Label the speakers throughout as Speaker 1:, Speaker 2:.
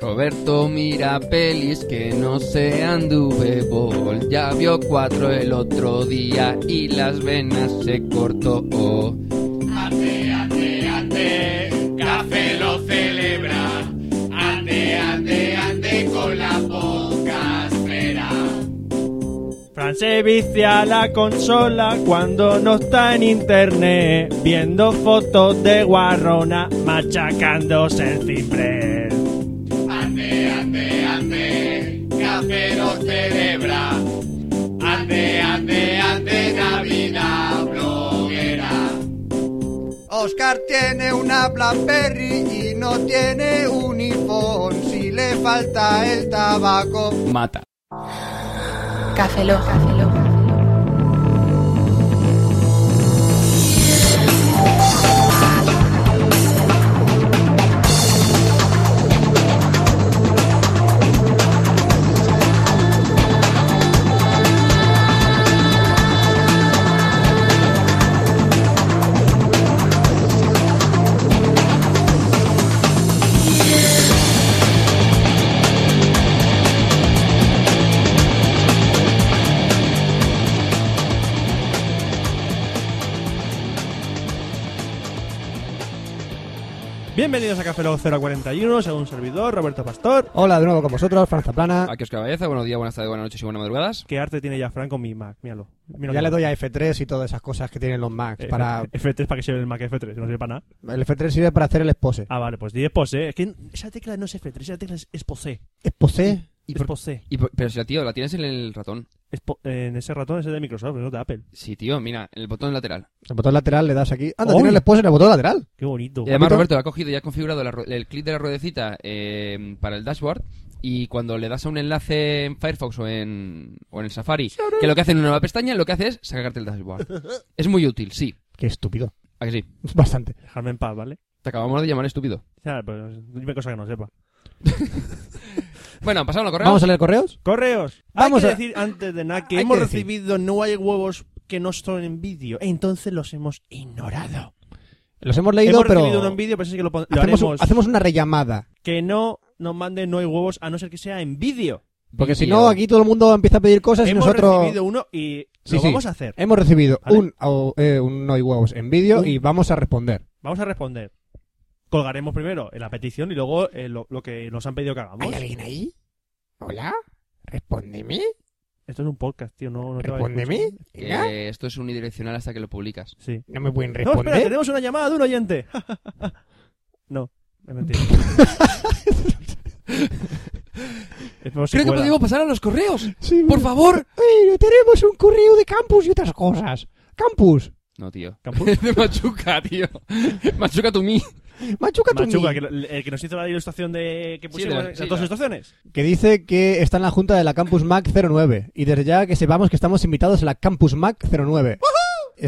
Speaker 1: Roberto mira pelis que no sean bol Ya vio cuatro el otro día y las venas se cortó.
Speaker 2: Ate, ate, ate, café lo celebra. Ate, ate, ate con la poca espera.
Speaker 3: Fran se vicia la consola cuando no está en internet, viendo fotos de guarrona machacándose el ciprés.
Speaker 2: Ate, ate, ate, café lo celebra. Ate, ate, ate, Navidad bloguera.
Speaker 4: Oscar tiene una Blackberry y no tiene un iPhone. Si le falta el tabaco.
Speaker 1: Mata.
Speaker 5: Café Lock.
Speaker 3: Bienvenidos a Café Lock 041, según servidor, Roberto Pastor.
Speaker 6: Hola de nuevo con vosotros, Franza Plana.
Speaker 1: Aquí os caballeza, buenos días, buenas tardes, buenas noches y buenas madrugadas.
Speaker 3: Qué arte tiene ya Frank con mi Mac, míralo. Míralo.
Speaker 6: Ya le doy a F3 y todas esas cosas que tienen los Macs.
Speaker 3: Eh,
Speaker 6: Para...
Speaker 3: F3 para que sirve el Mac F3, no sirve para nada.
Speaker 6: El F3 sirve para hacer el expose.
Speaker 3: Ah, vale, pues di esposé. Es que esa tecla no es F3, esa tecla es esposé.
Speaker 6: ¿Expose?
Speaker 1: ¿Y por-
Speaker 3: Esposé.
Speaker 1: y por- pero si la tío, la tienes en el ratón.
Speaker 3: Espo- eh, En ese ratón es el de Microsoft, no de Apple.
Speaker 1: Sí, tío, mira, en el botón lateral.
Speaker 6: El botón lateral le das aquí. Anda,
Speaker 3: ¡Ay!
Speaker 6: tiene el expose en el botón lateral.
Speaker 3: Qué bonito.
Speaker 1: Y además
Speaker 6: Papito.
Speaker 1: Roberto ha cogido y ha configurado la ru- el clic de la ruedecita eh, para el dashboard y cuando le das a un enlace en Firefox o en, o en el Safari, que lo que hace en una nueva pestaña, lo que hace es sacarte el dashboard. es muy útil, sí.
Speaker 6: Qué estúpido.
Speaker 1: ¿A que sí?
Speaker 6: Bastante.
Speaker 3: Dejadme en paz, ¿vale?
Speaker 1: Te acabamos de llamar estúpido.
Speaker 3: Ya, pues dime cosa que no sepa.
Speaker 1: Bueno, pasamos a correo.
Speaker 6: ¿Vamos a leer correos?
Speaker 3: Correos.
Speaker 6: Vamos
Speaker 3: Vamos hay
Speaker 6: a-
Speaker 3: que decir antes de nada
Speaker 6: Hay
Speaker 3: que
Speaker 6: que
Speaker 3: hemos
Speaker 6: decir.
Speaker 3: recibido no hay huevos que no son en vídeo. Entonces los hemos ignorado.
Speaker 6: Los hemos leído,
Speaker 3: hemos
Speaker 6: pero.
Speaker 3: recibido uno en vídeo, pero sí que lo, pon- lo
Speaker 6: Hacemos, un-
Speaker 3: haremos.
Speaker 6: hacemos una rellamada.
Speaker 3: Que no nos manden no hay huevos a no ser que sea en vídeo.
Speaker 6: Porque si
Speaker 1: Vídeo.
Speaker 6: no, aquí todo el mundo empieza a pedir cosas y
Speaker 3: Hemos
Speaker 6: nosotros.
Speaker 3: recibido uno y
Speaker 6: Sí,
Speaker 3: lo
Speaker 6: sí.
Speaker 3: vamos a hacer.
Speaker 6: Hemos recibido
Speaker 3: Vale.
Speaker 6: un, au- eh, un no hay huevos en vídeo
Speaker 3: Un-
Speaker 6: y vamos a responder.
Speaker 3: Vamos a responder. Colgaremos primero en la petición y luego eh, lo, lo que nos han pedido que hagamos.
Speaker 6: alguien ahí? ¿Hola? ¿Respóndeme?
Speaker 3: Esto es un podcast, tío. No, no te va a escuchar.
Speaker 1: Eh, esto es unidireccional hasta que lo publicas.
Speaker 3: Sí.
Speaker 6: ¿No me pueden
Speaker 3: pues, No, espera, tenemos una llamada de un oyente. no, es mentira. Es por si
Speaker 1: Creo que
Speaker 3: cuela.
Speaker 1: podemos pasar a los correos.
Speaker 6: Sí,
Speaker 1: ¡Por favor!
Speaker 6: Bueno, tenemos un correo de campus y otras cosas. Campus,
Speaker 1: No, tío.
Speaker 3: Campus.
Speaker 1: Es de Machuca, tío. Machuca tú mí.
Speaker 6: machuca tu
Speaker 3: Machuca,
Speaker 6: mi.
Speaker 3: que, lo- el que nos hizo la ilustración de que pusimos
Speaker 1: de la-
Speaker 3: las
Speaker 1: sí,
Speaker 3: dos
Speaker 1: la-
Speaker 3: ilustraciones.
Speaker 6: Que dice que está en la junta de la Campus Mac 09. Y desde ya que sepamos que estamos invitados a la Campus Mac 09.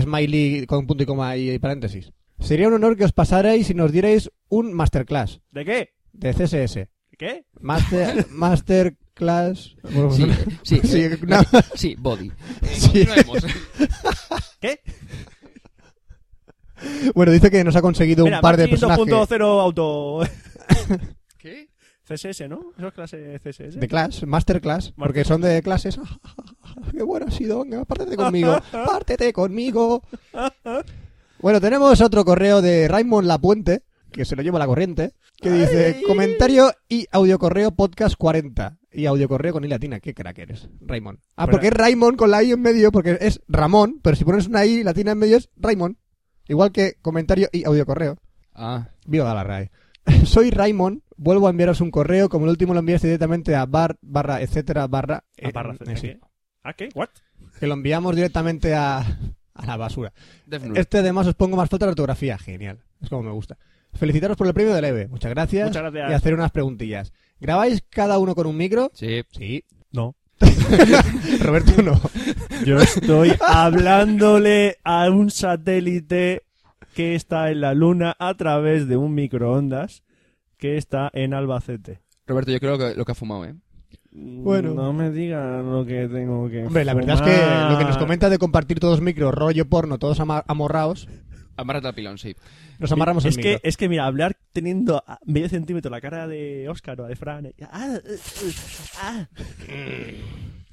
Speaker 6: Smiley con punto y coma y paréntesis. Sería un honor que os pasarais y nos dierais un masterclass
Speaker 3: ¿De qué?
Speaker 6: de CSS.
Speaker 3: ¿De qué?
Speaker 6: Master, masterclass.
Speaker 1: Sí, sí.
Speaker 6: Sí,
Speaker 1: eh,
Speaker 6: no.
Speaker 1: sí, body.
Speaker 6: Sí.
Speaker 1: Continuemos.
Speaker 3: ¿Qué?
Speaker 6: Bueno, dice que nos ha conseguido
Speaker 3: Mira,
Speaker 6: un par de
Speaker 3: Martín
Speaker 6: personajes
Speaker 3: 2.0 auto.
Speaker 1: ¿Qué?
Speaker 3: CSS, ¿no? Eso es clase CSS.
Speaker 6: de class, masterclass, porque son de clases. "Ah, Qué bueno ha sido, venga, pártete conmigo, pártete conmigo. Bueno, tenemos otro correo de Raymond Lapuente, que se lo lleva la corriente, que dice comentario y audiocorreo podcast 40. Y audiocorreo con i latina, qué crack eres, Raymond. Ah,
Speaker 3: Bueno.
Speaker 6: porque es Raymond con la i en medio, porque es Ramón, pero si pones una i latina en medio es Raymond. Igual que comentario y audiocorreo.
Speaker 1: Ah,
Speaker 6: Viva la RAE. Soy Raymond, vuelvo a enviaros un correo, como el último lo enviaste directamente a bar, barra, etcétera, barra...
Speaker 3: Ah,
Speaker 6: eh,
Speaker 3: barra,
Speaker 6: eh,
Speaker 3: ¿de
Speaker 6: sí,
Speaker 3: qué? ¿Ah, qué? ¿What?
Speaker 6: que lo enviamos directamente a, a la basura.
Speaker 1: Death Note.
Speaker 6: Este además os pongo más fotos de ortografía, genial, es como me gusta. Felicitaros por el premio de leve, muchas gracias,
Speaker 3: Muchas gracias.
Speaker 6: y hacer unas preguntillas. ¿Grabáis cada uno con un micro?
Speaker 1: Sí.
Speaker 6: Sí.
Speaker 3: No.
Speaker 6: Roberto no.
Speaker 3: Yo estoy hablándole a un satélite que está en la luna a través de un microondas que está en Albacete.
Speaker 1: Roberto, yo creo que lo que ha fumado, ¿eh?
Speaker 6: Bueno.
Speaker 3: No me digan lo que tengo que.
Speaker 6: Hombre, la verdad es que lo que nos comenta de compartir todos micros, rollo porno, todos ama- amorraos,
Speaker 1: Amárrate al pilón, sí.
Speaker 6: Nos amarramos
Speaker 3: es
Speaker 6: el
Speaker 3: que,
Speaker 6: micro.
Speaker 3: es que, mira, hablar teniendo a medio centímetro la cara de Óscar o de Fran. eh, ah, eh, eh, ah.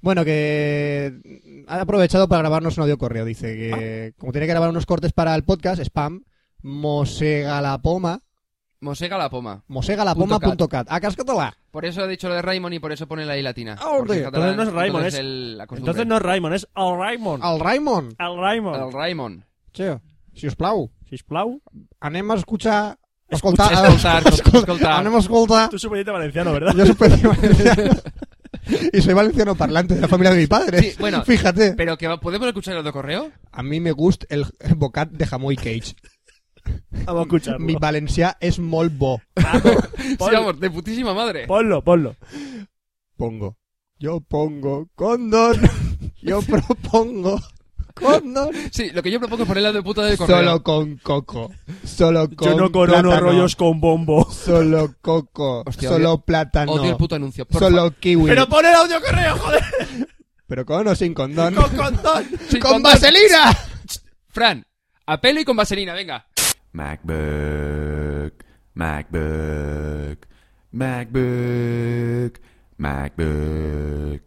Speaker 6: Bueno, que ha aprovechado para grabarnos un audio correo. Dice que
Speaker 1: Ah.
Speaker 6: como tiene que grabar unos cortes para el podcast, spam, mosegalapoma,
Speaker 1: Mosega la poma.
Speaker 6: mosegalapoma.cat. ¡A cascatola!
Speaker 1: Por eso ha dicho lo de Raymond y por eso pone la I latina.
Speaker 6: Ah, hombre.
Speaker 1: Porque es catalán,
Speaker 3: Entonces no es Raymond,
Speaker 1: entonces
Speaker 3: es-
Speaker 1: el- la costumbre.
Speaker 3: Entonces no es Raymond, es Al Raymond.
Speaker 6: Al Raimon.
Speaker 3: Al Raymond.
Speaker 1: El Raymond.
Speaker 6: Che, si us plau,
Speaker 3: Sisplau.
Speaker 6: anem a escuchar...
Speaker 1: Escucha,
Speaker 6: Escoltar,
Speaker 1: escoltar, escoltar.
Speaker 6: anem a escoltar...
Speaker 3: Tú supediste valenciano, ¿verdad?
Speaker 6: Yo soy valenciano. y soy valenciano parlante de la familia de mi padre.
Speaker 1: Sí, bueno,
Speaker 6: Fíjate.
Speaker 1: Pero que va- podemos escuchar el de correo.
Speaker 6: A mí me gusta el, el bocat de jamó y cage.
Speaker 3: Vamos a escucharlo.
Speaker 6: Mi valencià és molt bo.
Speaker 3: Vamos,
Speaker 1: Sí,
Speaker 3: ponlo,
Speaker 1: vamos, de putísima madre.
Speaker 3: ponlo, ponlo.
Speaker 6: Pongo. Yo pongo condón. Yo propongo condón.
Speaker 1: Sí, lo que yo propongo es poner el de puta del correo.
Speaker 6: Solo con coco. Solo con
Speaker 3: Yo no corono
Speaker 6: plátano.
Speaker 3: rollos con bombo.
Speaker 6: Solo coco.
Speaker 1: Hostia,
Speaker 6: solo
Speaker 1: odio-
Speaker 6: plátano.
Speaker 1: Odio el puto anuncio. por
Speaker 6: Solo kiwi.
Speaker 3: Pero pon el audio correo, joder.
Speaker 6: Pero con o sin condón.
Speaker 3: Con condón.
Speaker 1: fa- Sí,
Speaker 6: ¡Con
Speaker 1: con-
Speaker 6: vaselina!
Speaker 1: Fran, a pelo y con vaselina, venga.
Speaker 2: MacBook, MacBook, MacBook, MacBook,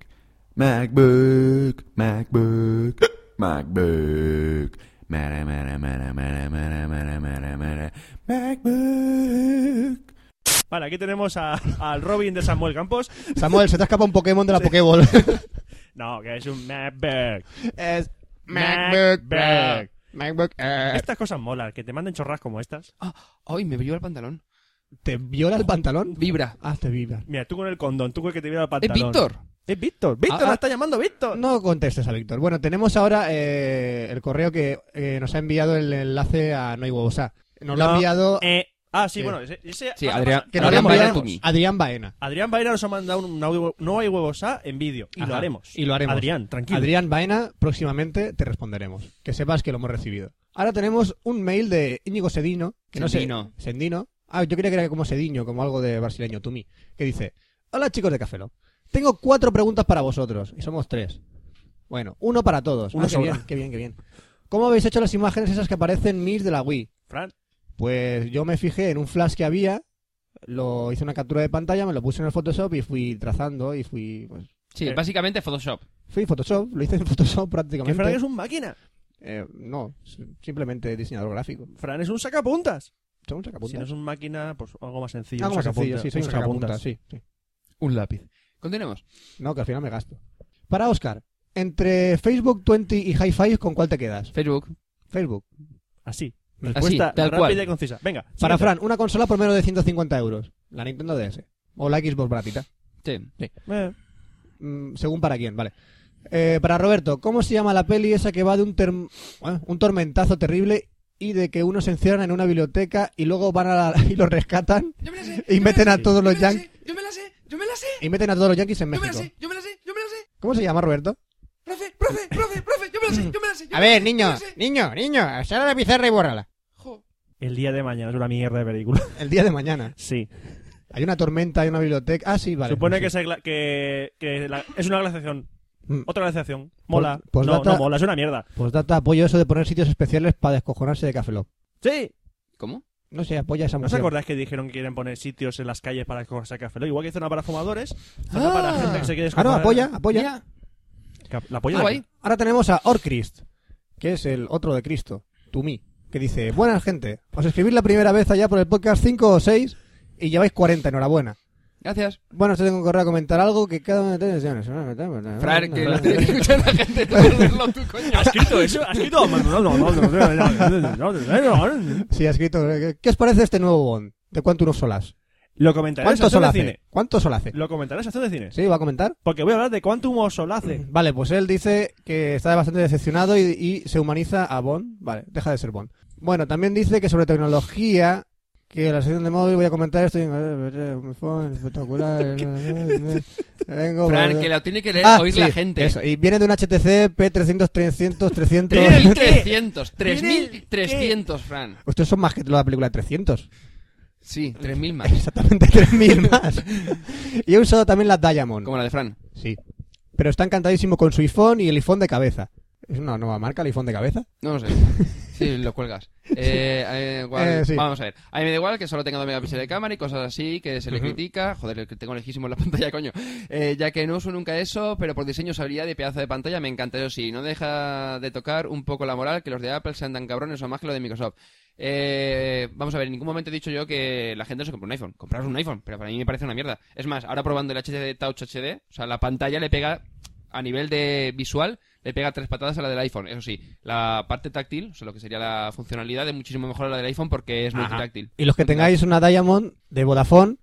Speaker 2: MacBook, MacBook, MacBook. Mera, mera, mera, mera, mera, mera, mera, mera. MacBook.
Speaker 3: Vale, aquí tenemos a- al Robin de Samuel Campos.
Speaker 6: Samuel, se te escapa un Pokémon de la Pokéball.
Speaker 3: No, que es un MacBook.
Speaker 6: es
Speaker 3: MacBook.
Speaker 6: MacBook eh. Air.
Speaker 3: Estas cosas molan, que te manden chorras como estas.
Speaker 6: Ah,
Speaker 1: Ay, me brilló el pantalón.
Speaker 6: ¿Te viola el pantalón?
Speaker 1: Vibra.
Speaker 6: Ah, te vibra.
Speaker 3: Mira, tú con el condón, tú con el que te viene el
Speaker 1: ¿Es
Speaker 3: pantalón.
Speaker 1: Víctor?
Speaker 3: Es Víctor. Víctor,
Speaker 1: Ah,
Speaker 3: la
Speaker 1: ah.
Speaker 3: está llamando Víctor.
Speaker 6: No contestes a Víctor. Bueno, tenemos ahora eh, el correo que eh, nos ha enviado el enlace a No hay huevos. Ah, nos lo ha
Speaker 3: No,
Speaker 6: enviado
Speaker 3: Eh, ah, sí,
Speaker 6: Sí.
Speaker 3: bueno, ese... ese-
Speaker 1: Sí,
Speaker 3: ah,
Speaker 1: Adrián-
Speaker 3: ah,
Speaker 6: que nos lo ha
Speaker 1: Adrián Baena
Speaker 3: lo
Speaker 6: enviado
Speaker 3: haremos.
Speaker 1: Tumi.
Speaker 6: Adrián Baena.
Speaker 3: Adrián Baena nos ha mandado un audio, no hay huevos A en vídeo. Y lo
Speaker 6: Ajá,
Speaker 3: haremos.
Speaker 6: y lo haremos.
Speaker 3: Adrián, tranquilo.
Speaker 6: Adrián Baena, próximamente te responderemos. Que sepas que lo hemos recibido. Ahora tenemos un mail de Íñigo Sedino. Que No
Speaker 1: Sendino.
Speaker 6: sé, Sendino. Ah, yo creía que era como Sediño, como algo de brasileño, Tumi. Que dice: Hola chicos de Cafelo. Tengo cuatro preguntas para vosotros. Y somos tres. Bueno, uno para todos.
Speaker 3: Uno
Speaker 6: Ah, qué
Speaker 3: solo.
Speaker 6: bien, qué bien, qué bien. ¿Cómo habéis hecho las imágenes esas que aparecen mis de la Wii?
Speaker 3: Fran,
Speaker 6: Pues yo me fijé en un flash que había, lo hice una captura de pantalla, me lo puse en el Photoshop y fui trazando y fui, pues,
Speaker 1: Sí,
Speaker 3: Eh.
Speaker 1: básicamente Photoshop.
Speaker 6: fui Photoshop, lo hice en
Speaker 3: que Fran
Speaker 6: Photoshop prácticamente.
Speaker 3: es un máquina.
Speaker 6: Eh, no, s- simplemente diseñador gráfico.
Speaker 3: Fran es un sacapuntas.
Speaker 6: Soy un
Speaker 3: Si no
Speaker 6: sacapuntas.
Speaker 3: es un máquina, pues algo más sencillo.
Speaker 6: Algo
Speaker 3: un
Speaker 6: más sencillo,
Speaker 3: sacapuntas,
Speaker 6: sí, soy un sacapuntas, sí, sí.
Speaker 1: Un lápiz. Continuemos.
Speaker 6: No, que al final me gasto. Para Oscar, entre Facebook 20 y Hi-Fi, ¿con cuál te quedas?
Speaker 1: Facebook.
Speaker 6: Facebook.
Speaker 3: Así.
Speaker 1: Así,
Speaker 3: Respuesta
Speaker 1: tal
Speaker 3: rápida
Speaker 1: cual.
Speaker 3: y concisa. Venga.
Speaker 6: Para
Speaker 3: siguiente.
Speaker 6: Fran, una consola por menos de 150 euros. La Nintendo DS. O la Xbox baratita.
Speaker 1: Sí.
Speaker 3: Eh,
Speaker 6: Mm, según para quién, vale. Eh, para Roberto, ¿cómo se llama la peli esa que va de un, term- bueno, un tormentazo terrible y de que unos se encierran en una biblioteca y luego van a la- y los rescatan
Speaker 1: Yo me la sé.
Speaker 6: y meten a todos los yankees
Speaker 1: Yo me la sé. Yo me la sé.
Speaker 6: y meten a todos los yankees en México?
Speaker 1: Yo me la sé. Yo me la sé.
Speaker 6: ¿Cómo se llama Roberto?
Speaker 1: Profe, profe, profe, profe. Yo me la sé. Yo me la sé.
Speaker 6: A ver, niño, niño, niño, sal a la pizarra y bórrala.
Speaker 3: el día de mañana es una mierda de película.
Speaker 6: El día de mañana.
Speaker 3: Sí.
Speaker 6: Hay una tormenta, hay una biblioteca. Ah, sí, vale.
Speaker 3: Supone
Speaker 6: Sí.
Speaker 3: que, se gla- que, que la- es una glaciación.
Speaker 6: Mm.
Speaker 3: Otra glaciación. Mola.
Speaker 6: Pues- pues
Speaker 3: no,
Speaker 6: data-
Speaker 3: no mola, es una mierda.
Speaker 6: Pues data, apoyo eso de poner sitios especiales para descojonarse de Café Lock.
Speaker 3: Sí.
Speaker 1: ¿Cómo?
Speaker 6: No sé, apoya esa
Speaker 3: ¿No os
Speaker 6: moción.
Speaker 3: acordáis que dijeron que quieren poner sitios en las calles para cogerse café? Igual que zona para fumadores, zona
Speaker 1: Ah.
Speaker 3: para gente que se quiere
Speaker 6: Claro,
Speaker 3: escapar.
Speaker 6: apoya, apoya.
Speaker 1: Mira.
Speaker 3: Cap- La apoya.
Speaker 1: Ah, guay.
Speaker 6: Ahora tenemos a Orcrist, que es el otro de Cristo, Tumi, que dice, buenas gente, os escribís la primera vez allá por el podcast 5 o 6 y lleváis 40, enhorabuena.
Speaker 1: Gracias.
Speaker 6: Bueno, os tengo que correr a comentar algo que cada uno tiene sesiones. Ah,
Speaker 1: Fran, que lo tiene que escuchar la gente. Tú hazlo tú, coño.
Speaker 3: ¿Has escrito eso? ¿Has escrito? No, no, no, no, no, no, no, no.
Speaker 6: Sí, ha escrito, ¿qué os parece este nuevo Bond? ¿De cuánto uno sol has?
Speaker 3: Lo comentaré en
Speaker 6: ¿Cuánto
Speaker 3: sección
Speaker 6: sol
Speaker 3: de
Speaker 6: hace?
Speaker 3: cine.
Speaker 6: ¿Cuánto sol hace?
Speaker 3: Lo comentaré en sección de cine.
Speaker 6: ¿Sí? ¿Va a comentar?
Speaker 3: Porque voy a hablar de Quantum o Solace.
Speaker 6: Vale, pues él dice que está bastante decepcionado y, y se humaniza a Bond. Vale, deja de ser Bond. Bueno, también dice que sobre tecnología, que la sección de móvil voy a comentar esto. y- Mi phone, espectacular. Vengo,
Speaker 1: Fran,
Speaker 6: vale.
Speaker 1: que lo tiene que leer,
Speaker 6: Ah,
Speaker 1: oír
Speaker 6: sí,
Speaker 1: la gente.
Speaker 6: eso. Y viene de un HTC P300, 300, 300.
Speaker 3: Tiene el-
Speaker 1: 3.300.
Speaker 3: ¿Qué?
Speaker 1: 3.300, Fran.
Speaker 6: Ustedes son más que la película de 300.
Speaker 1: Sí, 3.000 más.
Speaker 6: Exactamente 3000 más. y he usado también la Diamond.
Speaker 1: Como la de Fran.
Speaker 6: Sí. Pero está encantadísimo con su iPhone y el iPhone de cabeza. ¿Es una nueva marca el iPhone de cabeza?
Speaker 1: No lo sé. Sí, lo cuelgas. Eh, a mí me da igual-
Speaker 6: Eh, sí.
Speaker 1: Vamos a ver. A mí me da igual que solo tenga 2 megapíxeles de cámara y cosas así, que se le
Speaker 6: Ujú.
Speaker 1: critica. Joder, el que tengo lejísimo en la pantalla, coño. Eh, ya que no uso nunca eso, pero por diseño, usabilidad y pedazo de pantalla me encanta. Eso sí, no deja de tocar un poco la moral que los de Apple sean tan cabrones o más que los de Microsoft. Eh, vamos a ver, en ningún momento he dicho yo que la gente no se compra un iPhone. Compraros un iPhone, pero para mí me parece una mierda. Es más, ahora probando el HTC Touch HD, o sea, la pantalla le pega a nivel de visual le pega tres patadas a la del iPhone. Eso sí, la parte táctil, o sea, lo que sería la funcionalidad, es muchísimo mejor a la del iPhone porque es
Speaker 3: Ajá.
Speaker 1: multitáctil.
Speaker 6: Y los que tengáis una Diamond de Vodafone,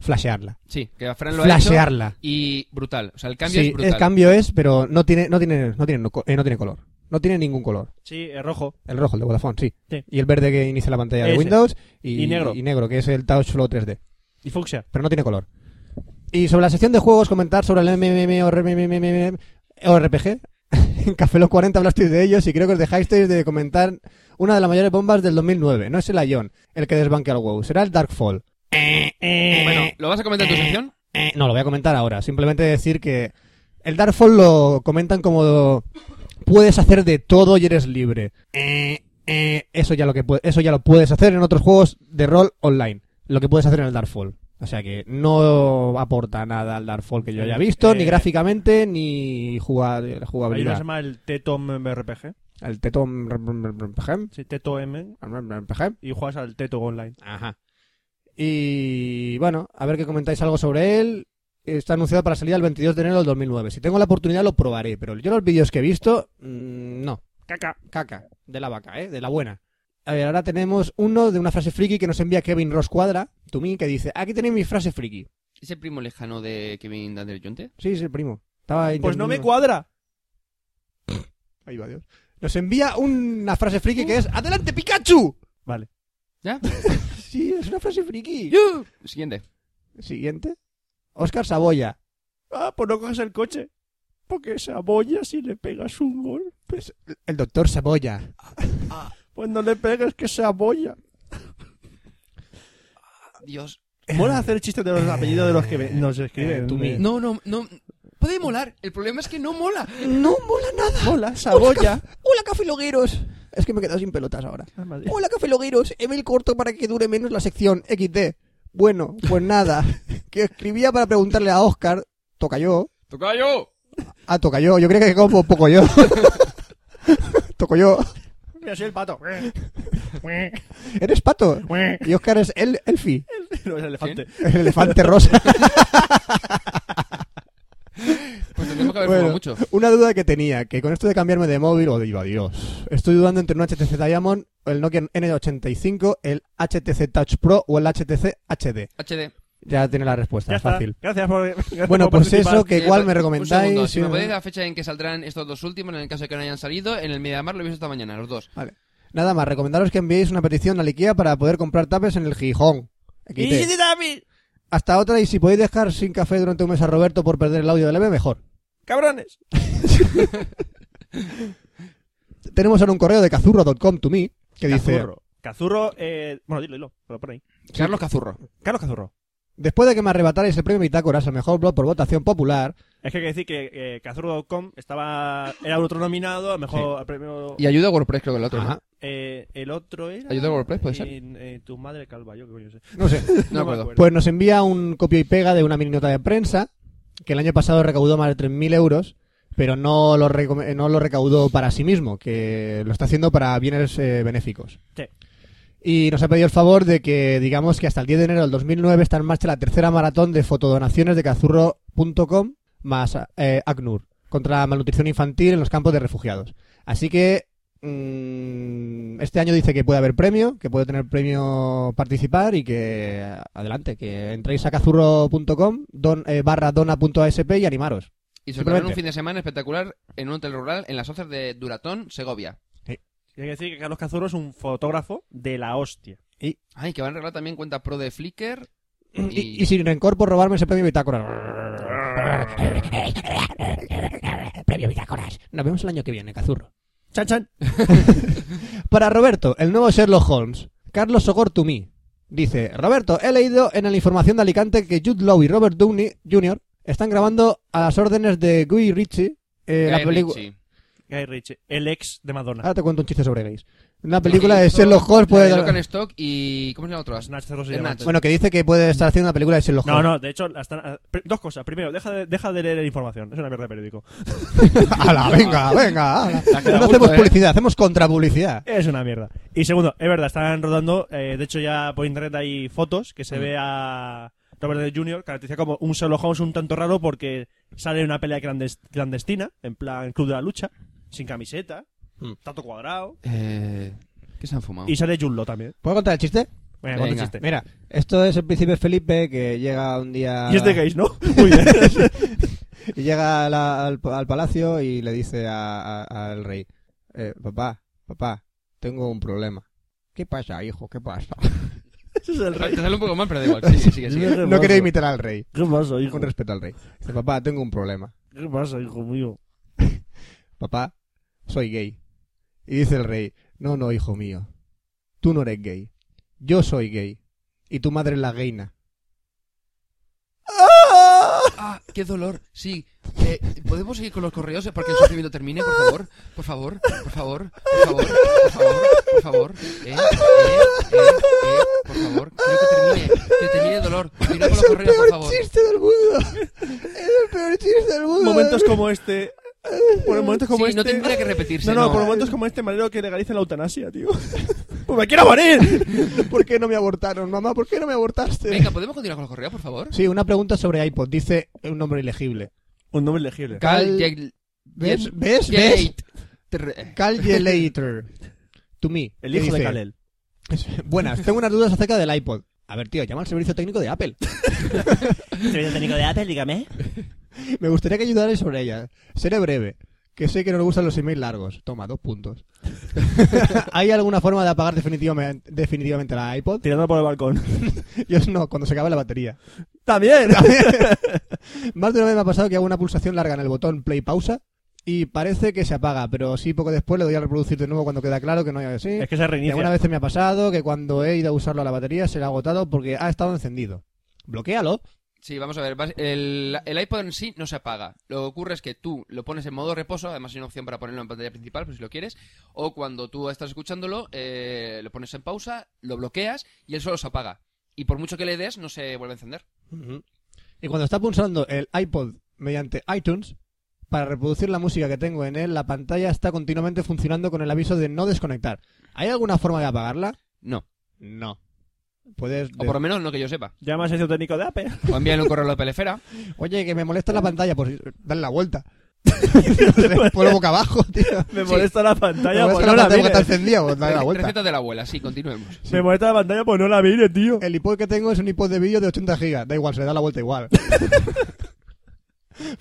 Speaker 6: flashearla.
Speaker 1: Sí, que Fran lo ha hecho
Speaker 6: Flashearla.
Speaker 1: y brutal. O sea, el cambio
Speaker 6: Sí,
Speaker 1: es brutal.
Speaker 6: el cambio es, pero no tiene, no tiene, no tiene, co- eh, no tiene color. No tiene ningún color.
Speaker 3: Sí, es rojo.
Speaker 6: El rojo, el de Vodafone, sí.
Speaker 3: Sí.
Speaker 6: Y el verde que inicia la pantalla de
Speaker 3: Ese.
Speaker 6: Windows. Y,
Speaker 3: Y negro.
Speaker 6: Y negro, que es el Touch Flow 3D.
Speaker 3: Y fucsia.
Speaker 6: Pero no tiene color. Y sobre la sección de juegos, comentar sobre el MMORPG. En Café Los 40 hablasteis de ellos y creo que os dejasteis de comentar una de las mayores bombas del 2009. No es el Ion, el que desbanque al WoW. Será el Darkfall.
Speaker 1: Bueno, ¿lo vas a comentar en tu sección?
Speaker 6: Eh, no, lo voy a comentar ahora. Simplemente decir que el Darkfall lo comentan como puedes hacer de todo y eres libre. Eh, eh, eso, ya lo que pu- eso ya lo puedes hacer en otros juegos de rol online. Lo que puedes hacer en el Darkfall. O sea que no aporta nada al Darkfall que yo haya visto, ni
Speaker 3: Eh,
Speaker 6: gráficamente, ni jugar,
Speaker 3: Hay uno que se
Speaker 6: jugabilidad.
Speaker 3: llama el Tetom RPG.
Speaker 6: El Tetom... RPG,
Speaker 3: Sí, Teto M.
Speaker 6: RPG.
Speaker 3: Y juegas al Teto Online.
Speaker 6: Ajá. Y bueno, a ver que comentáis algo sobre él. Está anunciado para salir el 22 de enero del 2009. Si tengo la oportunidad lo probaré, pero yo los vídeos que he visto, mm, no.
Speaker 3: Caca.
Speaker 6: Caca, de la vaca, ¿eh? De la buena. A ver, ahora tenemos uno de una frase friki que nos envía Kevin Roscuadra, to me, que dice, aquí tenéis mi frase friki.
Speaker 1: ¿Ese primo lejano de Kevin Dander Jonte?
Speaker 6: Sí, es el primo. Estaba
Speaker 3: Pues no me
Speaker 6: intentando-
Speaker 3: cuadra.
Speaker 6: Ahí va, Dios. Nos envía una frase friki que es, ¡Adelante, Pikachu!
Speaker 3: Vale.
Speaker 1: ¿Ya?
Speaker 6: Sí, es una frase friki.
Speaker 1: Yuh. Siguiente.
Speaker 6: Siguiente. Oscar Saboya.
Speaker 3: Ah, pues no coges el coche. Porque esa boya si le pegas un gol.
Speaker 6: El doctor Saboya.
Speaker 3: Pues no le pegas que sea boya.
Speaker 1: Dios.
Speaker 3: Mola hacer chistes de los apellidos de los que ve- nos escriben.
Speaker 6: Eh, tú
Speaker 1: No,
Speaker 6: mismo.
Speaker 1: no, no. Puede molar. El problema es que no mola.
Speaker 6: No mola nada.
Speaker 3: Mola, Saboya.
Speaker 6: Hola, cafelogueros. Es que me he quedado sin pelotas ahora.
Speaker 3: Ah, madre.
Speaker 6: Hola, cafelogueros. Email corto para que dure menos la sección XD. Bueno, pues nada. Que escribía para preguntarle a Oscar, toca yo.
Speaker 1: ¡Toca yo!
Speaker 6: Ah, toca yo. Yo creo que como poco yo. toco yo.
Speaker 3: Mira, soy el pato. no,
Speaker 6: Eres pato. Y Oscar es el elfi.
Speaker 3: es elefante.
Speaker 6: El elefante rosa.
Speaker 1: Pues tendremos que haber
Speaker 6: Bueno,
Speaker 1: jugado mucho.
Speaker 6: Una duda que tenía, que con esto de cambiarme de móvil, o digo adiós. Estoy dudando entre un HTC Diamond, el Nokia N85, el HTC Touch Pro o el HTC HD.
Speaker 1: HD.
Speaker 6: Ya tiene la respuesta,
Speaker 3: Ya está.
Speaker 6: fácil.
Speaker 3: Gracias por. gracias
Speaker 6: Bueno,
Speaker 3: por
Speaker 6: pues
Speaker 3: participar.
Speaker 6: eso, que
Speaker 1: Eh,
Speaker 6: igual me
Speaker 1: un
Speaker 6: recomendáis.
Speaker 1: segundo, si
Speaker 6: eh,
Speaker 1: me podéis la fecha en que saldrán estos dos últimos, en el caso de que no hayan salido, en el Mediamar lo he visto esta mañana, los dos.
Speaker 6: Nada más, recomendaros que enviéis una petición a Ikea para poder comprar tapes en el Gijón. XT.
Speaker 3: Y si te da a mí,
Speaker 6: Hasta otra, y si podéis dejar sin café durante un mes a Roberto por perder el audio del M, mejor.
Speaker 3: cabrones.
Speaker 6: Tenemos ahora un correo de cazurro.com to me que dice:
Speaker 3: Cazurro. Cazurro, eh. Bueno, dilo, dilo. Pero por ahí.
Speaker 1: Carlos Cazurro.
Speaker 3: Carlos Cazurro.
Speaker 6: Después de que me arrebatarais el premio Bitácoras al mejor blog por votación popular,
Speaker 3: Es que hay que decir que eh, Cazurro.com estaba. Era otro nominado, a lo mejor al premio.
Speaker 1: Y ayuda a WordPress, creo que el otro.
Speaker 6: Ajá.
Speaker 3: Eh, el otro era.
Speaker 1: ¿Ayuda a WordPress, puede ser?
Speaker 3: en, eh, tu madre calva, yo qué coño sé.
Speaker 6: no sé,
Speaker 1: No,
Speaker 3: me
Speaker 1: me acuerdo.
Speaker 6: pues nos envía un copio y pega de una mini nota de prensa que el año pasado recaudó más de 3.000 euros, pero no lo, recome- no lo recaudó para sí mismo, que lo está haciendo para bienes eh, benéficos.
Speaker 3: Sí.
Speaker 6: Y nos ha pedido el favor de que digamos que hasta el 10 de enero del 2009 está en marcha la tercera maratón de fotodonaciones de cazurro.com más eh, ACNUR contra la malnutrición infantil en los campos de refugiados. Así que mm, este año dice que puede haber premio, que puede tener premio participar y que eh, adelante, que entréis a cazurro.com don, eh, barra dona.asp y animaros.
Speaker 1: Y se organizó
Speaker 6: Simplemente.
Speaker 1: un fin de semana espectacular en un hotel rural en las hoces de Duratón, Segovia.
Speaker 3: Y hay que decir que Carlos Cazurro es un fotógrafo de la hostia.
Speaker 1: Ay, que van a arreglar también cuenta pro de Flickr.
Speaker 6: Y,
Speaker 1: Y-
Speaker 6: y sin rencor por robarme ese premio bitácora. premio bitácoras. Nos vemos el año que viene, Cazurro.
Speaker 3: Chan, chan.
Speaker 6: Para Roberto, el nuevo Sherlock Holmes, Carlos Sogor to me. Dice, Roberto, he leído en la información de Alicante que Jude Law y Robert Downey Jr. están grabando a las órdenes de Guy Ritchie eh, la
Speaker 1: Guy
Speaker 6: película...
Speaker 1: Ritchie.
Speaker 3: Guy Ritchie, el ex de Madonna.
Speaker 6: Ah, Ahora te cuento un chiste sobre gays. Una película de Sherlock Holmes puede...
Speaker 1: La de Lock and Stock y... ¿Cómo es la otra?
Speaker 3: Snatch, Cerros y
Speaker 1: Snatch.
Speaker 3: Diamantes.
Speaker 6: Bueno, que dice que puede estar haciendo una película de Sherlock
Speaker 3: No,
Speaker 6: Holmes.
Speaker 3: no, de hecho, la están- ah, pr- dos cosas. Primero, deja de, deja de leer información. Es una mierda de periódico.
Speaker 6: ¡Hala, venga, venga! ala.
Speaker 1: Te ha quedado
Speaker 6: No
Speaker 1: justo,
Speaker 6: hacemos
Speaker 1: ¿eh?
Speaker 6: publicidad, hacemos contrapublicidad.
Speaker 3: Es una mierda. Y segundo, es verdad, están rodando. eh, de hecho, ya por internet hay fotos que se ve a Robert Downey Jr. caracteriza como un Sherlock Holmes un tanto raro porque sale en una pelea clandes- clandestina, en plan Club de la Lucha, sin camiseta,
Speaker 7: Mm.
Speaker 3: tanto cuadrado.
Speaker 1: Eh, ¿Qué se han fumado?
Speaker 3: Y sale Junlo también.
Speaker 6: ¿Puedo contar el chiste?
Speaker 3: Venga, cuenta el
Speaker 1: Venga.
Speaker 3: chiste.
Speaker 6: Mira, esto es el príncipe Felipe que llega un día...
Speaker 3: Y este es de gays, ¿no? Muy bien.
Speaker 6: Y llega a la- al, al palacio y le dice a- a- al rey, eh, papá, papá, tengo un problema. ¿Qué pasa, hijo? ¿Qué pasa?
Speaker 3: Ese es el
Speaker 1: Te
Speaker 3: rey.
Speaker 1: sale un poco mal, pero da igual. Sigue, sigue, sigue.
Speaker 6: No quería imitar al rey,
Speaker 3: ¿Qué pasa, hijo?
Speaker 6: con respeto al rey. Dice, papá, tengo un problema.
Speaker 3: ¿Qué pasa, hijo mío?
Speaker 6: Papá, soy gay. Y dice el rey, no, no, hijo mío, tú no eres gay. Yo soy gay. Y tu madre es la gaina.
Speaker 1: Ah, qué dolor. Sí. Eh, ¿Podemos seguir con los correos eh, para que el sufrimiento termine, por favor? Por favor, por favor, por favor, por favor, por favor. Eh, eh, eh, eh, por favor. Quiero que termine, que termine el dolor. Mira con los correos, por favor.
Speaker 6: del mundo! ¡Es el peor chiste del mundo!
Speaker 3: Momentos como este. Por momentos como
Speaker 1: Sí,
Speaker 3: este.
Speaker 1: no tendría que repetirse.
Speaker 3: No, no, por momentos como este me alegro que legalicen la eutanasia, tío. ¡Pues me quiero morir!
Speaker 6: ¿Por qué no me abortaron, mamá? ¿Por qué no me abortaste?
Speaker 1: Venga, ¿podemos continuar con los correos, por favor?
Speaker 6: Sí, una pregunta sobre iPod. Dice un nombre ilegible.
Speaker 3: Un nombre legible.
Speaker 6: Cal-
Speaker 1: Yel-
Speaker 6: ¿Ves?
Speaker 1: Yel-
Speaker 6: ¿Ves? ¿Ves?
Speaker 1: Yelate. Ter-
Speaker 6: Cal later. To me.
Speaker 3: El hijo
Speaker 6: Que
Speaker 3: de
Speaker 6: dice,
Speaker 3: Kalel.
Speaker 6: Buenas, tengo unas dudas acerca del iPod. A ver, tío, llama al servicio técnico de Apple.
Speaker 3: ¿Servicio técnico de Apple, dígame?
Speaker 6: Me gustaría que ayudarais sobre ella. Seré breve. Que sé que no le gustan los emails largos. Toma, dos puntos. ¿Hay alguna forma de apagar definitivamente, definitivamente la iPod?
Speaker 3: Tirando por el balcón.
Speaker 6: Yo no, cuando se acabe la batería.
Speaker 3: ¡También!
Speaker 6: Más de una vez me ha pasado que hago una pulsación larga en el botón play pausa y parece que se apaga, pero sí poco después le doy a reproducir de nuevo cuando queda claro que no hay así.
Speaker 3: es que se
Speaker 6: Y algunas
Speaker 3: reinicia.
Speaker 6: veces me ha pasado que cuando he ido a usarlo a la batería se le ha agotado porque ha estado encendido. Bloquéalo.
Speaker 1: Sí, vamos a ver. vas- El, el iPod en sí no se apaga. Lo que ocurre es que tú lo pones en modo reposo. Además, hay una opción para ponerlo en pantalla principal, pues si lo quieres. O cuando tú estás escuchándolo, eh, lo pones en pausa, lo bloqueas y él solo se apaga. Y por mucho que le des, no se vuelve a encender.
Speaker 6: Y cuando está pulsando el iPod mediante iTunes, para reproducir la música que tengo en él, la pantalla está continuamente funcionando con el aviso de no desconectar. ¿Hay alguna forma de apagarla?
Speaker 1: No.
Speaker 6: No. Puedes...
Speaker 1: O por lo menos no que yo sepa.
Speaker 3: Llama al servicio técnico de Apple.
Speaker 1: O envíale un correo a la pelefera.
Speaker 6: Oye, que me molesta la pantalla, pues dale la vuelta. Ponlo boca abajo, tío.
Speaker 3: Me
Speaker 1: Sí.
Speaker 3: molesta la
Speaker 6: Me
Speaker 3: pantalla, pues
Speaker 6: molesta
Speaker 3: no
Speaker 6: la
Speaker 3: la
Speaker 6: pantalla que está
Speaker 3: mire.
Speaker 6: encendida, pues dale la vuelta.
Speaker 1: Receta de la abuela, sí, continuemos.
Speaker 3: Me molesta la pantalla, pues no la mire, tío.
Speaker 6: El iPod que tengo es un iPod de vídeo de 80 gigas. Da igual, se le da la vuelta igual.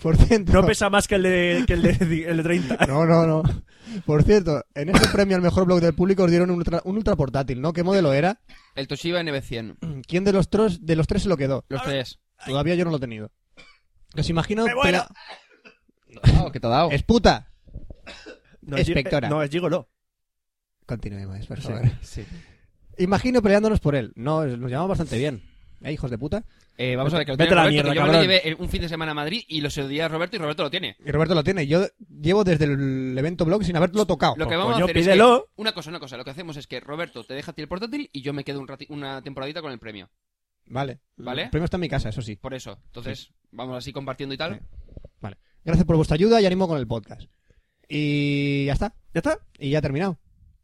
Speaker 6: Por cierto...
Speaker 3: No pesa más que el de, que el de, el de 30.
Speaker 6: No, no, no. Por cierto, en este premio al mejor blog del público os dieron un ultra, un ultra portátil, ¿no? ¿Qué modelo era?
Speaker 1: El Toshiba NB100.
Speaker 6: ¿Quién de los, tres de los tres se lo quedó?
Speaker 1: Los tres.
Speaker 6: Todavía yo no lo he tenido. ¿Os imagino?
Speaker 3: ¡Me muero!
Speaker 6: pela-
Speaker 1: Ah, ¿Qué te ha dado?
Speaker 6: ¡Es puta!
Speaker 3: No, es-
Speaker 6: Espectora.
Speaker 3: eh, No, es gigolo.
Speaker 6: Continuemos, por
Speaker 3: Sí.
Speaker 6: favor.
Speaker 1: Sí.
Speaker 6: Imagino peleándonos por él. No, nos llevamos bastante bien. ¿Eh, hijos de puta?
Speaker 1: Eh, vamos a ver, que lo
Speaker 3: Vete
Speaker 1: tiene
Speaker 3: a la
Speaker 1: Roberto,
Speaker 3: mierda,
Speaker 1: que yo me lo
Speaker 3: cabrón.
Speaker 1: llevé eh, un fin de semana a Madrid y lo se lo di a Roberto y Roberto lo tiene.
Speaker 6: Y Roberto lo tiene. Yo llevo desde el evento blog sin haberlo tocado.
Speaker 1: Lo que
Speaker 3: Pues
Speaker 1: vamos
Speaker 3: coño,
Speaker 1: a hacer es
Speaker 3: pídelo.
Speaker 1: que, una cosa, una cosa, lo que hacemos es que Roberto te deja a ti el portátil y yo me quedo un rati- una temporadita con el premio,
Speaker 6: Vale.
Speaker 1: ¿vale?
Speaker 6: El premio está en mi casa, eso sí.
Speaker 1: Por eso. Entonces, vamos así compartiendo y tal.
Speaker 6: Gracias por vuestra ayuda y ánimo con el podcast. Y ya está.
Speaker 3: ¿Ya está?
Speaker 6: Y ya ha terminado.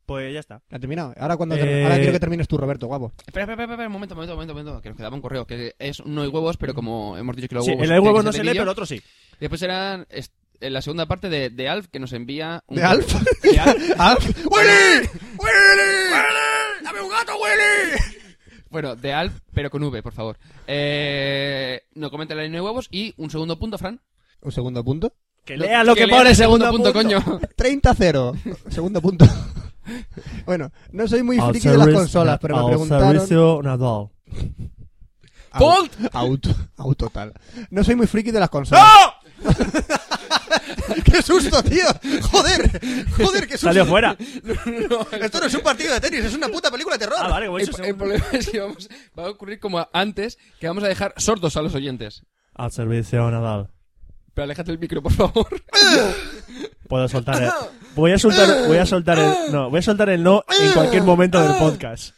Speaker 3: Pues ya está.
Speaker 6: Ya ha terminado. Ahora, cuando
Speaker 3: Eh,
Speaker 6: termine- Ahora quiero que termines tú, Roberto, guapo.
Speaker 1: Espera, espera, espera, espera, un momento, un momento, un momento, un momento, que nos quedaba un correo, que es no hay huevos, pero como hemos dicho que los
Speaker 3: Sí,
Speaker 1: huevos...
Speaker 3: el de huevos
Speaker 1: tienen
Speaker 3: no
Speaker 1: que
Speaker 3: se
Speaker 1: ser
Speaker 3: lee,
Speaker 1: de
Speaker 3: pero el
Speaker 1: vídeo.
Speaker 3: otro sí.
Speaker 1: Después será est- en la segunda parte de, de Alf, que nos envía... Un
Speaker 6: ¿De Alf?
Speaker 1: De Alf.
Speaker 6: ¡Alf! ¡Willy!
Speaker 1: ¡Dame un gato, Willy! Bueno, de Alf, pero con V, por favor. Eh, no comenta la línea de huevos y un segundo punto, Fran.
Speaker 6: Un segundo punto.
Speaker 3: Que lea lo que,
Speaker 1: lea
Speaker 3: pone
Speaker 1: el
Speaker 3: segundo,
Speaker 1: punto,
Speaker 3: punto.
Speaker 1: coño.
Speaker 6: 30-0. Segundo punto. bueno, no soy muy friki de las consolas, pero me preguntaron...
Speaker 3: Nadal.
Speaker 1: ¡Fold!
Speaker 6: Auto, auto tal. No soy muy friki de las consolas. ¡Qué susto, tío! ¡Joder! ¡Joder, qué susto!
Speaker 3: Salió fuera.
Speaker 6: Esto no es un partido de tenis, es una puta película de terror.
Speaker 3: Ah, vale, como he
Speaker 1: El,
Speaker 6: Em,
Speaker 1: el
Speaker 3: dicho segundo.
Speaker 1: problema es que vamos, va a ocurrir como antes, que vamos a dejar sordos a los oyentes.
Speaker 7: Al servicio Nadal.
Speaker 1: Pero aléjate el micro, por favor.
Speaker 7: Puedo soltar el,
Speaker 3: Voy a soltar, voy a soltar el no, voy a soltar el no en cualquier momento del podcast.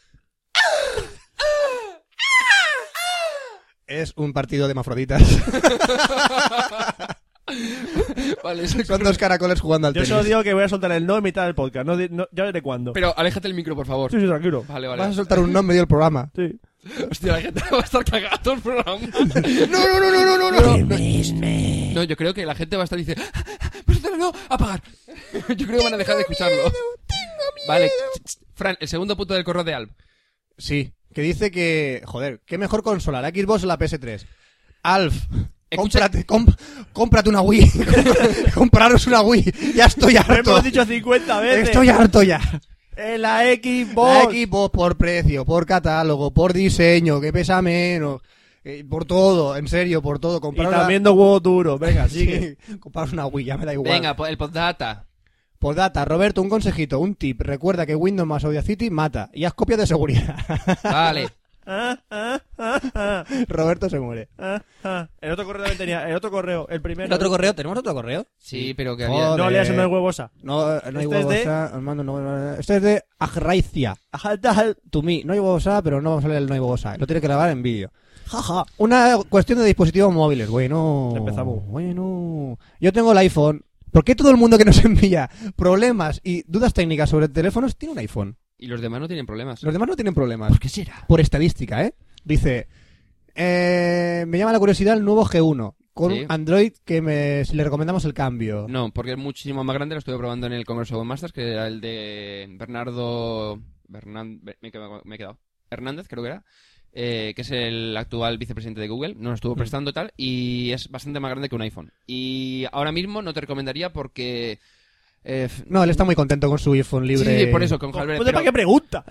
Speaker 6: Es un partido de mafroditas.
Speaker 1: Vale, eso es-
Speaker 6: Son dos caracoles jugando al
Speaker 3: Yo
Speaker 6: tenis.
Speaker 3: solo digo que voy a soltar el no en mitad del podcast, no, di- no- ya veré cuándo.
Speaker 1: Pero aléjate del micro, por favor.
Speaker 3: Sí, sí, tranquilo.
Speaker 1: Vale,
Speaker 6: Vas a
Speaker 1: vale.
Speaker 6: soltar un no en medio del programa.
Speaker 3: Sí.
Speaker 1: Hostia, la gente va a estar cagada todo el programa.
Speaker 6: No, no, no, no, no, no. no.
Speaker 1: No, yo creo que la gente va a estar dice, "Ah, ah, pues dale, no, apagar. Yo creo que van a dejar de escucharlo. Vale, ch, ch, Fran, el segundo punto del correo de Alp.
Speaker 6: Sí, que dice que, joder, qué mejor consola, la Xbox o la PS3. Alf,
Speaker 1: Escucha-
Speaker 6: cómprate, comp- cómprate una Wii. Compraros una Wii. Ya estoy
Speaker 3: Lo
Speaker 6: harto.
Speaker 3: hemos dicho 50 veces.
Speaker 6: Estoy harto ya.
Speaker 3: En la
Speaker 6: La
Speaker 3: Xbox.
Speaker 6: Xbox por precio, por catálogo, por diseño, que pesa menos, eh, por todo, en serio, por todo.
Speaker 3: Y
Speaker 6: Compraros
Speaker 3: también dos huevos duros. Venga,
Speaker 6: una...
Speaker 3: sigue.
Speaker 6: Sí, compraros una Wii, ya me da igual.
Speaker 1: Venga, po- el postdata.
Speaker 6: Por data, Roberto, un consejito, un tip. Recuerda que Windows más Audacity mata. Y haz copias de seguridad.
Speaker 1: Vale.
Speaker 3: Ah, ah, ah, ah,
Speaker 6: Roberto se muere.
Speaker 3: ah, ah. El otro correo también tenía. El otro correo. El primero.
Speaker 6: correo? ¿Tenemos otro correo?
Speaker 1: Sí, pero que
Speaker 6: Joder.
Speaker 1: había...
Speaker 3: No leas, no es huevosa.
Speaker 6: No, eh, no hay
Speaker 3: Este es
Speaker 6: huevos
Speaker 3: de-
Speaker 6: A, Armando, no, no, no. Este es de Ajraicia. To me. No hay huevos A, pero no vamos a leer el no hay huevos A. Lo tiene que grabar en vídeo. Jaja. Una cuestión de dispositivos móviles, güey, no.
Speaker 3: Empezamos.
Speaker 6: Bueno. Yo tengo el iPhone. ¿Por qué todo el mundo que nos envía problemas y dudas técnicas sobre teléfonos tiene un iPhone?
Speaker 1: Y los demás no tienen problemas.
Speaker 6: Los demás no tienen problemas
Speaker 1: qué será?
Speaker 6: por estadística, ¿eh? Dice, eh, me llama la curiosidad el nuevo G1 con
Speaker 1: Sí.
Speaker 6: Android que me, si le recomendamos el cambio.
Speaker 1: No, porque es muchísimo más grande. Lo estuve probando en el Congreso de Masters, que era el de Bernardo... Bernan- Be- Me he quedado- me he quedado. Hernández, creo que era. eh, que es el actual vicepresidente de Google. Nos
Speaker 6: Mm.
Speaker 1: estuvo prestando y tal. Y es bastante más grande que un iPhone. Y ahora mismo no te recomendaría porque... eh, f-
Speaker 6: No, él está muy contento con su iPhone
Speaker 1: Sí,
Speaker 6: libre. Oh,
Speaker 1: sí, por eso, con Halbert.
Speaker 3: Pues, ¿Para qué
Speaker 1: pero,
Speaker 3: pregunta?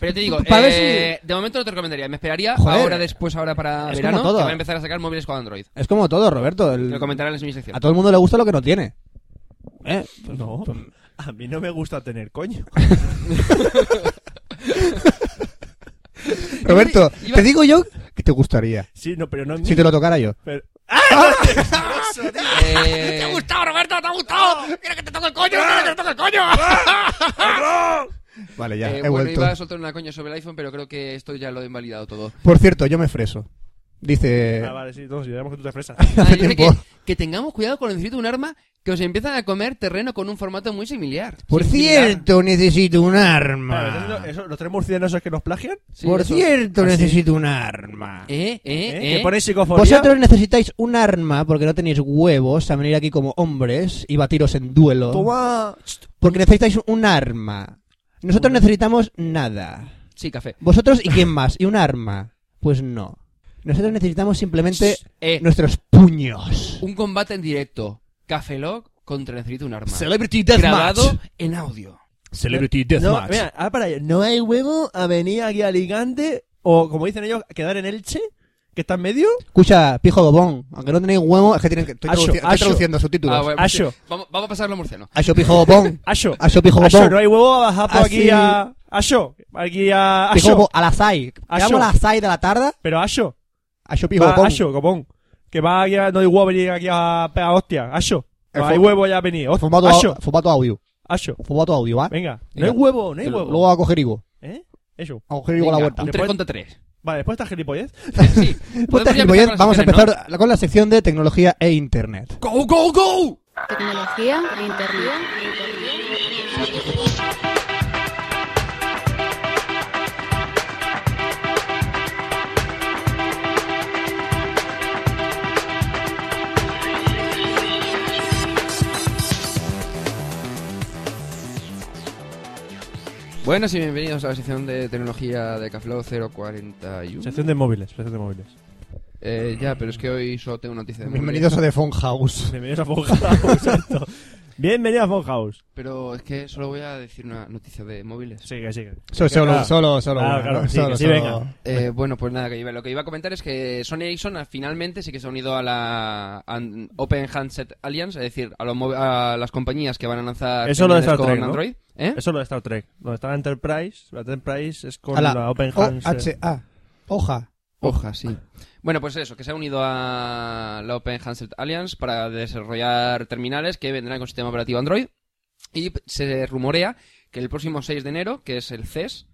Speaker 1: pero te digo,
Speaker 6: Para ver
Speaker 1: eh, de momento no te recomendaría. Me esperaría
Speaker 6: Joder.
Speaker 1: ahora, después, ahora para
Speaker 6: Es
Speaker 1: verano,
Speaker 6: como todo.
Speaker 1: que van a empezar a sacar móviles con Android.
Speaker 6: Es como todo, Roberto. el-
Speaker 1: Lo comentaré en mi sección.
Speaker 6: a todo el mundo le gusta lo que no tiene. ¿Eh?
Speaker 3: No. A mí no me gusta tener coño.
Speaker 6: Roberto,
Speaker 1: Iba-
Speaker 6: te digo yo que te gustaría.
Speaker 3: Sí, no, pero no.
Speaker 6: Si te lo tocara yo.
Speaker 3: pero- ¡Ah!
Speaker 1: Eh,
Speaker 6: ¡Ah! Vale, ya,
Speaker 1: eh,
Speaker 6: he
Speaker 1: bueno,
Speaker 6: vuelto.
Speaker 1: iba a soltar una coña sobre el iPhone, pero creo que esto ya lo he invalidado todo.
Speaker 6: Por cierto, yo me freso. Dice...
Speaker 3: Ah, vale, sí, entonces, ya vemos que tú te fresas.
Speaker 1: Ah, dice que,
Speaker 6: tiempo.
Speaker 1: que tengamos cuidado con necesito un arma que os empiezan a comer terreno con un formato muy similar.
Speaker 6: Por
Speaker 1: Similar.
Speaker 6: cierto, necesito un
Speaker 3: Claro, ¿estás
Speaker 6: arma.
Speaker 3: diciendo eso, ¿Los tres murcianos esos que nos plagian?
Speaker 1: eh, Sí,
Speaker 6: Por
Speaker 1: eso.
Speaker 6: cierto, necesito un arma.
Speaker 1: Eh, eh,
Speaker 3: ¿Eh?
Speaker 1: eh.
Speaker 3: ¿Que pones psicofonía?
Speaker 6: Vosotros necesitáis un arma porque no tenéis huevos a venir aquí como hombres y batiros en duelo.
Speaker 3: Toma.
Speaker 6: Porque necesitáis un arma. Nosotros necesitamos nada.
Speaker 1: Sí, café.
Speaker 6: Vosotros y quién más. ¿Y un arma? Pues no. Nosotros necesitamos simplemente
Speaker 1: Eh,
Speaker 6: nuestros puños.
Speaker 1: un combate en directo. Café Lock contra necesito un arma.
Speaker 6: Celebrity
Speaker 1: Grabado en audio.
Speaker 6: Celebrity
Speaker 3: No, mira, ahora para ello, no hay huevo a venir aquí a Alicante o, como dicen ellos, a quedar en Elche, que está en medio.
Speaker 6: Escucha, pijo bobón. Aunque no tenéis huevos, es que tienen que. Estoy,
Speaker 3: Asho,
Speaker 6: traduci- estoy
Speaker 3: asho.
Speaker 6: traduciendo subtítulos.
Speaker 1: Ah, bueno, pues sí.
Speaker 3: Asho.
Speaker 1: Vamos, vamos a pasarlo a murciano.
Speaker 6: Asho, pijo bobón.
Speaker 3: Asho.
Speaker 6: Asho, pijo
Speaker 3: Asho,
Speaker 6: bobón.
Speaker 3: no hay huevo a bajar por aquí
Speaker 6: Así.
Speaker 3: a... Asho. Aquí a...
Speaker 6: Pijo
Speaker 3: Asho.
Speaker 6: bo- a las 6.
Speaker 3: Asho.
Speaker 6: Llamo a las 6 de la tarde.
Speaker 3: Pero Asho.
Speaker 6: Asho, pijo
Speaker 3: Va,
Speaker 6: bobón.
Speaker 3: Asho, copón. Que va aquí a... No hay huevo a venir aquí a pegar hostia. Asho.
Speaker 6: El
Speaker 3: No hay
Speaker 6: fo-
Speaker 3: huevo ya a venir. Hostia.
Speaker 6: Formato,
Speaker 3: Asho.
Speaker 6: formato audio.
Speaker 3: Asho.
Speaker 6: Formato audio, ¿va?
Speaker 3: Venga. No
Speaker 6: Venga.
Speaker 3: hay huevo, no hay
Speaker 1: Que lo-
Speaker 3: huevo.
Speaker 6: Luego a coger Ivo.
Speaker 3: ¿Eh? Eso.
Speaker 6: A coger Ivo a la
Speaker 1: Venga,
Speaker 6: vuelta.
Speaker 1: Un 3
Speaker 3: Después-
Speaker 1: contra 3.
Speaker 3: Vale, después está gilipollez.
Speaker 1: Sí.
Speaker 6: Pues
Speaker 1: Podemos ya
Speaker 6: Tecnicoyet,
Speaker 1: empezar con las
Speaker 6: vamos a
Speaker 1: secciones,
Speaker 6: empezar con la sección de tecnología e internet.
Speaker 1: ¿no? ¡Go, go, go!
Speaker 5: Tecnología, internet.
Speaker 1: Buenas y bienvenidos a la sección de tecnología de Café Lock 041.
Speaker 3: Sección de móviles, sección de móviles.
Speaker 1: Eh, ya, pero es que hoy solo tengo noticias de móviles.
Speaker 6: Bienvenidos a The Phone House.
Speaker 3: Bienvenidos a Funhouse, exacto. Bienvenidos a Funhouse.
Speaker 1: Pero es que solo voy a decir una noticia de móviles.
Speaker 3: Sigue, sigue.
Speaker 6: Solo,
Speaker 3: Ah,
Speaker 6: solo, solo, solo.
Speaker 3: ah,
Speaker 6: una,
Speaker 3: claro,
Speaker 6: ¿no?
Speaker 3: sí,
Speaker 6: Solo,
Speaker 3: que sí,
Speaker 6: solo.
Speaker 3: venga.
Speaker 1: Eh, bueno, pues nada, que iba- lo que iba a comentar es que Sony Ericsson ah, finalmente sí que se ha unido a la an- Open Handset Alliance, es decir, a, los mov- a las compañías que van a lanzar
Speaker 3: Eso lo de
Speaker 1: terminales
Speaker 3: Star
Speaker 1: con
Speaker 3: Trek, ¿no?
Speaker 1: Android. ¿Eh?
Speaker 3: Eso es lo de Star Trek. Lo de Star Enterprise. La Enterprise es con
Speaker 6: A
Speaker 3: la,
Speaker 6: la
Speaker 3: Open
Speaker 6: O,
Speaker 3: Hands.
Speaker 6: H, A. Hoja.
Speaker 1: Hoja, sí. Bueno, pues eso, que se ha unido a la Open Handset Alliance para desarrollar terminales que vendrán con sistema operativo Android Y se rumorea que el próximo 6 de enero, que es el CES,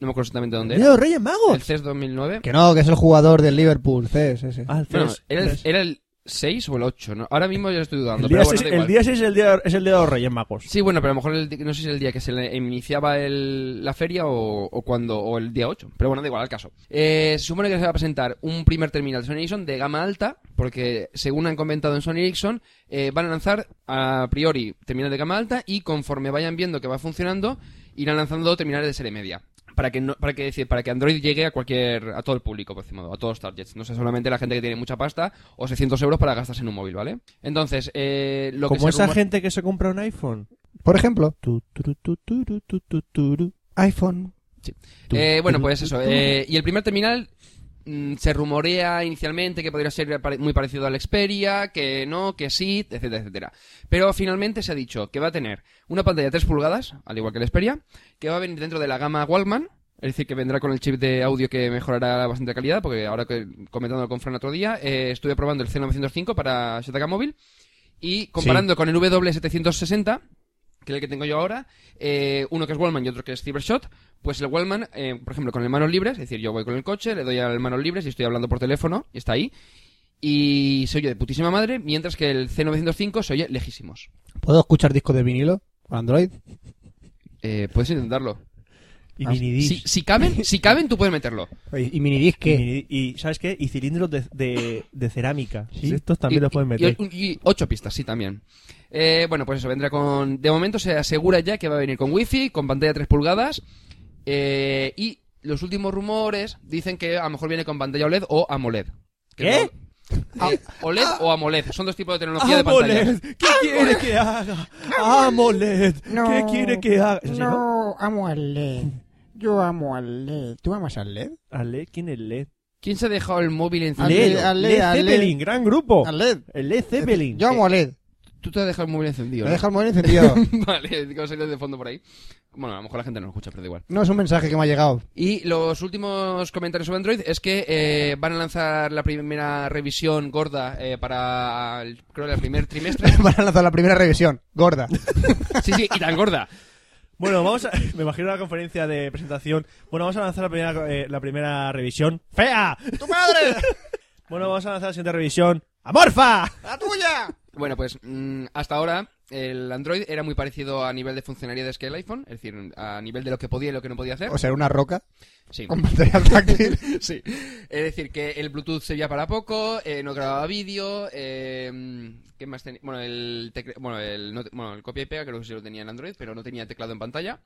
Speaker 1: no me acuerdo exactamente dónde
Speaker 3: ¡Mira
Speaker 1: era,
Speaker 3: los Reyes
Speaker 1: el E
Speaker 3: Magos!
Speaker 1: CES 2009.
Speaker 6: Que no, que es el jugador del Liverpool, Cés, ese.
Speaker 3: Ah, el
Speaker 1: Bueno,
Speaker 3: CES.
Speaker 1: era, el,
Speaker 3: CES.
Speaker 1: era el 6 o el 8, ¿no? Ahora mismo ya lo estoy dudando,
Speaker 3: El
Speaker 1: pero
Speaker 3: día
Speaker 1: bueno,
Speaker 3: 6
Speaker 1: da igual.
Speaker 3: es el día, es el día de los Reyes Magos.
Speaker 1: Sí, bueno, pero a lo mejor el di- no sé si es el día que se le iniciaba el- la feria o, o cuando o el día 8. Pero bueno, da igual al caso. Eh, se supone que se va a presentar un primer terminal Sony Ericsson de gama alta, porque según han comentado en Sony Ericsson, eh, van a lanzar a priori terminales de gama alta y conforme vayan viendo que va funcionando, irán lanzando terminales de serie media. Para que, no, para, que decir, para que Android llegue a cualquier a todo el público, por decirlo, a todos los targets. No sea solamente la gente que tiene mucha pasta o 600 euros para gastarse en un móvil, ¿vale? Entonces, eh, lo que
Speaker 3: Como
Speaker 1: se
Speaker 3: esa
Speaker 1: rumo-
Speaker 3: gente que se compra un iPhone.
Speaker 6: Por ejemplo,
Speaker 3: Tu, tu, tu, tu, tu, tu, tu, tu, tu.
Speaker 6: iPhone.
Speaker 3: Tú,
Speaker 1: Eh, bueno,
Speaker 3: tú,
Speaker 1: pues
Speaker 3: tú,
Speaker 1: eso.
Speaker 3: tú.
Speaker 1: eh, y el primer terminal mm, se rumorea inicialmente que podría ser pare- muy parecido al Xperia, que no, que sí, etcétera, etcétera. Pero finalmente se ha dicho que va a tener una pantalla de 3 pulgadas, al igual que el Xperia, que va a venir dentro de la gama Wallman. Es decir, que vendrá con el chip de audio que mejorará bastante la calidad, porque ahora que comentándolo con Fran otro día, eh, estuve probando el C905 para ZK Móvil y comparando con el W760, que es el que tengo yo ahora, eh, uno que es Wallman y otro que es Cybershot, pues el Wallman, eh, por ejemplo, con el manos libres, es decir, yo voy con el coche, le doy al manos libres y estoy hablando por teléfono, y está ahí, y se oye de putísima madre, mientras que el C905 se oye lejísimos.
Speaker 6: ¿Puedo escuchar discos de vinilo con Android?
Speaker 1: Eh, puedes intentarlo.
Speaker 3: Y
Speaker 6: Ah,
Speaker 3: minidisc.
Speaker 1: Si, si caben, si caben, tú puedes meterlo.
Speaker 6: Oye, ¿Y minidisc
Speaker 3: Y,
Speaker 6: qué?
Speaker 3: mini- y, ¿sabes qué? Y cilindros de, de, de cerámica.
Speaker 6: Sí.
Speaker 3: Estos también
Speaker 1: Y-
Speaker 3: los pueden
Speaker 1: y-
Speaker 3: meter.
Speaker 1: Y, y ocho pistas, sí, también. Eh, bueno, pues eso, vendrá con... De momento se asegura ya que va a venir con wifi, con pantalla 3 pulgadas, eh, y los últimos rumores dicen que a lo mejor viene con pantalla OLED o AMOLED. Que
Speaker 3: ¿Qué?
Speaker 1: no- Eh, OLED o AMOLED, son dos tipos de tecnología de pantalla.
Speaker 3: AMOLED, ¿qué quiere que haga? AMOLED, ¿qué quiere que haga? ¿Es así, no?
Speaker 6: amo al LED. Yo amo al E LED. ¿Tú amas al LED?
Speaker 3: ¿Al LED? ¿Quién es LED?
Speaker 1: ¿Quién se ha dejado el móvil
Speaker 6: Al
Speaker 1: encendido?
Speaker 6: LED,
Speaker 3: LED,
Speaker 6: al
Speaker 3: LED
Speaker 6: LED, al
Speaker 3: Zeppelin, gran grupo.
Speaker 6: Oh. Al LED.
Speaker 3: El LED Zeppelin.
Speaker 6: Yo amo al E LED.
Speaker 1: Tú te has dejado el móvil encendido.
Speaker 6: Me
Speaker 1: ¿no?
Speaker 6: deja el móvil encendido.
Speaker 1: vale, digo, salido de fondo por ahí. Bueno, a lo mejor la gente no lo escucha, pero da igual.
Speaker 6: No es un mensaje que me ha llegado.
Speaker 1: Y los últimos comentarios sobre Android es que eh, van a lanzar la primera revisión gorda eh, para el, creo el primer trimestre.
Speaker 6: Van a lanzar la primera revisión. Gorda.
Speaker 1: Sí, sí, y tan gorda.
Speaker 3: Eh, Bueno, vamos a... Me imagino la conferencia de presentación. Bueno, vamos a lanzar la primera, eh, la primera revisión. ¡Fea!
Speaker 6: ¡Tu madre!
Speaker 3: Bueno, vamos a lanzar la siguiente revisión. ¡Amorfa!
Speaker 6: ¡La tuya!
Speaker 1: Bueno, pues mm, hasta ahora el Android era muy parecido a nivel de funcionalidades que el iPhone, es decir, a nivel de lo que podía y lo que no podía hacer.
Speaker 6: O sea, una roca
Speaker 1: Sí.
Speaker 6: con pantalla táctil.
Speaker 1: sí. Es decir, que el Bluetooth servía para poco, eh, no grababa vídeo, eh, ¿qué más tenía? Bueno, el, tecla- bueno, el, no- bueno, el copia y pega creo que sí lo tenía en Android, pero no tenía teclado en pantalla.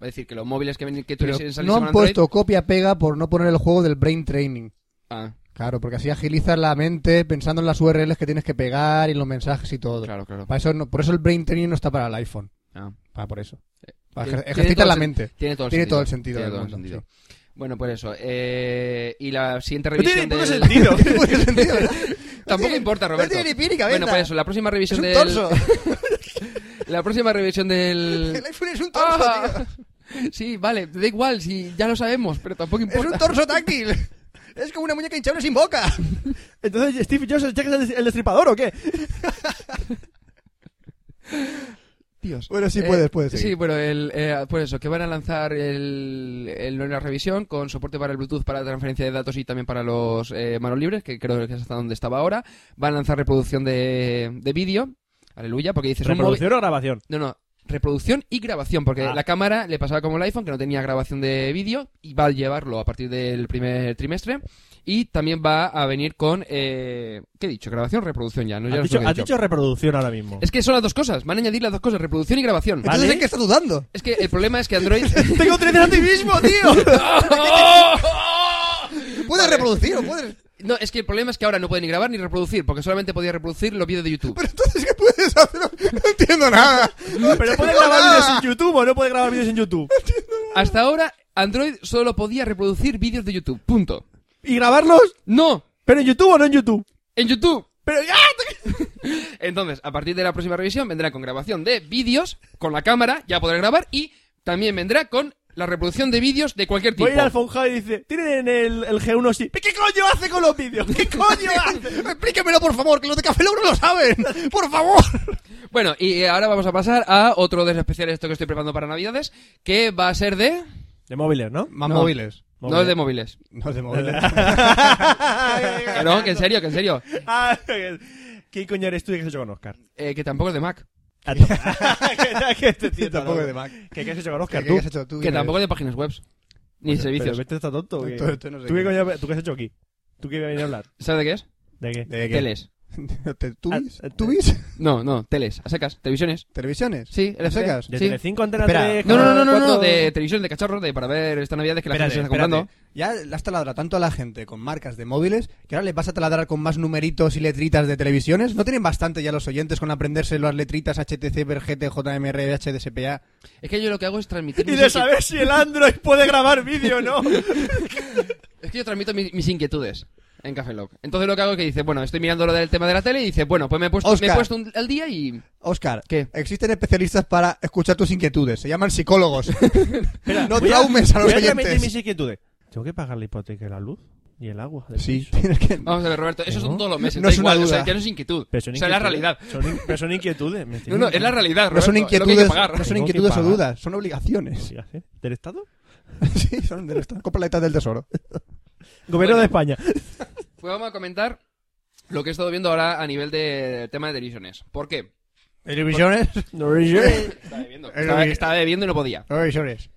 Speaker 1: Va a decir que los móviles que, ven- que
Speaker 6: Pero
Speaker 1: tuviesen salido
Speaker 6: no
Speaker 1: con
Speaker 6: han
Speaker 1: Android-
Speaker 6: puesto copia-pega por no poner el juego del brain training.
Speaker 1: Ah,
Speaker 6: Claro, porque así agilizas la mente pensando en las URLs que tienes que pegar y los mensajes y todo.
Speaker 1: claro, claro.
Speaker 6: Para eso no- por eso el brain training no está para el iPhone.
Speaker 1: Ah.
Speaker 6: Ah, por eso.
Speaker 1: Tiene-
Speaker 6: Ejer-
Speaker 1: tiene
Speaker 6: Ejercita
Speaker 1: todo
Speaker 6: la
Speaker 1: el sen-
Speaker 6: mente.
Speaker 1: Tiene todo el
Speaker 6: Tiene
Speaker 1: sentido.
Speaker 6: todo el sentido
Speaker 1: Tiene
Speaker 6: del
Speaker 1: todo el
Speaker 6: mundo,
Speaker 1: sentido. Bueno, por eso. Eh, y la siguiente
Speaker 3: No
Speaker 1: revisión
Speaker 3: tiene ningún
Speaker 1: del-
Speaker 3: sentido.
Speaker 1: Tampoco importa, Roberto.
Speaker 6: No tiene ni pie ni cabeza.
Speaker 1: Bueno, por eso, la próxima
Speaker 6: Es
Speaker 1: revisión
Speaker 6: un
Speaker 1: del...
Speaker 6: torso.
Speaker 1: La próxima revisión del...
Speaker 6: El iPhone es un torso,
Speaker 1: Ah.
Speaker 6: tío.
Speaker 1: Sí, vale, da igual, si ya lo sabemos, pero tampoco
Speaker 6: Es un
Speaker 1: importa.
Speaker 6: torso táctil. Es como una muñeca hinchable sin boca.
Speaker 3: Entonces, ¿Steve Jobs es el, el destripador o qué?
Speaker 6: Dios. Bueno, sí
Speaker 1: Eh,
Speaker 6: puedes, puedes.
Speaker 1: Sí, bueno, el, eh, pues eso, que van a lanzar el, el, la revisión con soporte para el Bluetooth, para transferencia de datos y también para los eh, manos libres, que creo que es hasta donde estaba ahora. Van a lanzar reproducción de, de vídeo, aleluya, porque dices... un móvil-
Speaker 3: ¿Reproducción o grabación?
Speaker 1: No, no. Reproducción y grabación, porque
Speaker 3: Ah.
Speaker 1: la cámara le pasaba como el iPhone, que no tenía grabación de vídeo, y va a llevarlo a partir del primer trimestre. Y también va a venir con. Eh, ¿Qué he dicho? Grabación, reproducción ya. No, ya
Speaker 3: Has
Speaker 1: no sé
Speaker 3: dicho,
Speaker 1: lo que he
Speaker 3: has
Speaker 1: dicho.
Speaker 3: dicho reproducción ahora mismo.
Speaker 1: Es que son las dos cosas, van a añadir las dos cosas, reproducción y grabación.
Speaker 3: Vale.
Speaker 6: Entonces es que está dudando.
Speaker 1: Es que el problema es que Android.
Speaker 6: Tengo tres a ti mismo, tío. Puedes reproducir o puedes.
Speaker 1: no, es que el problema es que ahora no puede ni grabar ni reproducir, porque solamente podía reproducir los vídeos de YouTube.
Speaker 6: Pero entonces, ¿qué puedes hacer? No entiendo nada.
Speaker 3: Pero puede grabar vídeos en YouTube o no puede grabar vídeos en YouTube.
Speaker 1: Hasta ahora, Android solo podía reproducir vídeos de YouTube. Punto.
Speaker 3: ¿Y grabarlos?
Speaker 1: ¡No!
Speaker 3: ¿Pero en YouTube o no en YouTube?
Speaker 1: ¡En YouTube!
Speaker 3: Pero
Speaker 1: Entonces, a partir de la próxima revisión vendrá con grabación de vídeos, con la cámara, ya podrá grabar, y también vendrá con la reproducción de vídeos de cualquier tipo.
Speaker 3: Voy a ir al Fonja y dice, tienen el, el G1 sí. ¿Pero ¿Qué coño hace con los vídeos? ¿Qué coño hace?
Speaker 6: Explícamelo, por favor, que los de Café Lock no lo saben. Por favor.
Speaker 1: Bueno, y ahora vamos a pasar a otro de los especiales esto que estoy preparando para Navidades, que va a ser de...
Speaker 3: De móviles, ¿no?
Speaker 6: Más
Speaker 1: Mamón.
Speaker 6: móviles.
Speaker 1: No es de móviles.
Speaker 6: No es de móviles.
Speaker 1: Que no, que en serio, que en serio.
Speaker 3: Ah, ¿Quién coño eres tú y qué has hecho con Oscar?
Speaker 1: Eh, que tampoco es de Mac.
Speaker 3: que este tío
Speaker 6: Tampoco es de
Speaker 3: loco.
Speaker 6: Mac.
Speaker 3: ¿Qué, qué has hecho con
Speaker 6: ¿Qué,
Speaker 3: Oscar?
Speaker 6: qué
Speaker 3: tú?
Speaker 6: has hecho tú? Pues,
Speaker 1: Que
Speaker 6: ¿Quién
Speaker 1: tampoco
Speaker 6: eres?
Speaker 1: es de páginas web. Ni servicios.
Speaker 3: Pero este está tonto. ¿o qué?
Speaker 6: Esto- esto no sé
Speaker 3: ¿Tú, qué
Speaker 6: qué
Speaker 3: coño- tú qué has hecho aquí? ¿Tú qué vienes a hablar?
Speaker 1: ¿Sabes de qué es?
Speaker 3: ¿De qué?
Speaker 6: ¿De qué?
Speaker 1: Teles.
Speaker 6: ¿Te- ¿Tú
Speaker 3: Ah,
Speaker 6: vis?
Speaker 3: eh,
Speaker 6: ¿Tú vis?
Speaker 1: No, no, teles. A secas. Televisiones.
Speaker 6: ¿Televisiones?
Speaker 1: Sí,
Speaker 6: ¿A secas?
Speaker 3: ¿De
Speaker 1: Sí.
Speaker 3: Telecinco, Antena
Speaker 6: Espera.
Speaker 3: 3?
Speaker 1: No, no, no, no, no,
Speaker 6: ¿Cuánto?
Speaker 1: no, de televisión, de cacharros, de para ver esta Navidad que la gente se está
Speaker 6: espérate.
Speaker 1: comprando.
Speaker 6: Ya le has taladrado tanto a la gente con marcas de móviles que ahora les vas a taladrar con más numeritos y letritas de televisiones. ¿No tienen bastante ya los oyentes con aprenderse las letritas HTC, VRGT, JMR, HDSPA?
Speaker 1: Es que yo lo que hago es transmitir.
Speaker 3: Y
Speaker 1: mis
Speaker 3: de
Speaker 1: inquietudes.
Speaker 3: saber si el Android puede grabar vídeo o no.
Speaker 1: Es que yo transmito mi- mis, inquietudes en Café Lock. Entonces lo que hago es que dice, bueno, estoy mirando lo del tema de la tele y dice, bueno, pues me he puesto, me he
Speaker 6: Oscar.
Speaker 1: puesto un- al día y.
Speaker 6: Oscar,
Speaker 1: ¿Qué?
Speaker 6: existen especialistas para escuchar tus inquietudes. Se llaman psicólogos. no
Speaker 3: Voy
Speaker 6: traumes a, los
Speaker 3: voy transmitir mis
Speaker 6: oyentes.
Speaker 3: inquietudes. Tengo que pagar la hipoteca y la luz y el agua. del
Speaker 6: Sí,
Speaker 3: piso.
Speaker 6: tienes que...
Speaker 1: Vamos a ver, Roberto, eso son todos los meses.
Speaker 6: No
Speaker 1: da
Speaker 6: es una
Speaker 1: igual, O
Speaker 6: duda.
Speaker 1: sea, ya no es inquietud.
Speaker 3: Pero son
Speaker 1: o sea, es la
Speaker 3: inquietudes.
Speaker 1: realidades.
Speaker 3: Son in- pero son inquietudes. me
Speaker 1: No,
Speaker 3: tienen
Speaker 1: no,
Speaker 3: que-
Speaker 1: es la realidad.
Speaker 6: No son
Speaker 1: Roberto, es lo que hay que
Speaker 6: inquietudes,
Speaker 1: pagar.
Speaker 6: no son
Speaker 3: Tengo que
Speaker 6: inquietudes o
Speaker 3: pagar.
Speaker 6: dudas, son obligaciones.
Speaker 3: ¿Qué hacer? ¿Del Estado?
Speaker 6: sí, son del Estado. Compra letas del tesoro.
Speaker 1: Bueno.
Speaker 3: Gobierno de España.
Speaker 1: Pues vamos a comentar lo que he estado viendo ahora a nivel de tema de televisiones. ¿Por qué?
Speaker 6: ¿Televisiones?
Speaker 1: Estaba bebiendo.
Speaker 6: Eh,
Speaker 1: Estaba,
Speaker 6: eh.
Speaker 1: estaba bebiendo y no podía.
Speaker 6: Televisiones.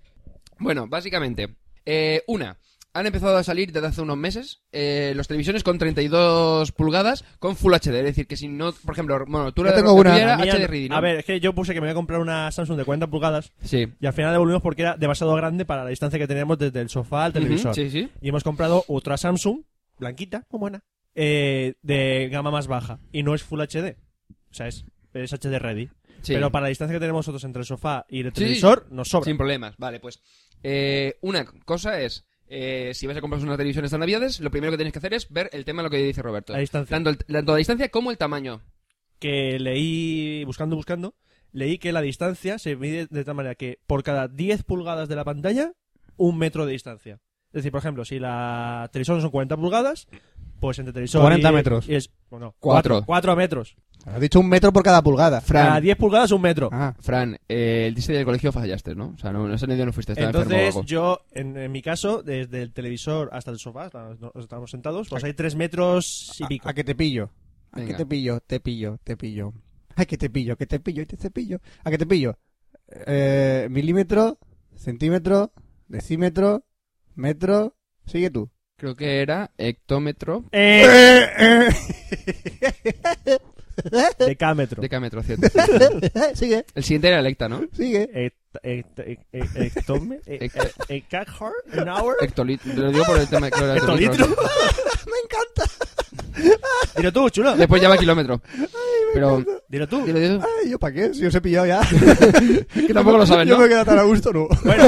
Speaker 1: Bueno, básicamente, eh, una, han empezado a salir desde hace unos meses eh, los televisiones con 32 pulgadas con Full HD. Es decir, que si no, por ejemplo, bueno, tú
Speaker 6: Yo
Speaker 1: la la
Speaker 6: tengo una.
Speaker 1: tuya era
Speaker 3: Mía,
Speaker 1: HD Reading, ¿no?
Speaker 3: a ver, es que yo puse que me voy a comprar una Samsung de 40 pulgadas
Speaker 1: Sí.
Speaker 3: y al final devolvimos porque era demasiado grande para la distancia que teníamos desde el sofá al televisor.
Speaker 1: Ujú, Sí, sí.
Speaker 3: y hemos comprado otra Samsung, blanquita, muy buena, eh, de gama más baja. Y no es Full HD. O sea, es, es HD ready.
Speaker 1: sí.
Speaker 3: Pero para la distancia que tenemos nosotros entre el sofá y el
Speaker 1: Sí.
Speaker 3: televisor, nos sobra.
Speaker 1: Sin problemas. Vale, pues. eh, una cosa es. eh, si vas a comprar una televisión estas navidades, lo primero que tienes que hacer es ver el tema de lo que dice Roberto.
Speaker 3: La distancia.
Speaker 1: Tanto, el- tanto la distancia como el tamaño.
Speaker 3: Que leí, buscando, buscando, leí que la distancia se mide de tal manera que por cada 10 pulgadas de la pantalla, un metro de distancia. Es decir, por ejemplo, si la televisión son 40 pulgadas, pues entre televisor
Speaker 6: 40
Speaker 3: y-
Speaker 6: metros.
Speaker 3: y es, bueno,
Speaker 1: Cuatro.
Speaker 3: 4. 4 metros.
Speaker 6: Has dicho un metro por cada pulgada.
Speaker 3: Cada 10 pulgadas, un metro.
Speaker 6: Ah,
Speaker 1: Fran, eh, el diseño del colegio fallaste, ¿no? O sea, no, no sé ni dónde fuiste. estaba enfermo o
Speaker 3: Entonces,
Speaker 1: algo.
Speaker 3: yo, en, en mi caso, desde el televisor hasta el sofá, hasta donde nos estamos sentados, pues hay tres metros y pico.
Speaker 6: a, a que te pillo. A
Speaker 1: Venga.
Speaker 6: que te pillo, te pillo, te pillo. A que te pillo, que te pillo y te cepillo. A que te pillo. Eh, milímetro, centímetro, decímetro, metro. Sigue tú.
Speaker 1: Creo que era hectómetro,
Speaker 3: Eh,
Speaker 6: Eh,
Speaker 3: decámetro.
Speaker 1: decámetro, cierto.
Speaker 6: eh. sigue,
Speaker 1: El siguiente era el hecta, ¿no?
Speaker 6: sigue.
Speaker 3: Ect- ect- ec- ec- ectome- e- e- ecajor, an hour.
Speaker 1: Hectolitro. Lo digo por el tema de que era hectolitro.
Speaker 6: Me encanta.
Speaker 3: Dilo tú, chulo.
Speaker 1: Después ya va kilómetro. Pero.
Speaker 3: Dilo tú.
Speaker 1: Dilo, dilo.
Speaker 6: Ay, ¿yo para qué? Si os he pillado ya.
Speaker 1: Que tampoco lo sabes,
Speaker 6: Yo
Speaker 1: ¿no?
Speaker 6: me quedo tan a gusto, no.
Speaker 3: Bueno,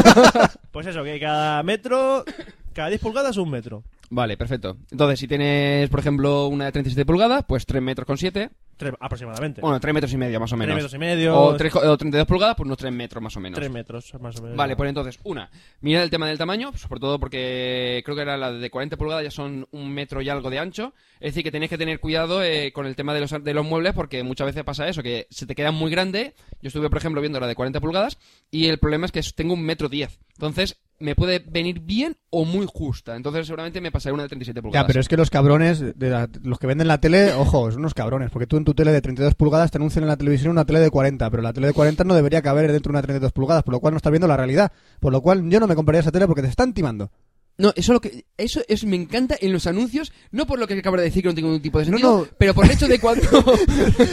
Speaker 3: pues eso, que cada metro, cada 10 pulgadas, un metro.
Speaker 1: Vale, perfecto. Entonces, si tienes, por ejemplo, una de 37 pulgadas, pues 3 metros con 7.
Speaker 3: Tres, aproximadamente.
Speaker 1: Bueno, 3 metros y medio, más o
Speaker 3: tres
Speaker 1: menos.
Speaker 3: metros y medio.
Speaker 1: O, tres co- o 32 pulgadas, pues unos 3 metros más o menos.
Speaker 3: tres metros, más o menos.
Speaker 1: Vale, pues entonces, una, mira el tema del tamaño, sobre todo porque creo que era la de 40 pulgadas, ya son un metro y algo de ancho. Es decir, que tenéis que tener cuidado eh, con el tema de los, de los muebles porque muchas veces pasa eso, que se te queda muy grande. Yo estuve, por ejemplo, viendo la de 40 pulgadas y el problema es que tengo un metro 10. Entonces, me puede venir bien o muy justa. Entonces, seguramente me pasaré una de 37 pulgadas.
Speaker 6: Ya, pero es que los cabrones, de la- los que venden la tele, ojo, son unos cabrones, porque tú en tu tele de 32 pulgadas te anuncian en la televisión una tele de 40, pero la tele de 40 no debería caber dentro de una 32 pulgadas, por lo cual no estás viendo la realidad, por lo cual yo no me compraría esa tele porque te están timando.
Speaker 1: No, eso lo que eso es me encanta en los anuncios, no por lo que acabas de decir que no tiene ningún tipo de sentido,
Speaker 6: no.
Speaker 1: pero por el hecho de cuando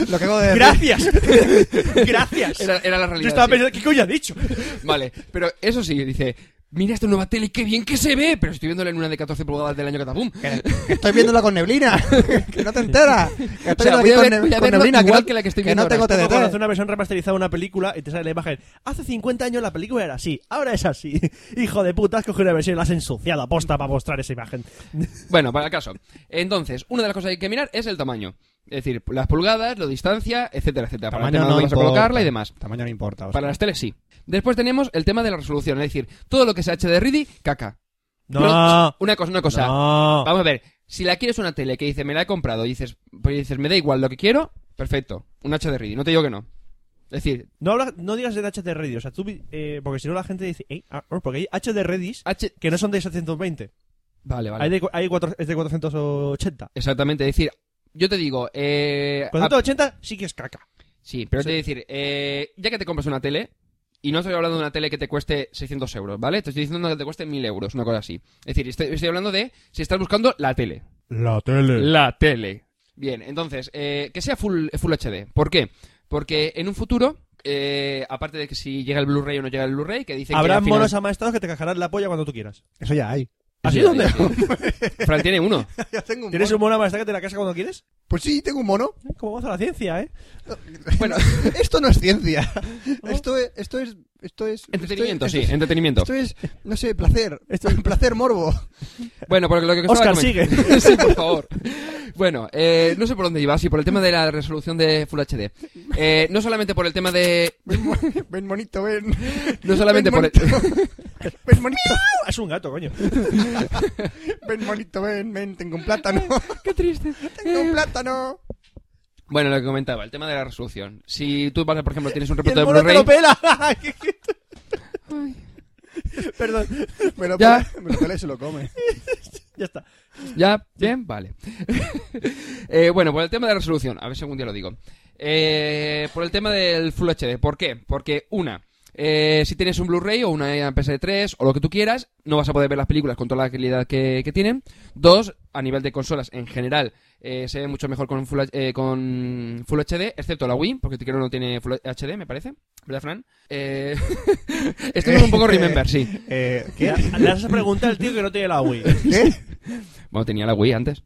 Speaker 6: Lo que acabo de decir.
Speaker 3: Gracias. Gracias.
Speaker 1: era, era la realidad.
Speaker 3: Yo estaba
Speaker 1: sí.
Speaker 3: pensando, ¿qué coño ha dicho?
Speaker 1: Vale, pero eso sí, dice, mira esta nueva tele, qué bien que se ve, pero estoy viéndola en una de 14 pulgadas del año Catapum.
Speaker 6: Que Estoy viéndola con neblina, que no te enteras. Que estoy
Speaker 1: O sea,
Speaker 6: viendo
Speaker 1: voy
Speaker 6: aquí
Speaker 1: a
Speaker 6: con,
Speaker 1: ver-
Speaker 6: ne-
Speaker 1: voy a
Speaker 6: con
Speaker 1: verlo
Speaker 6: neblina,
Speaker 1: igual
Speaker 6: no-
Speaker 1: que la que estoy
Speaker 6: no
Speaker 1: viendo
Speaker 6: tengo
Speaker 1: ahora.
Speaker 3: Como cuando hace
Speaker 6: TDT.
Speaker 3: una versión remasterizada de una película y te sale la imagen. Hace 50 años la película era así, ahora es así. Hijo de puta, has cogido una versión y la has ensuciado aposta para mostrar esa imagen.
Speaker 1: Bueno, para el caso. Entonces, una de las cosas que hay que mirar es el tamaño. Es decir, las pulgadas, la distancia, etcétera, etcétera. Para el tema de dónde vas a colocarla y demás.
Speaker 6: Tamaño no importa. o sea.
Speaker 1: Para las teles sí. Después tenemos el tema de la resolución, es decir, todo lo que sea HD Ready, caca. Pero,
Speaker 3: No,
Speaker 1: una cosa, una cosa.
Speaker 3: no.
Speaker 1: Vamos a ver, si la quieres una tele que dice, me la he comprado, y dices, pues dices, me da igual lo que quiero, perfecto, un HD Ready, no te digo que no. Es decir,
Speaker 3: No, hablas- no digas en HD Radio, o sea, tú, vi- eh, porque si no la gente dice, eh, ah, ah, porque hay HD Redis
Speaker 1: H...
Speaker 3: que no son de 620,
Speaker 1: Vale, vale. Ah.
Speaker 3: hay, de, cu- hay cuatro- es de 480.
Speaker 1: Exactamente, es decir, yo te digo, eh... ah,
Speaker 3: 480 sí que es caca.
Speaker 1: Sí, pero
Speaker 3: Sí.
Speaker 1: te voy a decir, eh, ya que te compras una tele, y no estoy hablando de una tele que te cueste 600 euros, ¿vale? Te estoy diciendo que te cueste 1000 euros, una cosa así. Es decir, estoy, estoy hablando de si estás buscando la tele.
Speaker 3: La tele.
Speaker 1: La tele. Bien, entonces, eh, que sea full, full HD. ¿Por qué? Porque en un futuro, eh, aparte de que si llega el Blu-ray o no llega el Blu-ray, que dicen
Speaker 3: Habrá
Speaker 1: que... al final-
Speaker 3: monos amaestados que te cajarán la polla cuando tú quieras.
Speaker 6: Eso ya hay.
Speaker 3: ¿Así
Speaker 1: Sí,
Speaker 3: dónde?
Speaker 1: sí, sí. Fran tiene uno.
Speaker 4: Yo tengo un
Speaker 3: ¿Tienes
Speaker 4: mono.
Speaker 3: un mono amaestado que te la casa cuando quieres?
Speaker 6: Pues sí, tengo un mono.
Speaker 3: Eh, ¿Cómo vamos a la ciencia, eh?
Speaker 1: Bueno,
Speaker 6: Esto no es ciencia. Esto es. Esto es. Esto es
Speaker 1: entretenimiento,
Speaker 6: esto
Speaker 1: sí,
Speaker 6: es-
Speaker 1: entretenimiento.
Speaker 6: Esto es, no sé, placer. Esto es placer morbo.
Speaker 1: Bueno, porque lo que
Speaker 3: Oscar,
Speaker 1: estaba comentando- sí, por favor. Bueno, eh, no sé por dónde iba, sí, por el tema de la resolución de Full HD. Eh, no solamente por el tema de...
Speaker 6: Ven, mo- ven monito, ven.
Speaker 1: No solamente por
Speaker 6: ven
Speaker 1: el...
Speaker 6: monito. Ven monito,
Speaker 3: Ah, Es un gato, coño.
Speaker 6: ven monito, ven, ven. Tengo un plátano.
Speaker 1: Qué triste.
Speaker 6: Tengo un plátano.
Speaker 1: Bueno, lo que comentaba, el tema de la resolución. Si tú, vas a- por ejemplo, tienes un
Speaker 3: Y
Speaker 1: repertorio
Speaker 3: el
Speaker 1: de
Speaker 3: mono te lo
Speaker 1: Blu-ray...
Speaker 3: pela. Perdón,
Speaker 6: Me lo,
Speaker 1: Ya.
Speaker 6: pela- me lo pela y se lo come.
Speaker 3: ya está.
Speaker 1: ¿Ya? ¿Bien? Vale. Eh, bueno, por el tema de la resolución, a ver si algún día lo digo. Eh, por el tema del Full HD, ¿por qué? Porque, una, eh, si tienes un Blu-ray o una PS3 o lo que tú quieras, no vas a poder ver las películas con toda la calidad que, que tienen. Dos, a nivel de consolas en general, eh, se ve mucho mejor con Full, H- eh, con Full HD, excepto la Wii, porque creo que no tiene Full HD, me parece. ¿Verdad, Fran? Eh, esto es un poco remember, sí.
Speaker 6: Eh,
Speaker 3: Le
Speaker 6: ¿Qué?
Speaker 3: le haces preguntar al tío que no tiene la Wii.
Speaker 6: ¿Qué?
Speaker 1: Bueno, tenía la Wii antes.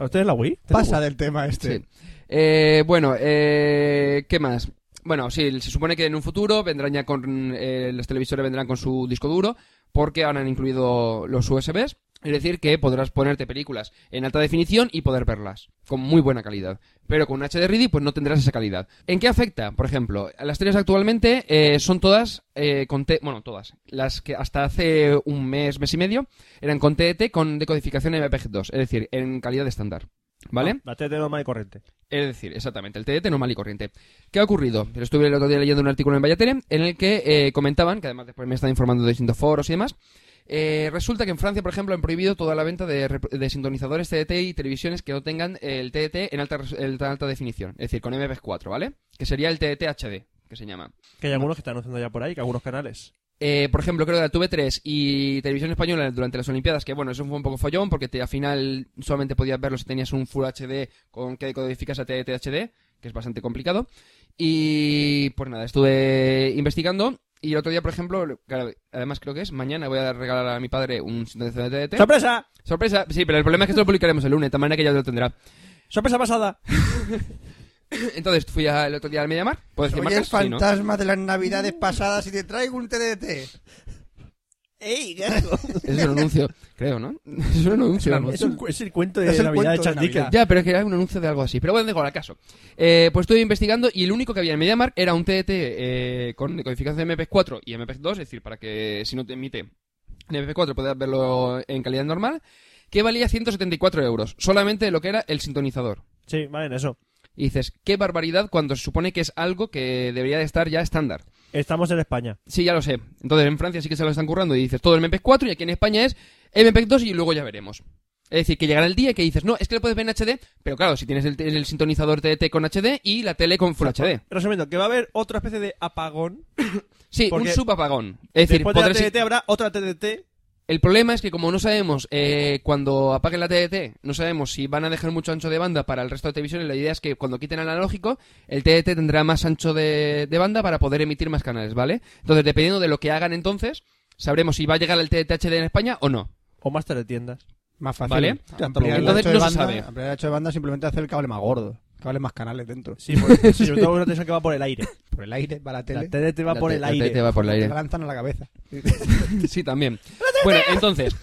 Speaker 3: ¿No tienes la Wii?
Speaker 6: Pasa del tema este.
Speaker 1: Sí. Eh, bueno, eh, ¿qué más? Bueno, sí, se supone que en un futuro vendrán ya con. eh, los televisores vendrán con su disco duro, porque ahora han incluido los USBs. Es decir, que podrás ponerte películas en alta definición y poder verlas con muy buena calidad. Pero con un HD Ready, pues no tendrás esa calidad. ¿En qué afecta? Por ejemplo, las teles actualmente eh, son todas eh, con T. Bueno, todas. Las que hasta hace un mes, mes y medio, eran con TET con decodificación MPG2. Es decir, en calidad estándar. ¿Vale?
Speaker 3: La tele normal y corriente.
Speaker 1: Es decir, exactamente, el TDT normal y corriente. ¿Qué ha ocurrido? Pero estuve el otro día leyendo un artículo en Vallatele en el que eh, comentaban, que además después me están informando de distintos foros y demás, eh, resulta que en Francia, por ejemplo, han prohibido toda la venta de, rep- de sintonizadores TDT y televisiones que no tengan eh, el TDT en alta, res- en alta definición, es decir, con MP4, ¿vale? Que sería el TDT HD, que se llama.
Speaker 3: Que hay algunos que están anunciando ya por ahí, que algunos canales.
Speaker 1: Eh, por ejemplo, creo que la tuve 3 y Televisión Española durante las Olimpiadas, que bueno, eso fue un poco follón porque te- al final solamente podías verlo si tenías un Full HD con que codificas a THD, que es bastante complicado. Y pues nada, estuve investigando y el otro día, por ejemplo, claro, además creo que es mañana voy a regalar a mi padre un sintonizador de TDT.
Speaker 3: ¡Sorpresa!
Speaker 1: Sorpresa, sí, pero el problema es que esto lo publicaremos el lunes, de tal manera que ya lo tendrá.
Speaker 3: ¡Sorpresa pasada!
Speaker 1: Entonces fui a- el otro día al Mediamar, ¿puedo decir
Speaker 4: Oye, el
Speaker 1: marcas? Sí, ¿no?
Speaker 4: fantasma de las navidades pasadas y te traigo un TDT. ¡Ey, gato!
Speaker 1: Ese Es un anuncio, creo, ¿no? Es un anuncio.
Speaker 3: Es, un cu- es el cuento de
Speaker 6: Es el
Speaker 3: Navidad de
Speaker 6: cuento de
Speaker 3: Charles Dickens.
Speaker 6: Navidad.
Speaker 1: Ya, pero es que hay un anuncio de algo así. Pero bueno, dejo al caso. Eh, pues estuve investigando y el único que había en MediaMark era un TDT eh, con decodificación de MP4 y MP2, es decir, para que si no te emite en MP4 puedas verlo en calidad normal, que valía 174 euros, solamente lo que era el sintonizador.
Speaker 3: Sí, vale, en eso.
Speaker 1: Y dices, qué barbaridad cuando se supone que es algo que debería de estar ya estándar.
Speaker 3: Estamos en España.
Speaker 1: Sí, ya lo sé. Entonces en Francia sí que se lo están currando y dices todo el MP4 y aquí en España es MP2 y luego ya veremos. Es decir, que llegará el día que dices, no, es que lo puedes ver en HD, pero claro, si tienes el, el sintonizador TDT con HD y la tele con Full HD.
Speaker 3: Resumiendo, que va a haber otra especie de apagón.
Speaker 1: Sí,
Speaker 3: Porque
Speaker 1: un subapagón. Es decir,
Speaker 3: Después de la
Speaker 1: podrás-
Speaker 3: TDT habrá otra TDT.
Speaker 1: el problema es que como no sabemos eh, cuando apaguen la TDT, no sabemos si van a dejar mucho ancho de banda para el resto de televisiones, la idea es que cuando quiten el analógico, el TDT tendrá más ancho de, de banda para poder emitir más canales, ¿vale? Entonces, dependiendo de lo que hagan entonces, sabremos si va a llegar el TDT HD en España o no.
Speaker 3: O más teletiendas.
Speaker 6: Más fácil.
Speaker 1: Vale.
Speaker 6: Ampliar el
Speaker 1: Entonces
Speaker 6: ancho de
Speaker 1: no se
Speaker 6: banda-
Speaker 1: sabe.
Speaker 6: Ampliar el ancho de banda simplemente hacer el cable más gordo. Cable más canales dentro.
Speaker 3: Sí, porque, sí, sobre todo una tensión que va por el aire.
Speaker 6: Por el aire, para la
Speaker 3: La
Speaker 6: tele.
Speaker 3: TDT va
Speaker 1: La
Speaker 3: por
Speaker 1: te-
Speaker 3: el
Speaker 1: la
Speaker 3: aire.
Speaker 1: TDT va por el
Speaker 6: Te
Speaker 1: aire.
Speaker 6: la lanzan a la cabeza.
Speaker 1: Sí, también. Bueno, entonces,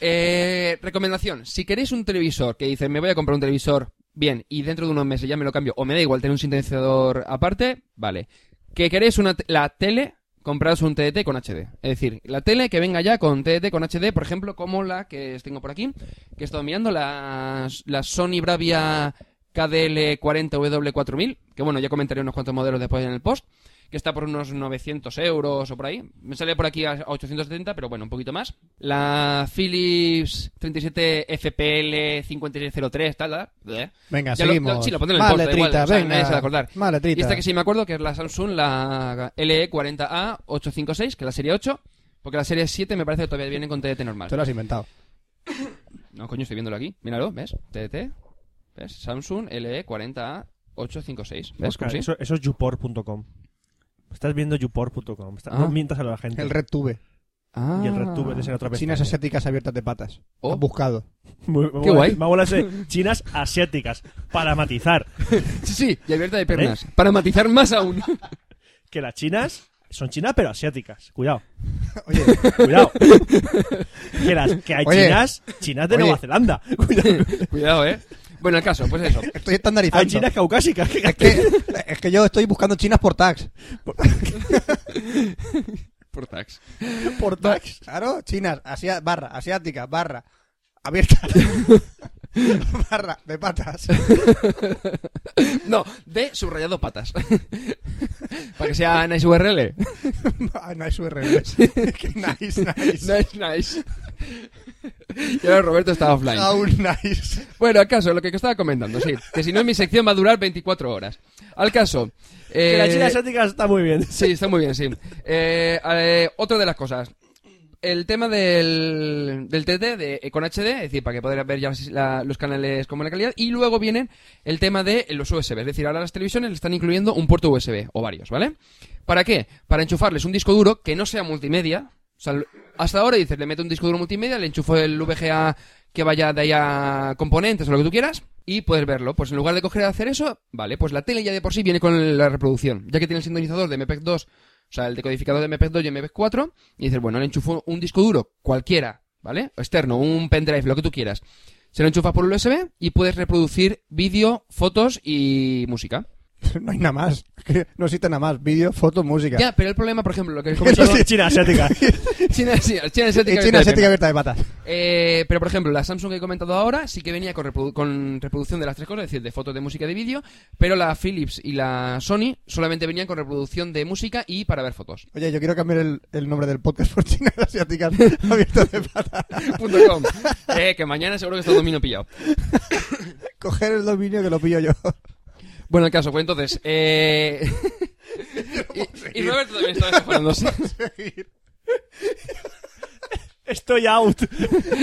Speaker 1: eh, recomendación. Si queréis un televisor que dice, me voy a comprar un televisor, bien, y dentro de unos meses ya me lo cambio, o me da igual tener un sintetizador aparte, vale. Que queréis una te- la tele, compraos un TDT con HD. Es decir, la tele que venga ya con TDT con HD, por ejemplo, como la que tengo por aquí, que he estado mirando, la, la Sony Bravia KDL40W4000, que bueno, ya comentaré unos cuantos modelos después en el post, que está por unos 900 euros o por ahí. Me sale por aquí a 870, pero bueno, un poquito más. La Philips 37FPL5603, tal, tal. bleh.
Speaker 6: Venga,
Speaker 1: Ya lo-
Speaker 6: seguimos.
Speaker 1: lo- sí, lo pondré en el
Speaker 6: Más
Speaker 1: post, da igual,
Speaker 6: letrita,
Speaker 1: o sea,
Speaker 6: venga.
Speaker 1: nadie se va a acordar.
Speaker 6: Más
Speaker 1: Y
Speaker 6: letrita.
Speaker 1: esta que sí me acuerdo, que es la Samsung, la E LE40A856, que es la serie 8, porque la serie 7 me parece que todavía viene con TDT normal.
Speaker 6: Tú lo has inventado.
Speaker 1: No, coño, estoy viéndolo aquí. Míralo, ¿ves? TDT. ¿Ves? Samsung E LE40A856. ¿Ves?
Speaker 3: Oscar,
Speaker 1: ¿Cómo sí?
Speaker 3: eso, eso es youpor.com. Estás viendo youpor.com. Está-
Speaker 1: Ah.
Speaker 3: No mientas a la gente.
Speaker 6: El Red Tube.
Speaker 1: Ah.
Speaker 3: Y el RedTube es en otra
Speaker 6: Chinas
Speaker 3: pestaña.
Speaker 6: asiáticas abiertas de patas.
Speaker 1: Oh.
Speaker 6: Has buscado.
Speaker 3: Muy- me
Speaker 1: Qué
Speaker 3: mola-
Speaker 1: guay.
Speaker 3: Me mola ese chinas asiáticas. Para matizar
Speaker 1: Sí, sí, y abierta de piernas. Para matizar más aún.
Speaker 3: que las chinas son chinas pero asiáticas. Cuidado,
Speaker 6: Oye,
Speaker 3: cuidado. que, las, que hay
Speaker 6: Oye.
Speaker 3: chinas, chinas de
Speaker 6: Oye.
Speaker 3: Nueva Zelanda. Cuidado.
Speaker 1: Cuidado, ¿eh? Bueno, el caso, pues eso.
Speaker 6: estoy
Speaker 3: Hay
Speaker 6: estandarizando.
Speaker 3: chinas caucásicas. que-
Speaker 6: Es que, es que yo estoy buscando chinas por tags.
Speaker 1: Por tax.
Speaker 6: ¿Por tags? Claro, chinas, asia- barra, asiática, barra, abierta. barra, de patas.
Speaker 1: No, de subrayado patas. Para que sea nice URL.
Speaker 6: Ah, nice URL. Qué nice, nice.
Speaker 1: Nice, nice. Y ahora Roberto está offline.
Speaker 6: How nice.
Speaker 1: Bueno, al caso, lo que estaba comentando, sí. Que si no, mi sección va a durar 24 horas. Al caso.
Speaker 3: Que las
Speaker 1: eh,
Speaker 3: chinas asiáticas está muy bien.
Speaker 1: Sí, está muy bien, sí. Eh, eh, otra de las cosas. El tema del, del TT de, eh, con HD, es decir, para que podrás ver ya las- la- los canales con buena calidad. Y luego vienen el tema de los USB. Es decir, ahora las televisiones le están incluyendo un puerto USB o varios, ¿vale? ¿Para qué? Para enchufarles un disco duro que no sea multimedia. O sea, hasta ahora dices, le meto un disco duro multimedia, le enchufo el VGA que vaya de ahí a componentes o lo que tú quieras y puedes verlo. Pues en lugar de coger y hacer eso, vale, pues la tele ya de por sí viene con la reproducción, ya que tiene el sintonizador de E MPEG 2, o sea, el decodificador de MPEG 2 y MPEG 4, y dices, bueno, le enchufo un disco duro cualquiera, ¿vale? O externo, un pendrive, lo que tú quieras. Se lo enchufas por USB y puedes reproducir vídeo, fotos y música.
Speaker 6: No hay nada más. Es que No existe nada más. Vídeo, foto, música. Eh,
Speaker 1: Ya, pero el problema, por ejemplo, lo que
Speaker 6: Eso
Speaker 1: comentaba...
Speaker 6: sí.
Speaker 3: China asiática.
Speaker 1: China, sí, China, asiática,
Speaker 6: Y China
Speaker 1: que te-
Speaker 6: asiática abierta de patas.
Speaker 1: Eh, pero por ejemplo, la Samsung que he comentado ahora sí que venía con, reprodu- con reproducción de las tres cosas, es decir, de fotos, de música y de vídeo, pero la Philips y la Sony solamente venían con reproducción de música y para ver fotos.
Speaker 6: Oye, yo quiero cambiar el, el nombre del podcast por chinas asiáticas abiertas de patas.
Speaker 1: Punto com. Eh, que mañana seguro que está el dominio pillado.
Speaker 6: Coger el dominio que lo pillo yo.
Speaker 1: Bueno, el caso, pues entonces... Eh... y, y Roberto también estaba descojonándose.
Speaker 3: Estoy out.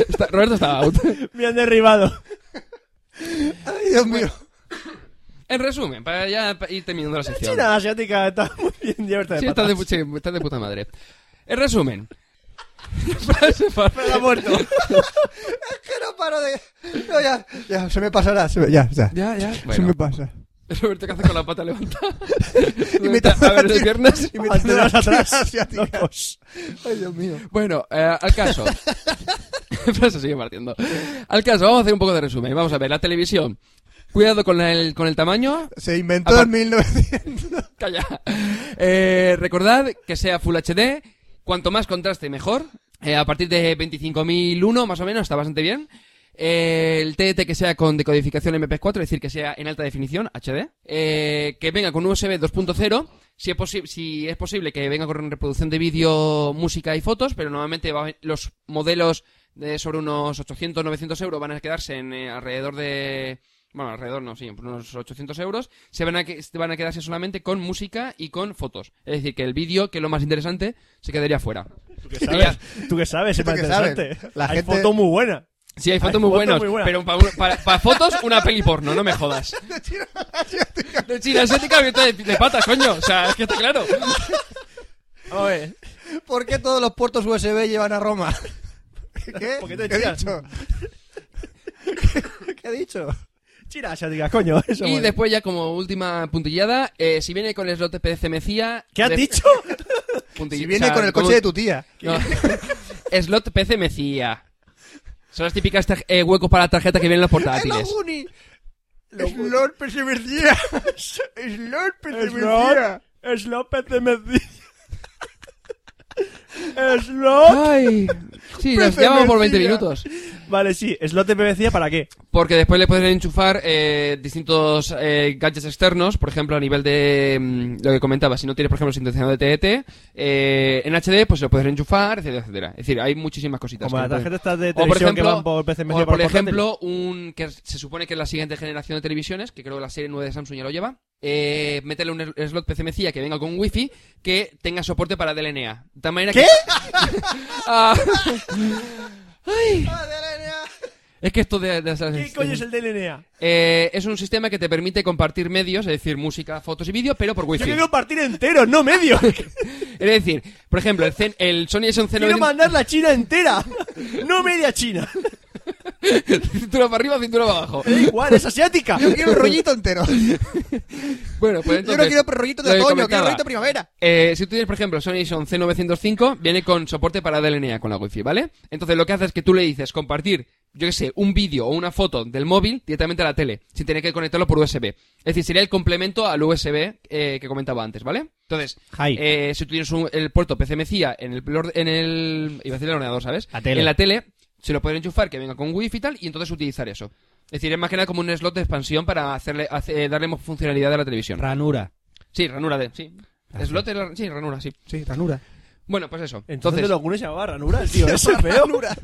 Speaker 1: Está- Roberto estaba out.
Speaker 3: Me han derribado.
Speaker 6: Ay, Dios mío.
Speaker 1: En resumen, para ya pa- ir terminando la sección.
Speaker 3: China asiática está muy bien divertida.
Speaker 1: Sí,
Speaker 3: de
Speaker 1: estás
Speaker 3: patas.
Speaker 1: de, pu- sí, estás de puta madre. En resumen... Frase para-
Speaker 3: Pero ha muerto.
Speaker 6: Que no paro de. No, ya, ya, se me pasará. se me- Ya, ya.
Speaker 1: Ya, ya.
Speaker 6: Se
Speaker 1: Bueno.
Speaker 6: me pasa.
Speaker 1: Roberto que hace con la pata levantada.
Speaker 6: Imitando
Speaker 1: a ver,
Speaker 6: la
Speaker 1: de
Speaker 6: chi-
Speaker 1: piernas.
Speaker 6: imitando
Speaker 3: Antenas
Speaker 6: la
Speaker 3: atrás.
Speaker 6: china asiática.
Speaker 3: Locos.
Speaker 6: Ay, Dios mío.
Speaker 1: Bueno, eh, al caso. Pero se sigue partiendo. Al caso, vamos a hacer un poco de resumen. Vamos a ver, la televisión. Cuidado con el, con el tamaño.
Speaker 6: Se inventó
Speaker 1: Apar-
Speaker 6: en 1900.
Speaker 1: Calla. Eh, recordad que sea Full HD. Cuanto más contraste, mejor. Eh, a partir de 25.001, más o menos, está bastante bien. Eh, el TDT que sea con decodificación MP4, es decir, que sea en alta definición, HD. Eh, que venga con USB 2.0. Si es, posi- si es posible que venga con reproducción de vídeo, música y fotos, pero normalmente va a ven- los modelos de sobre unos 800, 900 euros van a quedarse en eh, alrededor de bueno, alrededor no, sí, por unos 800 euros, se van a, que- se van a quedarse solamente con música y con fotos. Es decir, que el vídeo, que es lo más interesante, se quedaría fuera.
Speaker 3: ¿Tú qué sabes? ¿Tú qué sabes? Es
Speaker 6: ¿Tú
Speaker 3: más
Speaker 6: qué sabes?
Speaker 3: interesante.
Speaker 6: La
Speaker 3: Hay
Speaker 6: gente-
Speaker 3: foto muy buena.
Speaker 1: Sí, hay fotos
Speaker 3: Hay
Speaker 1: muy
Speaker 3: fotos
Speaker 1: buenas,
Speaker 3: muy buenas.
Speaker 1: pero para, una- para- para fotos una peli porno, no me jodas. De China asiática abierta de, de patas, coño. O sea, es que está claro.
Speaker 3: A ver.
Speaker 6: ¿Por qué todos los puertos USB llevan a Roma? ¿Qué?
Speaker 3: ¿Por qué te
Speaker 6: ¿Qué he
Speaker 3: tiras?
Speaker 6: dicho? ¿Qué, qué he dicho?
Speaker 3: China asiática, coño. Eso
Speaker 1: Y
Speaker 3: mola.
Speaker 1: después ya como última puntillada, eh, si viene con el slot PDC Mecía...
Speaker 3: ¿Qué has
Speaker 1: de-
Speaker 3: dicho?
Speaker 1: puntill-
Speaker 6: Si
Speaker 1: o
Speaker 6: viene
Speaker 1: sea,
Speaker 6: con el
Speaker 1: como-
Speaker 6: coche de tu tía.
Speaker 1: No. Slot PC Mecía. Son las típicas tar- eh, huecos para la tarjeta que vienen en los
Speaker 6: ¡Es la
Speaker 1: portátiles.
Speaker 6: Uni! ¡Es Lord Persevercía! ¡Es Lord
Speaker 3: Slot.
Speaker 6: Persevercía!
Speaker 3: Slot PCMC. Slot.
Speaker 1: Ay, sí, nos
Speaker 6: Preferencia.
Speaker 1: llevamos por 20 minutos.
Speaker 3: Vale, sí. Slot de PVC, ¿para qué?
Speaker 1: Porque después le puedes enchufar eh, distintos eh, gadgets externos, por ejemplo, a nivel de mm, lo que comentaba, si no tienes, por ejemplo, sintetizador de TET, eh, en HD, pues lo puedes enchufar, etcétera, etcétera. Es decir, hay muchísimas cositas.
Speaker 3: Como
Speaker 1: que
Speaker 3: las
Speaker 1: puedes-
Speaker 3: tarjetas estas de
Speaker 1: o por
Speaker 3: televisión
Speaker 1: ejemplo,
Speaker 3: que van por PC
Speaker 1: o por ejemplo, un que se supone que es la siguiente generación de televisiones, que creo que la serie 9 de Samsung ya lo lleva, eh, métele un er- slot PC Mecía que venga con wifi que tenga soporte para DLNA. De tal manera Ah. ¿Qué? es que esto de, de- de-
Speaker 3: ¿Qué coño es el DLNA?
Speaker 1: Eh, es un sistema que te permite compartir medios, es decir, música, fotos y vídeo, pero por
Speaker 3: Yo
Speaker 1: wifi.
Speaker 3: quiero partir entero, no medio.
Speaker 1: Es decir, por ejemplo, el, Zen- el Sony Ericsson
Speaker 3: quiero
Speaker 1: C900
Speaker 3: mandar la China entera, no media China.
Speaker 1: cintura para arriba, cintura para abajo.
Speaker 3: Me da igual, es asiática.
Speaker 4: Yo quiero un rollito entero.
Speaker 1: Bueno, pues
Speaker 4: Yo no
Speaker 1: entonces,
Speaker 4: quiero rollito
Speaker 1: lo
Speaker 4: de
Speaker 1: que
Speaker 4: otoño, quiero
Speaker 1: comentaba.
Speaker 4: rollito de primavera.
Speaker 1: Eh, si tú tienes, por ejemplo, Sony Ericsson C905, viene con soporte para DLNA con la Wi-Fi, ¿vale? Entonces lo que haces es que tú le dices compartir, yo qué sé, un vídeo o una foto del móvil directamente a la tele, sin tener que conectarlo por USB. Es decir, sería el complemento al USB eh, que comentaba antes, ¿vale? Entonces,
Speaker 3: Jai.
Speaker 1: eh, si tú tienes un- el puerto PCMCIA en el, plor- en el... Iba a decir el ordenador, ¿sabes?
Speaker 3: La tele.
Speaker 1: En la tele, se lo pueden enchufar, que venga con Wi-Fi y tal, y entonces utilizar eso. Es decir, es más que nada como un slot de expansión para hacerle, hace- darle más funcionalidad a la televisión.
Speaker 7: Ranura.
Speaker 1: Sí, ranura de. Sí. Slot de la- sí, ranura, sí.
Speaker 6: Sí, ranura.
Speaker 1: Bueno, pues eso.
Speaker 3: Entonces,
Speaker 1: Entonces,
Speaker 3: de los algunos se llamaba ranura, el tío. Eso es feo. Ranura.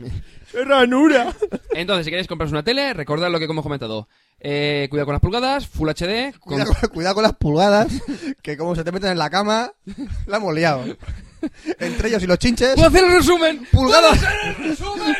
Speaker 3: ranura.
Speaker 1: entonces, si queréis compraros una tele, recordad lo que hemos comentado. Eh, cuidado con las pulgadas, Full HD, con-
Speaker 4: Cuidado, con- cuidado con las pulgadas, que como se te meten en la cama, la hemos liado. Entre ellos y los chinches,
Speaker 1: ¡Puedo hacer el resumen!
Speaker 4: pulgadas,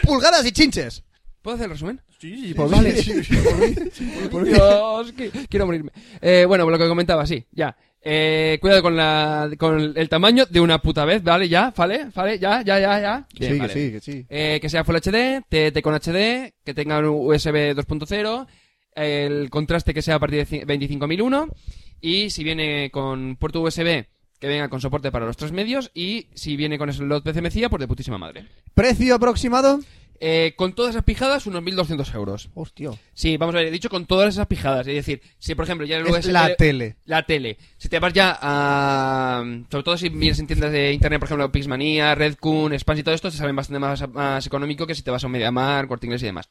Speaker 4: pulgadas y chinches.
Speaker 1: ¿Puedo hacer el resumen?
Speaker 3: Sí, sí,
Speaker 4: Pues
Speaker 3: vale.
Speaker 4: vale.
Speaker 1: Dios, que- quiero morirme. Eh, bueno, lo que comentaba, sí, ya. Eh, cuidado con, la, con el tamaño de una puta vez, ¿vale? Ya, ¿vale? ¿Vale? Ya, ya, ya, ya.
Speaker 6: Que
Speaker 1: Bien,
Speaker 6: sí,
Speaker 1: vale.
Speaker 6: que sí, que sí.
Speaker 1: Eh, que sea Full HD, TT con HD, que tenga un USB 2.0, el contraste que sea a partir de ci- 25001 y si viene con puerto USB que venga con soporte para los tres medios y si viene con slot PCMCIA, pues de putísima madre.
Speaker 4: Precio aproximado.
Speaker 1: Eh, con todas esas pijadas, unos 1.200 euros.
Speaker 4: Hostia.
Speaker 1: Sí, vamos a ver, he dicho con todas esas pijadas. Es decir, si por ejemplo ya el
Speaker 4: Es
Speaker 1: USB...
Speaker 4: la tele.
Speaker 1: La tele. Si te vas ya a... Sobre todo si miras en tiendas de internet, por ejemplo, Pixmania, Redcoon, Spans y todo esto, te salen bastante más, más económico que si te vas a un Mediamar, Corte Inglés y demás.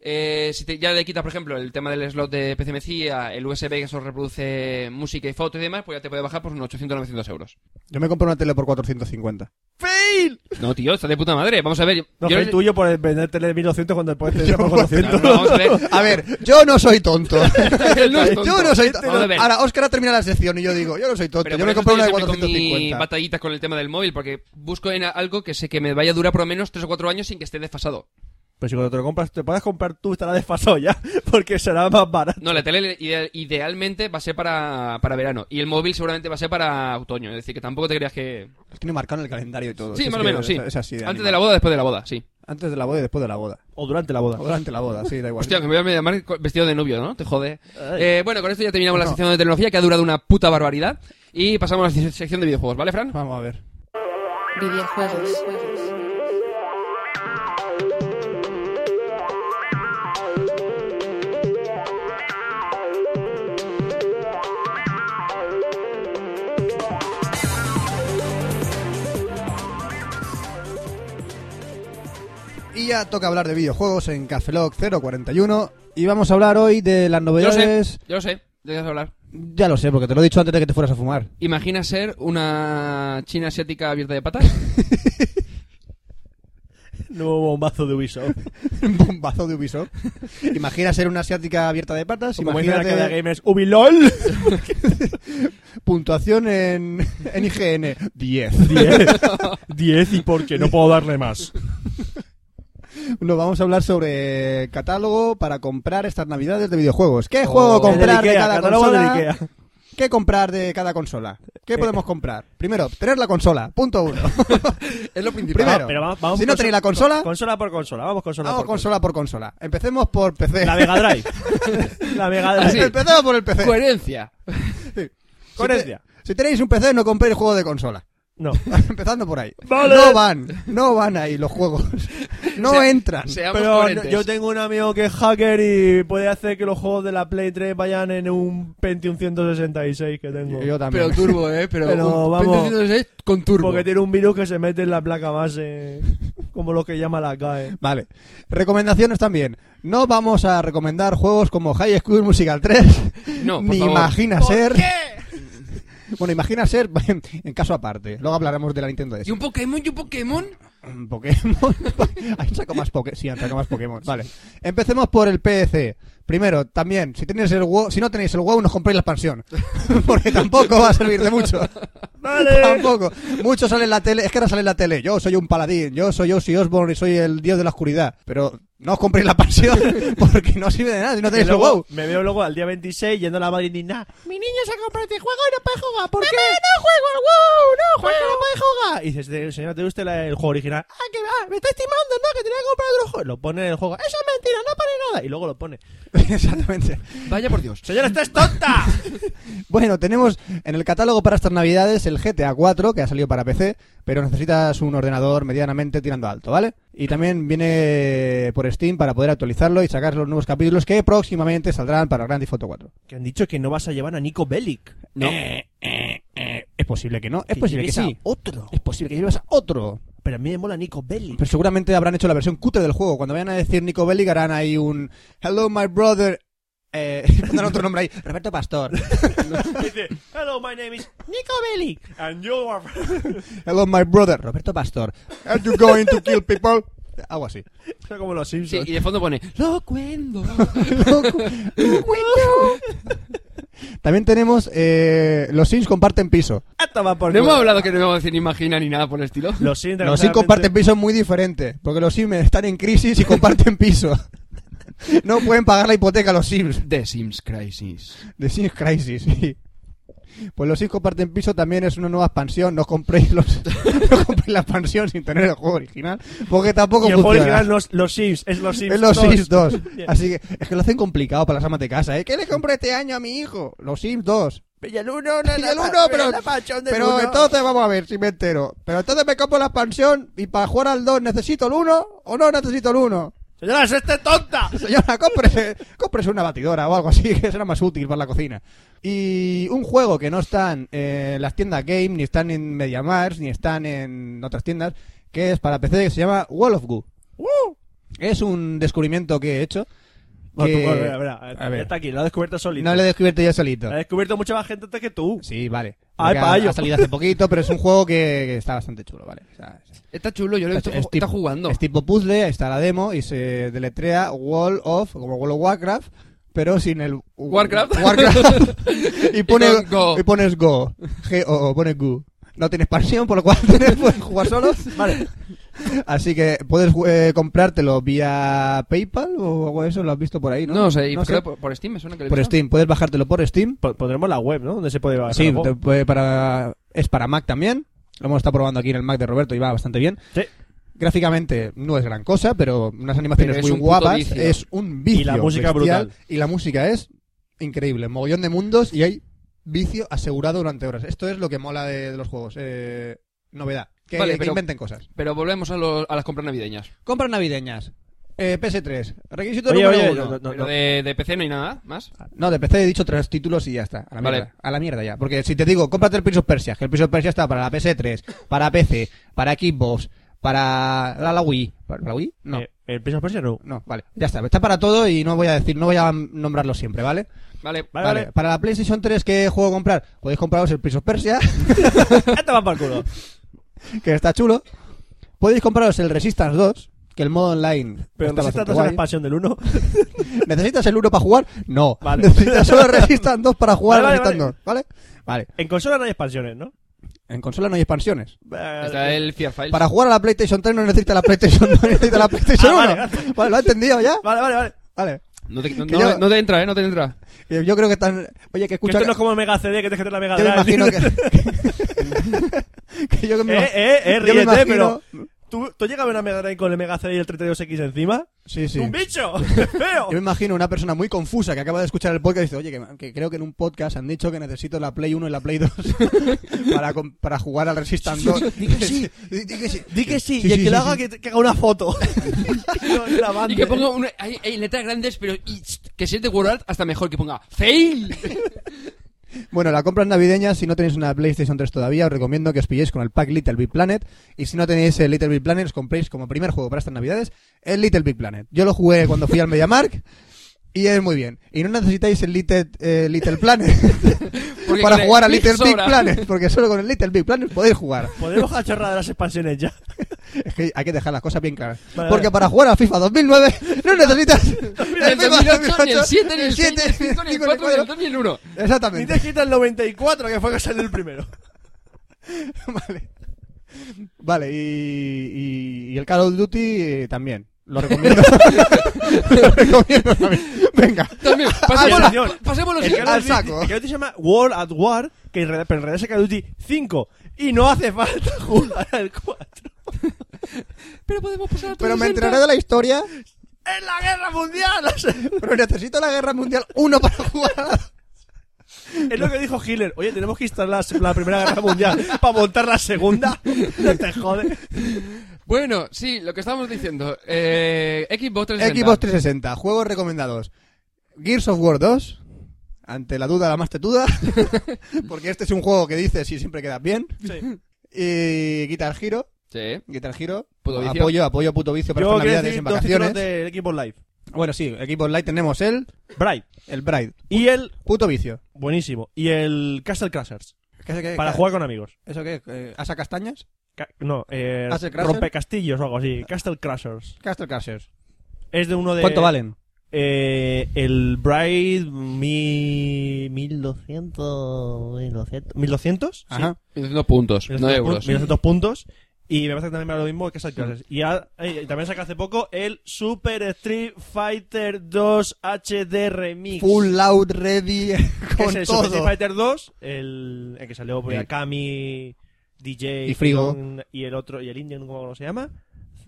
Speaker 1: Eh, si te- ya le quitas, por ejemplo, el tema del slot de PCMCIA, el USB que solo reproduce música y fotos y demás, pues ya te puede bajar por unos 800-900 euros.
Speaker 6: Yo me compré una tele por 450.
Speaker 3: ¡Fail!
Speaker 1: No, tío, está de puta madre. Vamos a ver.
Speaker 3: No,
Speaker 1: yo-
Speaker 3: fail tuyo por vender tele de 1200 cuando puedes tener por
Speaker 1: Claro,
Speaker 3: 400.
Speaker 1: no, vamos a ver.
Speaker 4: A ver, yo no soy tonto.
Speaker 1: Él no es
Speaker 4: Yo
Speaker 1: tonto.
Speaker 4: no soy
Speaker 1: Vamos a ver.
Speaker 4: tonto. Ahora, Oscar ha terminado la sección y yo digo, yo no soy tonto.
Speaker 1: Pero
Speaker 4: Yo
Speaker 1: por
Speaker 4: me
Speaker 1: eso
Speaker 4: compré una de
Speaker 1: estoy siempre con mi
Speaker 4: 450.
Speaker 1: batallitas con el tema del móvil, porque busco en a- algo que sé que me vaya a durar por lo menos 3 o 4 años sin que esté desfasado.
Speaker 3: Pero si cuando te lo compras, te puedes comprar tú, estará desfasado ya, porque será más barato.
Speaker 1: No, la tele ide- idealmente va a ser para, para verano. Y el móvil seguramente va a ser para otoño. Es decir, que tampoco te creas que.
Speaker 6: Lo tiene marcado en el calendario y todo.
Speaker 1: Sí,
Speaker 6: Pues Es
Speaker 1: más o
Speaker 6: que
Speaker 1: menos, sí.
Speaker 6: es- es así de
Speaker 1: Antes
Speaker 6: animal.
Speaker 1: de la boda, después de la boda, sí.
Speaker 6: Antes de la boda y después de la boda.
Speaker 3: O durante la boda.
Speaker 6: O durante la boda, sí, da igual.
Speaker 1: Hostia, que me voy a llamar co- vestido de novio, ¿no? Te jode.
Speaker 3: Ay.
Speaker 1: Eh, bueno, con esto ya terminamos la sección de tecnología, que ha durado una puta barbaridad. Y pasamos a la se- sección de videojuegos, ¿vale, Fran?
Speaker 6: Vamos a ver.
Speaker 5: Videojuegos.
Speaker 6: Y ya toca hablar de videojuegos en Cafelog 041. Y vamos a hablar hoy de las
Speaker 1: Yo lo sé,
Speaker 6: novedades.
Speaker 1: yo lo sé, debes hablar.
Speaker 6: Ya lo sé, porque te lo he dicho antes de que te fueras a fumar.
Speaker 1: Imagina ser una china asiática abierta de patas.
Speaker 3: Nuevo bombazo de Ubisoft.
Speaker 6: Un bombazo de Ubisoft. Imagina ser una asiática abierta de patas.
Speaker 3: Como dicen
Speaker 6: imagínate
Speaker 3: la de gamers, ¡Ubilol!
Speaker 6: puntuación en, en IGN 10.
Speaker 3: 10. 10 y porque no puedo darle más.
Speaker 6: Nos vamos a hablar sobre catálogo para comprar estas navidades de videojuegos. ¿Qué juego
Speaker 1: Oh.
Speaker 6: comprar de,
Speaker 3: Del Ikea,
Speaker 6: cada
Speaker 3: catálogo
Speaker 6: consola?
Speaker 3: del Ikea.
Speaker 6: ¿Qué comprar de cada consola? ¿Qué podemos comprar? Primero, tener la consola. Punto uno.
Speaker 1: es lo principal.
Speaker 6: Primero,
Speaker 3: pero vamos- vamos
Speaker 6: si no
Speaker 3: conso-
Speaker 6: tenéis la consola,
Speaker 3: Consola por consola, vamos consola
Speaker 6: vamos
Speaker 3: por
Speaker 6: consola por consola. Empecemos por PC.
Speaker 3: La Mega Drive. la Mega
Speaker 6: Ah,
Speaker 3: Drive.
Speaker 1: Así.
Speaker 6: Empecemos por el PC.
Speaker 1: Pues, Coherencia.
Speaker 6: Si te-
Speaker 3: Coherencia.
Speaker 6: Si tenéis un PC, no compréis juego de consola.
Speaker 3: No.
Speaker 6: Empezando por ahí.
Speaker 3: Vale.
Speaker 6: No van, no van ahí los juegos. No
Speaker 1: Se-
Speaker 6: entran.
Speaker 1: Seamos
Speaker 3: Pero
Speaker 1: coherentes.
Speaker 3: yo tengo un amigo que es hacker y puede hacer que los juegos de la Play 3 vayan en un Pentium 166 que tengo.
Speaker 6: Yo también.
Speaker 1: Pero turbo, ¿eh? Pero,
Speaker 3: Pero
Speaker 1: un
Speaker 3: vamos.
Speaker 1: 2006 con turbo.
Speaker 3: Porque tiene un virus que se mete en la placa base como lo que llama la eh. GAE.
Speaker 6: Vale. Recomendaciones también. No vamos a recomendar juegos como High School Musical 3.
Speaker 1: No, por
Speaker 6: ni
Speaker 1: favor.
Speaker 6: Imagina Ser. Bueno, Imagina Ser en caso aparte. Luego hablaremos de la Nintendo DS.
Speaker 1: ¿Y un Pokémon? ¿Y un Pokémon?
Speaker 6: Mm, Pokémon. han sacado más Pokémon. Sí, han sacado más Pokémon. Vale. Empecemos por el PC. Primero, también, si tenéis el WoW, si no tenéis el WoW, no os compréis la expansión. Porque tampoco va a servir de mucho.
Speaker 3: Vale.
Speaker 6: Tampoco. Mucho sale en la tele. Es que ahora sale en la tele. Yo soy un paladín. Yo soy Ozzy Osbourne y soy el dios de la oscuridad. Pero no os compréis la expansión porque no sirve de nada si no
Speaker 3: Y
Speaker 6: tenéis el
Speaker 3: luego
Speaker 6: WoW.
Speaker 3: Me veo luego al día 26 yendo a la Madrid indignada. Mi niño se ha comprado este juego y no puede jugar. ¿Por qué? no juego al WoW, no juego, no puede jugar. Y dices, señora, ¿te gusta la- el juego original? Ah, que va, me está estimando, no, que tenía que comprar otro juego. Lo pone en el juego. Eso es mentira, no pone nada. Y luego lo pone.
Speaker 6: Exactamente.
Speaker 1: Vaya por Dios.
Speaker 3: Señora, estás tonta.
Speaker 6: Bueno, tenemos en el catálogo para estas navidades el GTA 4, que ha salido para PC, pero necesitas un ordenador medianamente tirando alto, ¿vale? Y también viene por Steam para poder actualizarlo y sacar los nuevos capítulos que próximamente saldrán para Grand Theft Auto 4.
Speaker 3: que han dicho que no vas a llevar a Nico Bellic.
Speaker 6: No. Eh, es posible que no, es
Speaker 3: Que
Speaker 6: posible que
Speaker 3: llegues
Speaker 6: sí.
Speaker 3: a otro.
Speaker 6: Es posible que lleves a otro.
Speaker 3: Pero a mí me mola Nico Bellic.
Speaker 6: Pero seguramente habrán hecho la versión cutre del juego. Cuando vayan a decir Nico Bellic harán ahí un Hello my brother. Eh, pondrán otro nombre ahí, Roberto Pastor.
Speaker 3: Dice, hello, my name is Nico Bellic. And you are...
Speaker 6: Hello, my brother. Roberto Pastor. Are you going to kill people? Algo así.
Speaker 3: Son como los
Speaker 1: Sí,
Speaker 3: Simpsons.
Speaker 1: y de fondo pone, lo cuento.
Speaker 6: También tenemos eh, los Sims comparten piso.
Speaker 3: Hasta va por
Speaker 1: No hemos
Speaker 3: culo.
Speaker 1: hablado que no vamos a decir ni imagina ni nada por el estilo.
Speaker 3: Los Sims,
Speaker 6: Los Sims
Speaker 3: desgraciadamente-
Speaker 6: comparten piso es muy diferente, porque los Sims están en crisis y comparten piso. No pueden pagar la hipoteca los Sims.
Speaker 1: The Sims Crisis.
Speaker 6: De Sims Crisis, sí. Pues los Sims comparten piso también es una nueva expansión. No compréis, los, no compréis la expansión sin tener el juego original, porque tampoco
Speaker 3: Y el juego
Speaker 6: funciona.
Speaker 3: original no es los Sims, es los Sims
Speaker 6: Es los
Speaker 3: 2.
Speaker 6: Sims 2.
Speaker 3: Bien.
Speaker 6: Así que es que lo hacen complicado para las amas de casa, ¿eh? ¿Qué le compré este año a mi hijo? Los Sims 2.
Speaker 3: Y el 1 no
Speaker 6: Y el 1, pero, pero entonces vamos a ver si me entero. Pero entonces me compro la expansión y para jugar al 2 necesito el 1 o no necesito el 1.
Speaker 3: Señora, es este tonta.
Speaker 6: Señora, cómprese, cómprese una batidora o algo así, que será más útil para la cocina. Y un juego que no están eh, en las tiendas Game, ni están en MediaMars, ni están en otras tiendas, que es para PC, que se llama Wall of Goo. Es un descubrimiento que he hecho.
Speaker 3: Bueno,
Speaker 6: que-
Speaker 3: tú, a ver, a ver, a ver,
Speaker 6: a ver.
Speaker 3: Está aquí, lo ha descubierto solito.
Speaker 6: No lo he descubierto yo solito.
Speaker 3: Lo ha descubierto mucha más gente antes que tú.
Speaker 6: Sí, vale.
Speaker 3: Ay,
Speaker 6: Porque ha,
Speaker 3: payo.
Speaker 6: ha salido hace poquito, pero es un juego que, que está bastante chulo, ¿vale? O sea, es-
Speaker 1: Está chulo, yo lo he visto,
Speaker 6: es
Speaker 1: ju-
Speaker 6: tipo-
Speaker 1: está jugando.
Speaker 6: Es tipo puzzle, está la demo y se deletrea Wall of, como World of Warcraft, pero sin el...
Speaker 1: Warcraft.
Speaker 6: Warcraft. y, pone,
Speaker 1: Y con Go.
Speaker 6: y pones Go. G-O-O, pones Go. No tienes pasión, por lo cual tienes- puedes jugar solo. Vale. Así que puedes eh, comprártelo vía PayPal o algo de eso, lo has visto por ahí, ¿no?
Speaker 1: No, o sea, y
Speaker 6: sé.
Speaker 1: creo por, por Steam me suena que lo he
Speaker 6: Por
Speaker 1: visto.
Speaker 6: Steam, puedes bajártelo por Steam.
Speaker 3: Po- Pondremos la web, ¿no? Donde se puede bajar
Speaker 6: Sí,
Speaker 3: el juego.
Speaker 6: te puede para, es para Mac también. Lo hemos estado probando aquí en el Mac de Roberto y va bastante bien.
Speaker 3: Sí.
Speaker 6: Gráficamente no es gran cosa, pero unas animaciones
Speaker 1: Pero es
Speaker 6: muy
Speaker 1: un puto
Speaker 6: guapas.
Speaker 1: vicio.
Speaker 6: Es un vicio.
Speaker 3: Y la música
Speaker 6: bestial,
Speaker 3: brutal.
Speaker 6: Y la música es increíble. Mogollón de mundos y hay vicio asegurado durante horas. Esto es lo que mola de, de los juegos. Eh, novedad. Que,
Speaker 1: Vale,
Speaker 6: que
Speaker 1: pero-
Speaker 6: inventen cosas.
Speaker 1: Pero volvemos a, lo- a las compras navideñas.
Speaker 6: Compras navideñas. Eh, PS3. Requisito
Speaker 3: Oye,
Speaker 6: número
Speaker 3: oye,
Speaker 6: uno.
Speaker 3: no, no,
Speaker 1: Pero de, de PC no hay nada más.
Speaker 6: No, de PC he dicho tres títulos y ya está. A la
Speaker 1: Vale.
Speaker 6: mierda. A la mierda ya. Porque si te digo, cómprate el Prince of Persia, que el Prince of Persia está para la PS3, para PC, para Xbox, para la, la Wii. ¿Para la Wii? No.
Speaker 3: Eh, el Prince of Persia no.
Speaker 6: No, vale. Ya está. Está para todo y no voy a decir, no voy a nombrarlo siempre, ¿vale?
Speaker 1: Vale.
Speaker 3: Vale, vale.
Speaker 6: Para la PlayStation 3, ¿qué juego comprar? Podéis compraros el Prince of Persia,
Speaker 3: Esta va para el culo.
Speaker 6: que está chulo. Podéis compraros el Resistance 2, que el modo online.
Speaker 3: Pero
Speaker 6: está
Speaker 3: necesitas
Speaker 6: bastante
Speaker 3: dos la
Speaker 6: guay.
Speaker 3: expansión del 1.
Speaker 6: ¿Necesitas el 1 para jugar? No.
Speaker 3: Vale.
Speaker 6: Necesitas solo el Resistance 2 para jugar
Speaker 3: Vale,
Speaker 6: al
Speaker 3: vale,
Speaker 6: Resistance 2, ¿vale? Vale.
Speaker 3: En consola no hay expansiones, ¿no?
Speaker 6: En consola no hay expansiones.
Speaker 3: Eh,
Speaker 1: Está el Firefile.
Speaker 6: Para jugar a la PlayStation 3 no necesita la PlayStation 2, necesita la PlayStation
Speaker 3: Ah,
Speaker 6: 1.
Speaker 3: vale,
Speaker 6: vale, lo ha entendido ya.
Speaker 3: eh, Vale, vale, vale.
Speaker 6: Vale.
Speaker 1: No te, no-
Speaker 6: Que yo-
Speaker 1: no- no te entra, ¿eh? No te entra.
Speaker 6: Eh, Yo creo que están. Oye, que
Speaker 3: Que
Speaker 6: escucha.
Speaker 3: esto no es como el Mega CD, que te que la Mega
Speaker 6: yo me
Speaker 3: Drive.
Speaker 6: imagino que. que yo que me.
Speaker 3: Eh, eh, eh,
Speaker 6: yo me
Speaker 3: ríete,
Speaker 6: imagino-
Speaker 3: pero... ¿Tú, tú llegabas a una Mega Drive con el Mega CD y el 32X encima?
Speaker 6: Sí, sí.
Speaker 3: ¡Un bicho! ¡Qué feo!
Speaker 6: Yo me imagino una persona muy confusa que acaba de escuchar el podcast y dice, oye, que, que creo que en un podcast han dicho que necesito la Play 1 y la Play 2 para, com- para jugar al Resistance 2.
Speaker 3: Di que sí.
Speaker 6: Di di que sí.
Speaker 3: Di que sí,
Speaker 6: Sí,
Speaker 3: y el
Speaker 6: sí,
Speaker 3: que lo
Speaker 6: sí,
Speaker 3: haga,
Speaker 6: sí.
Speaker 3: que, que haga una foto. No, grabando.
Speaker 1: Y que ponga una, hay, hay letras grandes, pero y- que si es de World Art, hasta mejor que ponga fail.
Speaker 6: Bueno, las compras navideñas, si no tenéis una PlayStation 3 todavía, os recomiendo que os pilléis con el pack Little Big Planet. Y si no tenéis el Little Big Planet, os compréis como primer juego para estas navidades el Little Big Planet. Yo lo jugué cuando fui al MediaMark y es muy bien. Y no necesitáis el Little, eh, Little Planet
Speaker 1: Porque
Speaker 6: para
Speaker 1: con el
Speaker 6: jugar al
Speaker 1: Clip
Speaker 6: Little Big
Speaker 1: sobra.
Speaker 6: Planet, porque solo con el Little Big Planet podéis jugar.
Speaker 3: Podemos cachorrar de las expansiones ya.
Speaker 6: Es que hay que dejar las cosas bien claras.
Speaker 3: Vale,
Speaker 6: porque
Speaker 3: vale.
Speaker 6: para jugar a FIFA 2009 no necesitas
Speaker 1: Ni el 2008, ni el 7, ni el 6, ni el 5, ni el 4, ni el 2, ni el 1.
Speaker 3: Ni
Speaker 6: Exactamente.
Speaker 3: te quita el 94, que fue que salió el primero.
Speaker 6: Vale. Vale, y, y- y el Call of Duty eh, también. Lo recomiendo. lo recomiendo también. Venga. Ah,
Speaker 1: También,
Speaker 3: Sí,
Speaker 1: pasémoslo,
Speaker 3: señor.
Speaker 1: pasémoslo
Speaker 3: El
Speaker 1: sí.
Speaker 3: Call of
Speaker 6: al
Speaker 3: Duty-
Speaker 6: saco.
Speaker 3: El Call of Duty se llama World at War, que en realidad, pero en realidad es Call of Duty 5. Y no hace falta jugar al 4.
Speaker 1: Pero podemos pasar a
Speaker 6: Pero me enteraré de la historia.
Speaker 3: ¡Es la guerra mundial! O sea,
Speaker 6: Pero necesito la Guerra Mundial 1 para jugar.
Speaker 3: es lo que dijo Hitler. Oye, tenemos que instalar la, la primera guerra mundial para montar la segunda. No te jode.
Speaker 1: Bueno, sí, lo que estábamos diciendo. Eh, Xbox 360.
Speaker 6: Xbox 360. Juegos recomendados. Gears of War 2. Ante la duda, la más tetuda. Porque este es un juego que dices y siempre quedas bien.
Speaker 3: Sí.
Speaker 6: Y Guitar Hero.
Speaker 1: Sí.
Speaker 6: Guitar Hero.
Speaker 1: Puto vicio.
Speaker 6: apoyo, apoyo puto vicio para
Speaker 3: Yo
Speaker 6: estas
Speaker 3: quiero
Speaker 6: navidades
Speaker 3: decir
Speaker 6: en
Speaker 3: dos títulos
Speaker 6: vacaciones.
Speaker 3: del equipo live.
Speaker 6: Bueno, sí, equipo online tenemos el,
Speaker 3: Bright.
Speaker 6: el Bride.
Speaker 3: Y el...
Speaker 6: Puto vicio.
Speaker 3: Buenísimo. Y el Castle Crashers.
Speaker 6: ¿Qué- qué-
Speaker 3: Para
Speaker 6: qué-
Speaker 3: jugar con amigos.
Speaker 6: ¿Eso qué? Eh, ¿Asa castañas?
Speaker 3: Ca- no, eh,
Speaker 6: ¿Castle Crashers?
Speaker 3: Rompecastillos o algo así. Castle Crashers.
Speaker 6: Castle Crashers.
Speaker 3: Es de uno de...
Speaker 6: ¿Cuánto valen?
Speaker 3: Eh, el Bright mi... 1200... 1200... 1200?
Speaker 6: Ajá.
Speaker 1: Diciendo puntos, no euros.
Speaker 3: 1200 puntos. Y me parece que también va lo mismo que Castle Crashers. Y, ha- eh, y también saca hace poco el Super Street Fighter 2 HD Remix.
Speaker 6: Full out ready
Speaker 3: Que es
Speaker 6: con
Speaker 3: el Super Street
Speaker 6: todo.
Speaker 3: Fighter 2, el, el que salió por
Speaker 6: Sí.
Speaker 3: Akami, DJ
Speaker 6: Y Frigo.
Speaker 3: Kion, y el otro, y el indio, no sé cómo se llama.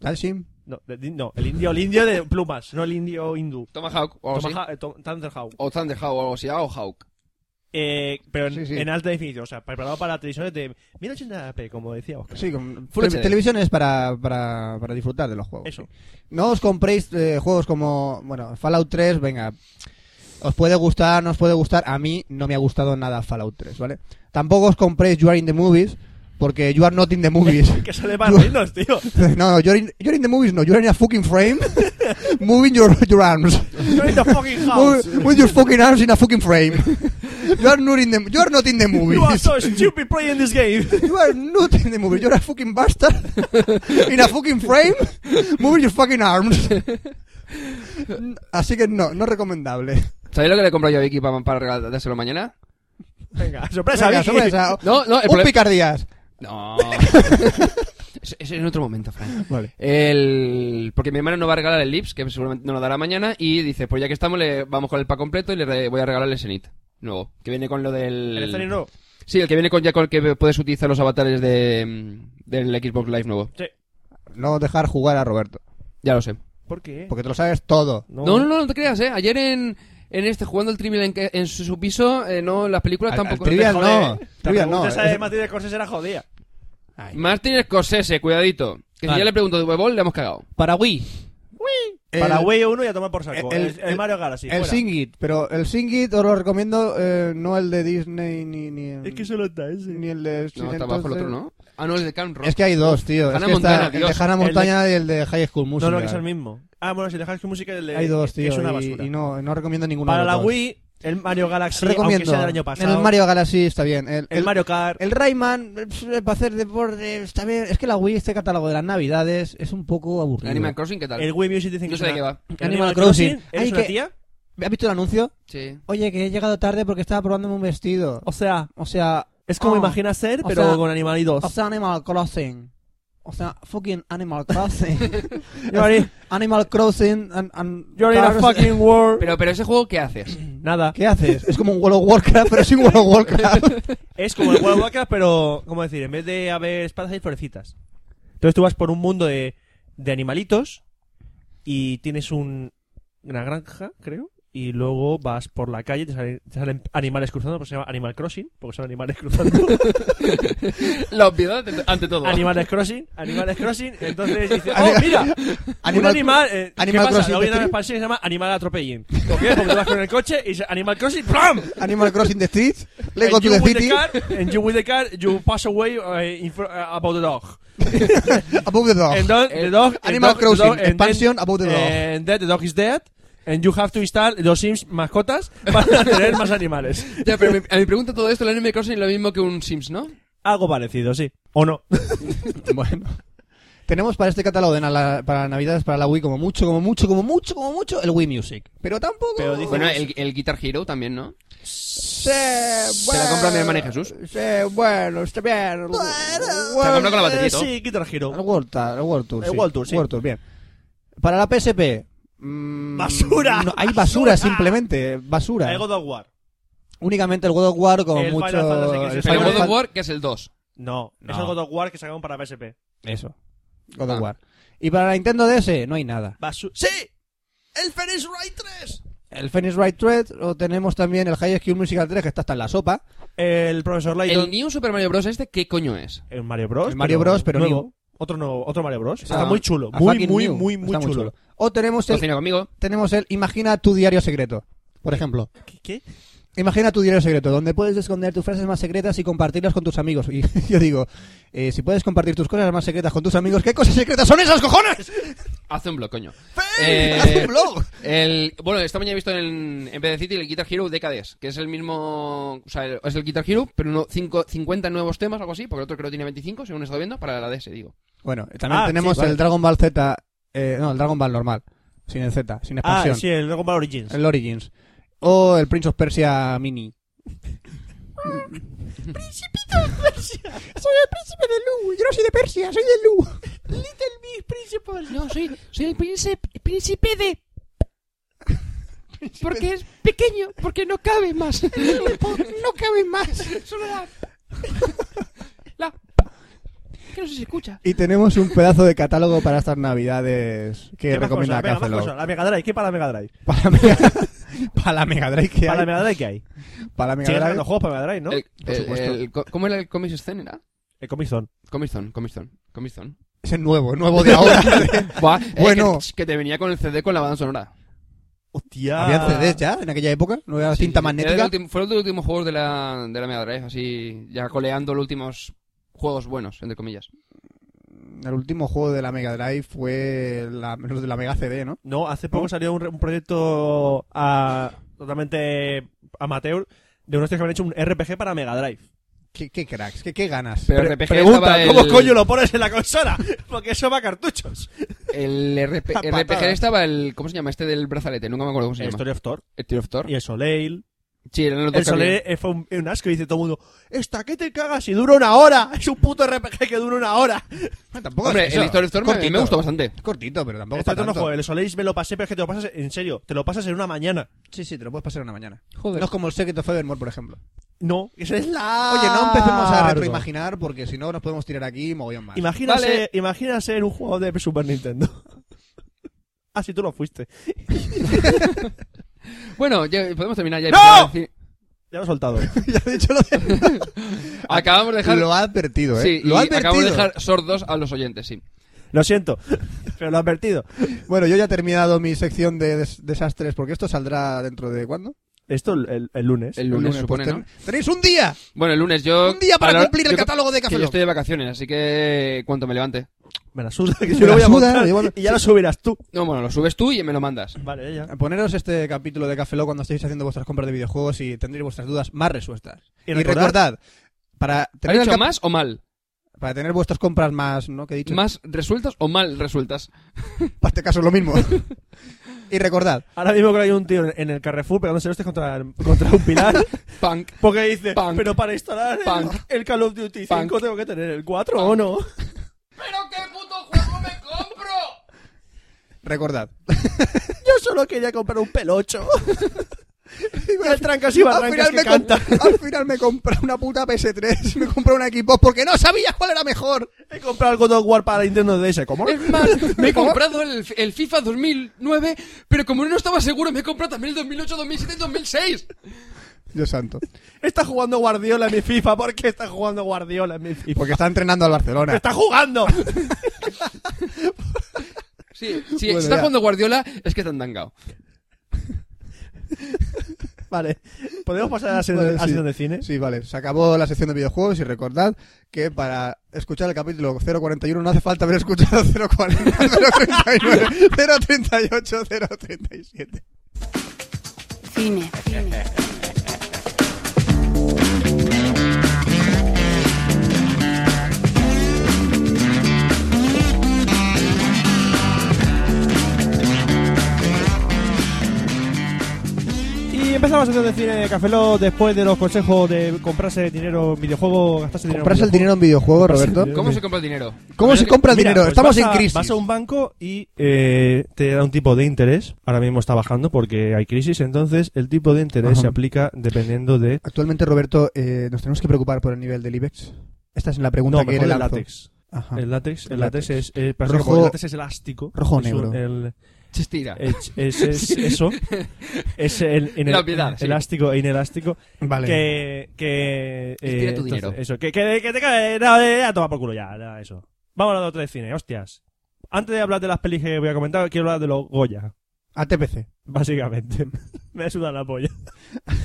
Speaker 6: Tal sim.
Speaker 3: No, de- no, el indio, el indio de plumas, no el indio hindú.
Speaker 1: Tomahawk
Speaker 6: Oh,
Speaker 1: o algo así.
Speaker 3: Tomaha- eh, Tom- Thunderhawk.
Speaker 1: O Thunderhawk o algo así. ah, O Hawk.
Speaker 3: Eh, pero en,
Speaker 6: Sí, sí.
Speaker 3: en alta definición, o sea, preparado para televisiones de 1080p, como decía Oscar.
Speaker 6: Sí, con
Speaker 1: Full
Speaker 6: te-
Speaker 1: HD.
Speaker 6: televisiones para, para, para disfrutar de los juegos.
Speaker 3: Eso.
Speaker 6: No os compréis eh, juegos como, bueno, Fallout 3, venga. Os puede gustar, no os puede gustar. A mí no me ha gustado nada Fallout 3, ¿vale? Tampoco os compréis You Are in the Movies, porque You Are Not in the Movies.
Speaker 3: Que sale para reírnos, tío.
Speaker 6: No, no, you're in, you're in the movies, no, you're in a fucking frame, moving your, your arms.
Speaker 3: You're in the fucking house.
Speaker 6: Move- With your fucking arms in a fucking frame. You are not in the, you are not in the movies.
Speaker 3: You are so stupid playing this game.
Speaker 6: You are not in the movies, you're a fucking bastard, in a fucking frame, moving your fucking arms. Así que no, no recomendable.
Speaker 1: ¿Sabéis lo que le compro yo a Vicky para, para regalárselo mañana?
Speaker 3: Venga, sorpresa,
Speaker 6: Venga,
Speaker 3: Vicky.
Speaker 6: sorpresa.
Speaker 1: No, no, el
Speaker 6: Un
Speaker 1: problema-
Speaker 6: picardías.
Speaker 1: No. es, es en otro momento, Frank.
Speaker 6: Vale.
Speaker 1: El... Porque mi hermano no va a regalar el Lips, que seguramente no lo dará mañana, y dice, pues ya que estamos, le vamos con el pack completo y le re- voy a regalar el Zenith. Nuevo. Que viene con lo del...
Speaker 3: El escenario nuevo.
Speaker 1: Sí, el que viene con ya con el que puedes utilizar los avatares de, mm, del Xbox Live nuevo.
Speaker 3: Sí.
Speaker 6: No dejar jugar a Roberto,
Speaker 1: Ya lo sé.
Speaker 3: ¿Por qué?
Speaker 6: porque te lo sabes todo.
Speaker 1: No, no, no, no te creas, ¿eh? Ayer en, en este, jugando el Trivial en, que- en su, su piso, eh, no, las películas
Speaker 6: Al-
Speaker 1: tampoco...
Speaker 6: al Trivial no,
Speaker 3: ¿eh? La
Speaker 6: trivial no.
Speaker 3: pregunta esa de
Speaker 6: es-
Speaker 3: Matilde Corsés era jodida.
Speaker 1: Martin Scorsese, cuidadito. Que si
Speaker 6: Vale.
Speaker 1: ya le pregunto de huevón, le hemos cagado.
Speaker 6: Para Wii.
Speaker 3: Para Wii 1 ya toma por saco.
Speaker 6: el-
Speaker 3: El, el Mario Galaxy.
Speaker 6: el
Speaker 3: fuera.
Speaker 6: Singit, pero el Singit os lo recomiendo, eh, no el de Disney ni, ni, el-
Speaker 3: Es que solo está ese.
Speaker 6: ni el de.
Speaker 1: No, está abajo el otro, ¿no? Ah, no, el de Camp Rock.
Speaker 6: Es que hay dos, tío. Es
Speaker 1: Hannah
Speaker 6: que está
Speaker 1: Montana,
Speaker 6: el
Speaker 1: Dios.
Speaker 6: de Hannah
Speaker 3: El de-
Speaker 6: Montana y el de High School
Speaker 3: No,
Speaker 6: Musical.
Speaker 3: no, que es el mismo. Ah, bueno, si le dejas que música el de-
Speaker 6: Hay dos,
Speaker 3: que
Speaker 6: tío.
Speaker 3: Es una
Speaker 6: y-
Speaker 3: basura.
Speaker 6: Y, no, no recomiendo ninguno
Speaker 3: Para
Speaker 6: de los
Speaker 3: la
Speaker 6: dos.
Speaker 3: Wii, el Mario Galaxy, aunque
Speaker 6: recomiendo.
Speaker 3: sea del año pasado.
Speaker 6: El Mario Galaxy está bien. El,
Speaker 3: el Mario Kart.
Speaker 6: el Rayman, eh, para hacer deporte, está bien. Es que la Wii, este catálogo de las navidades, es un poco aburrido.
Speaker 1: Animal Crossing, ¿qué tal?
Speaker 3: El Wii Music dicen que
Speaker 1: No sé
Speaker 3: es
Speaker 1: de qué
Speaker 3: una-
Speaker 1: va.
Speaker 3: que
Speaker 6: Animal Crossing.
Speaker 3: ¿Eres
Speaker 6: Ay,
Speaker 3: una
Speaker 6: que-
Speaker 3: tía?
Speaker 6: ¿Has visto el anuncio?
Speaker 1: Sí.
Speaker 6: Oye, que he llegado tarde porque estaba probándome un vestido.
Speaker 3: O sea,
Speaker 6: O sea,
Speaker 3: es como
Speaker 6: Oh.
Speaker 3: imagina ser,
Speaker 6: O
Speaker 3: pero
Speaker 6: sea-
Speaker 3: con animalitos.
Speaker 6: O sea, Animal Crossing. O sea, fucking Animal Crossing.
Speaker 3: Yo haré-
Speaker 6: Animal Crossing and, and
Speaker 3: You're in a
Speaker 6: cars.
Speaker 3: fucking world.
Speaker 1: Pero, pero ese juego, ¿qué haces?
Speaker 3: Nada.
Speaker 6: ¿Qué haces? Es como un World of Warcraft, pero sin World of Warcraft.
Speaker 3: Es como el World of Warcraft, pero, ¿cómo decir? En vez de haber espadas, hay florecitas. Entonces tú vas por un mundo de, de animalitos y tienes un, una granja, creo, y luego vas por la calle, te salen, te salen animales cruzando, pues se llama Animal Crossing, porque son animales cruzando.
Speaker 1: La obviedad ante- ante todo.
Speaker 3: animales Crossing, Animales Crossing, entonces dices, ¡oh, mira! un
Speaker 6: Animal-
Speaker 3: animal, eh,
Speaker 6: Animal
Speaker 3: ¿qué pasa?
Speaker 6: Crossing
Speaker 3: Luego viene
Speaker 6: Street.
Speaker 3: una expansión que se llama Animal Atropelling. ¿Por qué? Porque tú vas con el coche y se- Animal Crossing, ¡plam!
Speaker 6: Animal Crossing the Streets, Lego
Speaker 3: And
Speaker 6: to
Speaker 3: you
Speaker 6: the
Speaker 3: with
Speaker 6: City,
Speaker 3: the car, and you with the car, you pass away eh, in fr- eh, about the dog.
Speaker 6: Above the Dog.
Speaker 3: And then the dog, and
Speaker 6: Eh, Animal
Speaker 3: dog- the
Speaker 6: Crossing,
Speaker 3: dog- and
Speaker 6: expansion
Speaker 3: then-
Speaker 6: about the dog.
Speaker 3: And then the dog is dead. And you have to install los Sims mascotas para tener más animales.
Speaker 1: Ya, pero mi- a mi pregunta todo esto, el anime Crossing es lo mismo que un Sims, ¿no?
Speaker 3: Algo parecido, sí. ¿O no?
Speaker 6: Pues, Bueno. Tenemos para este catálogo de nala- para Navidades, para la Wii, como mucho, como mucho, como mucho, como mucho, el Wii Music. Pero tampoco...
Speaker 3: Pero dice-
Speaker 1: Bueno, el, el Guitar Hero también, ¿no?
Speaker 6: Sí,
Speaker 1: Te la compra mi hermana y Jesús.
Speaker 6: Sí, bueno, está bien.
Speaker 1: Te la compro con la batería.
Speaker 3: Eh,
Speaker 1: y todo.
Speaker 3: sí, Guitar Hero.
Speaker 6: El World, Tour- el World Tour,
Speaker 3: El
Speaker 6: sí.
Speaker 3: World Tour, sí.
Speaker 6: bien. Para la PSP... mm,
Speaker 3: Basura.
Speaker 6: no, hay basura,
Speaker 3: Basura.
Speaker 6: simplemente. Basura.
Speaker 3: El Eh, God of War.
Speaker 6: Únicamente el God of War, como
Speaker 3: El Final
Speaker 6: mucho...
Speaker 3: Fantasy que se
Speaker 1: Pero
Speaker 3: Pero
Speaker 6: el Final
Speaker 1: el God
Speaker 6: Fan-
Speaker 1: of War, que es el 2.
Speaker 3: No, es
Speaker 6: No.
Speaker 3: el God of War que sacaron para PSP.
Speaker 6: Eso. God of
Speaker 1: Ah.
Speaker 6: War. Y para la Nintendo DS, no hay nada.
Speaker 3: Basu- ¡Sí! ¡El Phoenix Wright 3!
Speaker 6: El Phoenix Wright Thread, o tenemos también el High School Musical 3, que está hasta en la sopa.
Speaker 3: El Profesor Layton.
Speaker 1: El New Super Mario Bros. este, ¿qué coño es?
Speaker 3: El Mario Bros.
Speaker 6: El Mario Bros, pero
Speaker 3: nuevo.
Speaker 6: new.
Speaker 3: Otro nuevo, otro Mario Bros.
Speaker 6: Ah,
Speaker 3: Está muy chulo.
Speaker 6: a
Speaker 3: Muy,
Speaker 6: fucking
Speaker 3: muy,
Speaker 6: new.
Speaker 3: muy,
Speaker 6: Está
Speaker 3: muy chulo.
Speaker 6: O tenemos el,
Speaker 1: Cocina conmigo.
Speaker 6: tenemos el Imagina tu diario secreto, por ejemplo.
Speaker 3: ¿Qué? qué?
Speaker 6: Imagina tu diario secreto, donde puedes esconder tus frases más secretas y compartirlas con tus amigos. Y yo digo, eh, si puedes compartir tus cosas más secretas con tus amigos, ¿qué cosas secretas son esas cojones?
Speaker 1: Haz un blog, coño.
Speaker 6: ¡Eh!
Speaker 1: Eh,
Speaker 6: Haz un blog.
Speaker 1: El, bueno, esta mañana he visto en, en PC City el Guitar Hero DKDs, que es el mismo. O sea, el- es el Guitar Hero, pero uno, cinco- 50 nuevos temas, algo así, porque el otro creo que tiene 25, según he estado viendo, para la DS, digo.
Speaker 6: Bueno, eh, también
Speaker 3: Ah,
Speaker 6: tenemos
Speaker 3: sí, vale.
Speaker 6: el Dragon Ball Z, eh, no, el Dragon Ball normal, sin el Z, sin
Speaker 3: Ah,
Speaker 6: expansión.
Speaker 3: sí, el Dragon Ball Origins.
Speaker 6: El Origins. O el Prince of Persia Mini. Soy el príncipe de Lu. Yo no soy de Persia, soy de Lu. Little Big Principal.
Speaker 1: No, soy, soy el príncipe, príncipe de. Porque es pequeño, porque no cabe más.
Speaker 6: No cabe más.
Speaker 1: Solo la. La. Que no se escucha.
Speaker 6: Y tenemos un pedazo de catálogo para estas navidades
Speaker 3: ¿Qué
Speaker 6: que
Speaker 3: más
Speaker 6: recomienda
Speaker 3: cosas? Venga, más
Speaker 6: Cafelo.
Speaker 3: cosas. La Mega Drive. ¿Qué para la Mega Drive?
Speaker 6: Para, la Mega- para la Mega Drive que
Speaker 3: ¿Para la
Speaker 6: hay.
Speaker 3: Mega Drive qué hay?
Speaker 6: Para la Mega
Speaker 3: Siguen
Speaker 6: Drive.
Speaker 3: sacando juegos para Mega Drive, ¿no?
Speaker 1: El-
Speaker 3: Por supuesto.
Speaker 1: el- co- ¿Cómo era el Comic Scene? ¿Era?
Speaker 3: El Comic Zone.
Speaker 1: Comic Zone, Comic Zone, Comic Zone.
Speaker 6: Ese nuevo, nuevo de ahora.
Speaker 1: Buah, eh,
Speaker 6: Bueno.
Speaker 1: que, que te venía con el CD con la banda sonora.
Speaker 3: Hostia.
Speaker 6: ¿Había CDs ya en aquella época? ¿No había
Speaker 1: Sí,
Speaker 6: cinta
Speaker 1: sí. Era del
Speaker 6: magnética?
Speaker 1: último- Fue uno de los últimos juegos de la, de la Mega Drive, así, ya coleando los últimos juegos buenos, entre comillas.
Speaker 6: El último juego de la Mega Drive fue la, los de la Mega CD, ¿no?
Speaker 3: No, hace poco salió un, re- un proyecto ah, totalmente amateur de unos tíos que habían hecho un RPG para Mega Drive.
Speaker 6: ¿Qué, qué cracks? ¿Qué, qué ganas?
Speaker 1: Pero
Speaker 3: Pre-
Speaker 1: RPG
Speaker 3: pregunta,
Speaker 1: estaba
Speaker 3: ¿cómo
Speaker 1: el-
Speaker 3: coño lo pones en la consola? Porque eso va a cartuchos.
Speaker 1: El RP
Speaker 3: La patada.
Speaker 1: RPG estaba el. ¿Cómo se llama este del brazalete? Nunca me acuerdo cómo se
Speaker 3: El
Speaker 1: llama.
Speaker 3: Story of Thor
Speaker 1: El Tear of Thor.
Speaker 3: y el Soleil.
Speaker 1: Sí, eran los dos
Speaker 3: El
Speaker 1: que había.
Speaker 3: Soleil eh, fue un, un asco y dice todo el mundo, esta que te cagas y dura una hora. Es un puto RPG que dura una hora.
Speaker 6: Ah, tampoco
Speaker 1: Hombre,
Speaker 6: es
Speaker 1: el
Speaker 6: eso.
Speaker 1: Story of Thor me-
Speaker 6: Cortito.
Speaker 1: me gustó bastante.
Speaker 6: Cortito, pero tampoco
Speaker 3: Este
Speaker 6: para
Speaker 3: no
Speaker 6: tanto.
Speaker 3: juego, el Soleil me lo pasé, pero es que te lo pasas en serio, te lo pasas en una mañana.
Speaker 6: Sí, sí, te lo puedes pasar una mañana.
Speaker 1: Joder.
Speaker 6: No es como el Secret of Evermore, por ejemplo.
Speaker 3: No, esa es la.
Speaker 6: Oye, no empecemos a retroimaginar porque si no nos podemos tirar aquí mogollón más.
Speaker 3: Imagínase,
Speaker 1: Vale.
Speaker 3: imagínase en un juego de Super Nintendo. ah, si tú lo fuiste.
Speaker 1: Bueno, ya podemos terminar ya. y
Speaker 3: ¡No!
Speaker 1: pasar al cine.
Speaker 3: Ya lo he soltado.
Speaker 6: ya he dicho lo, de...
Speaker 1: Acabamos de dejar.
Speaker 6: Ah, lo ha advertido, ¿eh?
Speaker 1: Sí,
Speaker 6: lo ha
Speaker 1: y acabamos
Speaker 6: advertido.
Speaker 1: de dejar sordos a los oyentes, sí.
Speaker 3: lo siento, pero lo he advertido.
Speaker 6: Bueno, yo ya he terminado mi sección de des- desastres porque esto saldrá dentro de ¿cuándo?
Speaker 3: Esto el, el- el lunes.
Speaker 1: El lunes,
Speaker 6: pues
Speaker 1: supone,
Speaker 6: ten-
Speaker 1: ¿no?
Speaker 6: Tenéis un día,
Speaker 1: Bueno, el lunes yo.
Speaker 6: un día para
Speaker 1: ahora-
Speaker 6: cumplir el
Speaker 1: yo-
Speaker 6: catálogo de
Speaker 1: que
Speaker 6: Café
Speaker 1: yo
Speaker 6: Lock.
Speaker 1: estoy de vacaciones, así que cuanto me levante.
Speaker 3: Me la suda, que
Speaker 6: Me
Speaker 3: yo lo
Speaker 6: la
Speaker 3: voy a
Speaker 6: suda,
Speaker 3: montar
Speaker 6: lo llevo-
Speaker 3: y ya lo subirás tú.
Speaker 1: No, bueno, lo subes tú y me lo mandas.
Speaker 3: Vale, ya, ya.
Speaker 6: Poneros este capítulo de Café Lock cuando estéis haciendo vuestras compras de videojuegos y tendréis vuestras dudas más resueltas.
Speaker 3: Y
Speaker 6: recordad, para
Speaker 1: ¿Has
Speaker 6: tener, el
Speaker 1: dicho
Speaker 6: cap-
Speaker 1: más o mal?
Speaker 6: para tener vuestras compras más, ¿no? ¿Qué he dicho?
Speaker 1: ¿Más resueltas o mal resueltas?
Speaker 6: Para este caso lo mismo. y recordad,
Speaker 3: Ahora mismo creo que hay un tío en- en el Carrefour pegándose los contra, contra un pilar.
Speaker 1: Punk.
Speaker 3: Porque dice,
Speaker 1: Punk.
Speaker 3: pero para instalar el-
Speaker 1: Punk.
Speaker 3: El, Call of Duty 5
Speaker 1: Punk.
Speaker 3: tengo que tener el 4 o no.
Speaker 6: recordad.
Speaker 3: Yo solo quería comprar un pelocho.
Speaker 6: Y voy a
Speaker 3: trancas, trancas y
Speaker 6: al
Speaker 3: barrancas
Speaker 6: final,
Speaker 3: que
Speaker 6: me
Speaker 3: canta.
Speaker 6: comp- al final me compré una puta PS3, me compré una Xbox porque no sabía cuál era mejor.
Speaker 3: He comprado el God of War para Nintendo DS. ¿Cómo?
Speaker 1: Es más, me he comprado el, el FIFA 2009, pero como no estaba seguro, me he comprado también el 2008, 2007 y 2006.
Speaker 6: Dios santo.
Speaker 3: Está jugando Guardiola en mi FIFA. ¿Por qué está jugando Guardiola en mi FIFA?
Speaker 6: Porque está entrenando al Barcelona.
Speaker 3: ¡Está jugando!
Speaker 1: Sí, si
Speaker 6: Bueno,
Speaker 1: está
Speaker 6: ya.
Speaker 1: jugando Guardiola, es que te han dangado.
Speaker 3: Vale, podemos pasar a la sesión
Speaker 6: Vale,
Speaker 3: de- a la
Speaker 6: sí.
Speaker 3: sesión de cine.
Speaker 6: Sí, vale. Se acabó la sección de videojuegos y recordad que para escuchar el capítulo 041 no hace falta haber escuchado 040, 039, 038, 037.
Speaker 5: Cine. Cine.
Speaker 3: Y empezamos la sesión de cine de Cafeló después de los consejos de comprarse dinero en videojuego, gastarse dinero. en
Speaker 6: ¿Compras el
Speaker 3: videojuego.
Speaker 6: dinero en videojuegos,
Speaker 3: Comprarse el
Speaker 6: Roberto?
Speaker 3: dinero.
Speaker 1: ¿Cómo se compra el dinero?
Speaker 6: ¿Cómo se compra el
Speaker 3: Mira,
Speaker 6: dinero?
Speaker 3: pues
Speaker 6: Estamos
Speaker 3: vas
Speaker 6: en
Speaker 3: a-
Speaker 6: crisis.
Speaker 3: Vas a un banco y eh, te da un tipo de interés. Ahora mismo está bajando porque hay crisis. Entonces, el tipo de interés
Speaker 6: Ajá.
Speaker 3: se aplica dependiendo de.
Speaker 6: Actualmente, Roberto, eh, nos tenemos que preocupar por el nivel del IBEX. Esta es la pregunta
Speaker 3: No,
Speaker 6: que
Speaker 3: mejor
Speaker 6: le
Speaker 3: el
Speaker 6: lanzo.
Speaker 3: látex.
Speaker 6: Ajá.
Speaker 3: El látex. El
Speaker 6: El
Speaker 3: látex
Speaker 6: látex.
Speaker 3: es. eh, pasa que
Speaker 6: Rojo-
Speaker 3: como el látex es elástico.
Speaker 6: rojo o
Speaker 3: es un-
Speaker 6: negro.
Speaker 3: el-
Speaker 1: Se estira.
Speaker 3: es, es- es eso. Es el, en el-
Speaker 1: La piedad, sí.
Speaker 3: elástico e inelástico.
Speaker 6: Vale.
Speaker 3: Que. que eh,
Speaker 1: Estira tu
Speaker 3: entonces,
Speaker 1: dinero.
Speaker 3: Eso. Que, que, que te cae. No, eh, a tomar por culo ya. nada, eso. Vamos a hablar de otro de cine. Hostias. Antes de hablar de las pelis que voy a comentar, quiero hablar de los Goya.
Speaker 6: ATPC.
Speaker 3: Básicamente. Me ha sudado la polla.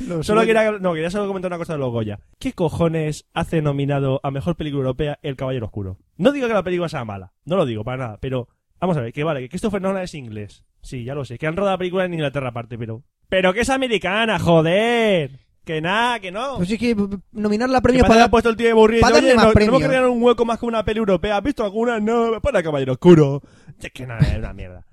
Speaker 6: Lo
Speaker 3: Solo
Speaker 6: suyo.
Speaker 3: quería, no, quería solo comentar una cosa de los Goya. ¿Qué cojones hace nominado a mejor película europea El Caballero Oscuro? No digo que la película sea mala, no lo digo para nada, pero vamos a ver, que vale, que Christopher Nolan es inglés. Sí, ya lo sé, que han rodado la película en Inglaterra aparte, pero. ¡Pero que es americana, joder! Que nada, que no.
Speaker 6: Pues sí que b- b- nominar la
Speaker 3: Que
Speaker 6: premio
Speaker 3: parece que
Speaker 6: para...
Speaker 3: ha puesto el tío de Burri
Speaker 6: para darle
Speaker 3: Oye,
Speaker 6: más
Speaker 3: no, tenemos que
Speaker 6: premio.
Speaker 3: crear un hueco más que una peli europea. ¿Has visto alguna? No, para Caballero Oscuro. Es que nada, es una mierda.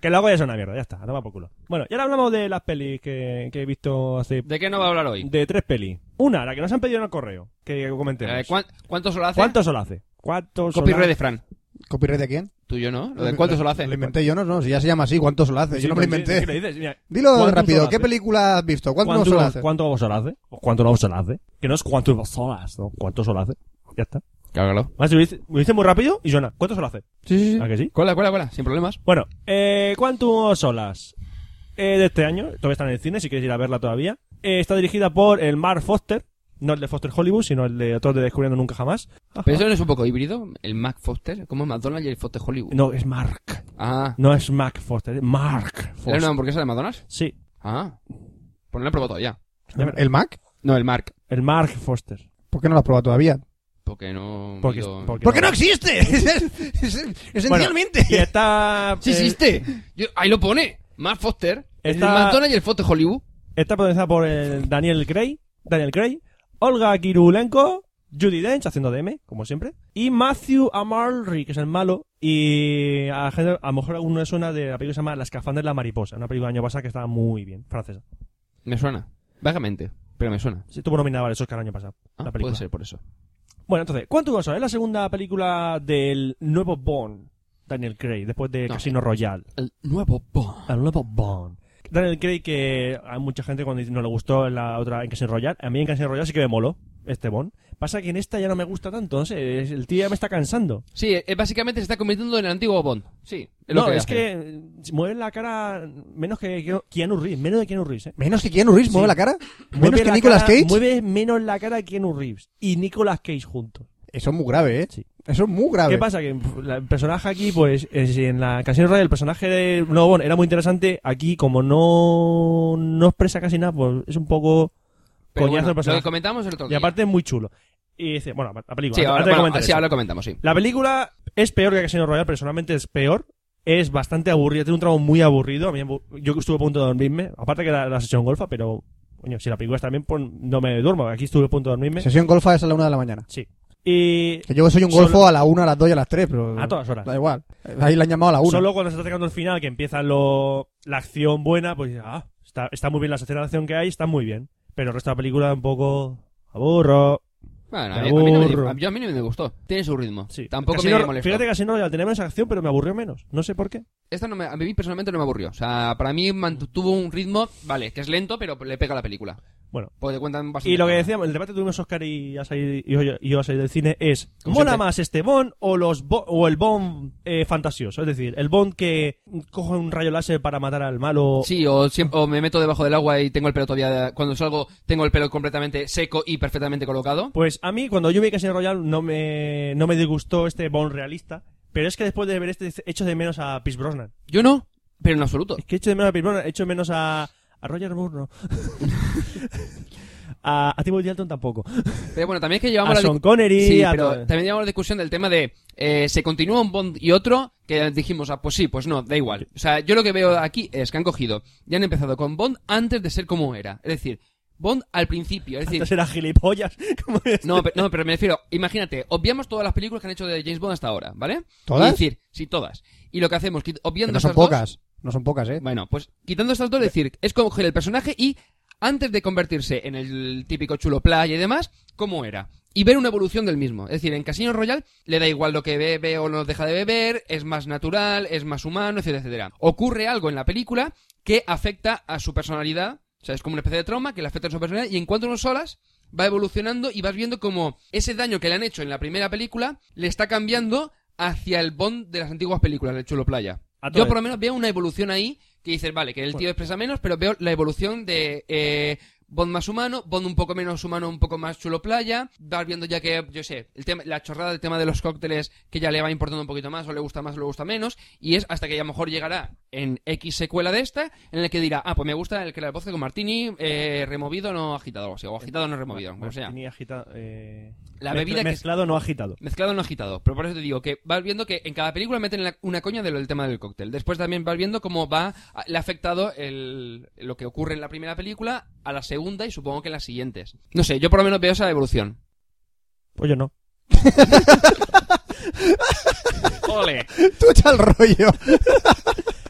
Speaker 3: Que luego ya es una mierda, ya está, a tomar por culo. Bueno, y ahora hablamos de las pelis que, que he visto hace
Speaker 1: ¿De qué no va a hablar hoy?
Speaker 3: de tres pelis. Una, la que nos han pedido en el correo, que comentemos.
Speaker 1: Eh, ¿cuán- ¿Cuánto solo hace?
Speaker 3: ¿Cuánto solo hace? ¿Cuánto solo
Speaker 1: Copyright
Speaker 3: hace?
Speaker 1: de Fran.
Speaker 6: ¿Copyright de quién?
Speaker 1: Tuyo, ¿no? Lo de ¿Cuánto solo hace?
Speaker 6: Lo inventé yo, no, no, si ya se llama así, ¿cuánto solo hace?
Speaker 3: Sí,
Speaker 6: yo no me lo
Speaker 3: pues, sí,
Speaker 6: inventé.
Speaker 3: ¿qué le dices? Mira,
Speaker 6: Dilo
Speaker 3: ¿Cuánto
Speaker 6: rápido,
Speaker 3: solo
Speaker 6: ¿qué
Speaker 3: hace?
Speaker 6: película has visto? ¿Cuánto,
Speaker 3: ¿Cuánto,
Speaker 6: solo hace?
Speaker 3: ¿Cuánto solo hace? ¿O ¿Cuánto no solo hace? Que no es cuánto solo hace, ¿no? ¿Cuánto solo hace? Ya está.
Speaker 1: Cárgalo.
Speaker 3: Más, lo dice lo dice muy rápido y suena. ¿Cuánto solo hace?
Speaker 1: Sí, sí,
Speaker 3: ¿A que sí?
Speaker 1: Cola, cola, cola. Sin problemas.
Speaker 3: Bueno, eh, ¿cuánto solas? Eh, de este año, todavía está en el cine, si quieres ir a verla todavía. Eh, está dirigida por el Mark Foster, no el de Foster Hollywood, sino el de otro de Descubriendo Nunca Jamás.
Speaker 1: Pero eso no es un poco híbrido. El Mac Foster. ¿Cómo es McDonald's y el Foster Hollywood?
Speaker 3: Ah, No, es Mark.
Speaker 1: Ah.
Speaker 3: No es Mac Foster, es Mark
Speaker 1: ¿Era una
Speaker 3: Foster.
Speaker 1: hamburguesa de McDonald's?
Speaker 3: Sí,
Speaker 1: Ah. Pues no lo he probado todavía.
Speaker 3: Ya verás.
Speaker 6: ¿El Mac?
Speaker 1: No, el Mark.
Speaker 3: El Mark Foster.
Speaker 6: ¿Por qué no lo has probado todavía?
Speaker 1: Porque no...
Speaker 3: Porque,
Speaker 1: digo-
Speaker 3: porque
Speaker 6: ¡Porque no existe! Es- es- es- Esencialmente.
Speaker 3: Y está,
Speaker 1: Sí
Speaker 3: eh,
Speaker 1: existe. Yo- ahí lo pone. Mark Foster.
Speaker 3: Está-
Speaker 1: El McDonald's y el Foster Hollywood.
Speaker 3: está protagonizada por el Daniel Gray, Daniel Gray, Olga Kirulenko, Judy Dench haciendo DM, como siempre, y Matthew Amalric, que es el malo, y a, la gente- a lo mejor a alguno le suena de la película que se llama La escafandra de la mariposa, una película del año pasado que estaba muy bien, francesa.
Speaker 1: Me suena. Vagamente. Pero me suena.
Speaker 3: Sí, tuvo nominada al Oscar el año pasado.
Speaker 1: Ah, puede
Speaker 3: la película.
Speaker 1: ser por eso.
Speaker 3: Bueno, entonces, ¿cuánto cosa? Es la segunda película del nuevo Bond, Daniel Craig, después de
Speaker 1: No.
Speaker 3: Casino Royale.
Speaker 1: El nuevo Bond.
Speaker 3: Al nuevo Bond. Daniel Craig que a mucha gente cuando dice no le gustó en la otra en Casino Royale. A mí en Casino Royale sí que me moló este Bond. Pasa que en esta ya no me gusta tanto, no sé, es- el tío ya me está cansando.
Speaker 1: Sí, eh, básicamente se está convirtiendo en el antiguo Bond. Sí. Es
Speaker 3: no,
Speaker 1: lo que
Speaker 3: es
Speaker 1: hace.
Speaker 3: que eh, mueve la cara menos que Keanu Reeves, menos de Keanu Reeves, eh.
Speaker 6: ¿Menos que Keanu Reeves mueve
Speaker 3: Sí.
Speaker 6: la cara?
Speaker 3: Mueve
Speaker 6: ¿Menos que
Speaker 3: la
Speaker 6: Nicolas
Speaker 3: cara-
Speaker 6: Cage?
Speaker 3: Mueve menos la cara que Keanu Reeves y Nicolas Cage juntos.
Speaker 6: Eso es muy grave, ¿eh?
Speaker 3: Sí.
Speaker 6: Eso es muy grave.
Speaker 3: ¿Qué pasa? Que pff, la- el personaje aquí, pues, es- en la Casino Royale, el personaje de No Bond era muy interesante. Aquí, como no, no expresa casi nada, pues es un poco
Speaker 1: Pero
Speaker 3: coñazo
Speaker 1: bueno,
Speaker 3: el personaje.
Speaker 1: Lo que comentamos el otro
Speaker 3: Y
Speaker 1: día.
Speaker 3: aparte es muy chulo. Y dice, bueno, la película.
Speaker 1: Sí,
Speaker 3: antes
Speaker 1: ahora,
Speaker 3: de
Speaker 1: bueno,
Speaker 3: comentar
Speaker 1: sí,
Speaker 3: eso.
Speaker 1: ahora lo comentamos, sí.
Speaker 3: La película es peor que Casino Royale, personalmente es peor. Es bastante aburrida, tiene un tramo muy aburrido. A mí, me abu- yo estuve a punto de dormirme. Aparte que era la sesión golfa, pero, coño, si la película está bien, pues no me duermo. Aquí estuve a punto de dormirme.
Speaker 6: Sesión golfa es a la una de la mañana.
Speaker 3: Sí. Y
Speaker 6: Que yo soy un
Speaker 3: Solo-
Speaker 6: golfo a la una, a las dos y a las tres, pero...
Speaker 3: a todas horas.
Speaker 6: Da igual. Ahí la han llamado a la una.
Speaker 3: Solo cuando se está acercando el final, que empieza lo- la acción buena, pues ah, está, está muy bien la escenas de acción que hay, está muy bien. Pero el resto de la película un poco aburro.
Speaker 1: Bueno,
Speaker 3: Me
Speaker 1: a mí, a mí no me-
Speaker 3: aburro.
Speaker 1: a- yo a mí no me gustó. Tiene su ritmo.
Speaker 3: Sí.
Speaker 1: Tampoco
Speaker 3: Casino-
Speaker 1: me molestó.
Speaker 3: Fíjate que Casino Royale tenía menos acción, pero me aburrió menos. No sé por qué.
Speaker 1: Esta no me- a mí personalmente no me aburrió. O sea, para mí mantuvo un ritmo, vale, que es lento, pero le pega a la película.
Speaker 3: Bueno.
Speaker 1: Porque te cuentan bastante.
Speaker 3: Y lo que
Speaker 1: cosas.
Speaker 3: decíamos, el debate que tuvimos Oscar y, a salir- y yo, y yo a salir del cine es
Speaker 1: Como
Speaker 3: ¿Mola
Speaker 1: siempre.
Speaker 3: más este Bond o los Bo- o el Bond eh, fantasioso? Es decir, el Bond que coge un rayo láser para matar al malo.
Speaker 1: Sí, o, siempre, o me meto debajo del agua y tengo el pelo todavía. Cuando salgo, tengo el pelo completamente seco y perfectamente colocado.
Speaker 3: Pues a mí, cuando yo vi Casino Royale, no me, no me disgustó este Bond realista. Pero es que después de ver este, echo de menos a Pierce Brosnan.
Speaker 1: Yo no, pero en absoluto.
Speaker 3: Es que echo de menos a Pierce Brosnan, echo de menos a, a Roger Moore, no. a, a Timothy Dalton tampoco.
Speaker 1: Pero bueno, también es que llevamos
Speaker 3: A
Speaker 1: la di-
Speaker 3: Sean Connery,
Speaker 1: Sí,
Speaker 3: a
Speaker 1: pero
Speaker 3: todo.
Speaker 1: también llevamos la discusión del tema de eh, se continúa un Bond y otro que dijimos, ah, pues sí, pues no, da igual. O sea, yo lo que veo aquí es que han cogido y han empezado con Bond antes de ser como era. Es decir, Bond al principio, es decir,
Speaker 3: Antes era gilipollas. como este.
Speaker 1: no, pero, no, pero me refiero, imagínate, obviamos todas las películas que han hecho de James Bond hasta ahora, ¿vale?
Speaker 6: ¿Todas?
Speaker 1: Es decir, sí, todas. Y lo que hacemos, quit-
Speaker 6: Que
Speaker 1: obviando
Speaker 6: no son
Speaker 1: estas dos-
Speaker 6: pocas. No son pocas, ¿eh?
Speaker 1: bueno, pues quitando estas dos, es decir, es coger el personaje y antes de convertirse en el típico chulo playa y demás, ¿cómo era? Y ver una evolución del mismo. Es decir, en Casino Royale le da igual lo que bebe o no deja de beber, es más natural, es más humano, etcétera, etcétera. Ocurre algo en la película que afecta a su personalidad, o sea, es como una especie de trauma que le afecta a su personalidad y en cuanto a unos solas va evolucionando y vas viendo como ese daño que le han hecho en la primera película le está cambiando hacia el Bond de las antiguas películas, el chulo playa.
Speaker 3: A todo
Speaker 1: Yo por
Speaker 3: esto.
Speaker 1: lo menos veo una evolución ahí que dices, vale, que el tío expresa menos, pero veo la evolución de eh, Bond más humano, Bond un poco menos humano, un poco más chulo playa. Vas viendo ya que, yo sé, el tema, la chorrada del tema de los cócteles que ya le va importando un poquito más, o le gusta más o le gusta menos. Y es hasta que a lo mejor llegará en X secuela de esta, en el que dirá, ah, pues me gusta el que la voz con Martini, eh, removido, no agitado, algo así, o agitado, no removido, como sea.
Speaker 3: Martini agita- eh,
Speaker 1: La
Speaker 3: mezcla-
Speaker 1: bebida que-
Speaker 3: mezclado no agitado.
Speaker 1: Mezclado no agitado. Pero por eso te digo que vas viendo que en cada película meten la- una coña de lo del tema del cóctel. Después también vas viendo cómo va, le ha afectado el, lo que ocurre en la primera película a la segunda y supongo que en las siguientes. No sé, yo por lo menos veo esa evolución.
Speaker 3: Pues yo no.
Speaker 1: ¡Ole!
Speaker 6: Tú echa el rollo.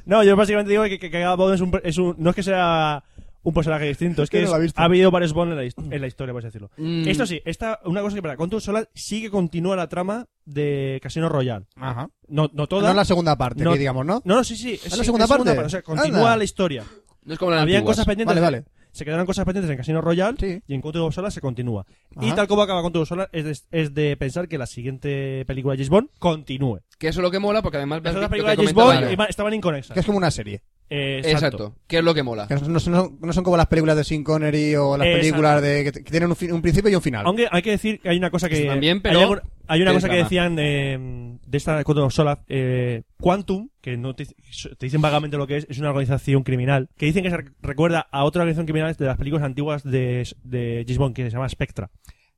Speaker 3: No, yo básicamente digo que, que cada Bond es un, es un- No es que sea un personaje distinto, es que
Speaker 6: Yo no la he
Speaker 3: es-
Speaker 6: visto.
Speaker 3: ha habido varios Bond en la, his- en la historia, por así decirlo.
Speaker 1: Mm.
Speaker 3: Esto sí, esta, una cosa que para Contour Solar sí que continúa la trama de Casino Royale.
Speaker 6: Ajá.
Speaker 3: No, no
Speaker 6: Ah. No
Speaker 3: toda.
Speaker 6: en la segunda parte,
Speaker 3: No.
Speaker 6: que digamos, ¿no?
Speaker 3: No, no, sí, sí.
Speaker 6: ¿Es
Speaker 3: sí,
Speaker 6: la segunda
Speaker 3: es segunda
Speaker 6: parte?
Speaker 3: parte, O sea, continúa
Speaker 6: Anda.
Speaker 3: la historia.
Speaker 1: Mm, No es como la
Speaker 3: Habían cosas pendientes.
Speaker 6: Vale, vale.
Speaker 3: Se quedaron cosas pendientes en Casino Royale
Speaker 6: Sí.
Speaker 3: y en Contour Solar se continúa. Y
Speaker 6: Ajá.
Speaker 3: tal como acaba Contour Solar es de, es de pensar que la siguiente película de James Bond continúe.
Speaker 1: Que eso es lo que mola porque además
Speaker 3: Las
Speaker 1: ves
Speaker 3: otras
Speaker 1: lo
Speaker 3: películas
Speaker 1: que
Speaker 3: de James
Speaker 1: comentaba
Speaker 3: Bond
Speaker 1: yo.
Speaker 3: iba- estaban inconexas.
Speaker 6: Que es como una serie.
Speaker 3: Eh,
Speaker 1: Exacto. Que es lo que mola.
Speaker 6: Que no, son- no son- no son como las películas de Sean Connery o las
Speaker 3: Exacto.
Speaker 6: películas de que que tienen un, fin- un principio y un final.
Speaker 3: Aunque hay que decir que hay una cosa que.
Speaker 1: Están bien, pero
Speaker 3: Hay, alguna- hay una
Speaker 1: tiene
Speaker 3: cosa que
Speaker 1: trama.
Speaker 3: decían eh, de esta consola, eh, Quantum, que no te, te dicen vagamente lo que es, es una organización criminal, que dicen que se re- recuerda a otra organización criminal de las películas antiguas de, de James Bond, que se llama Spectra.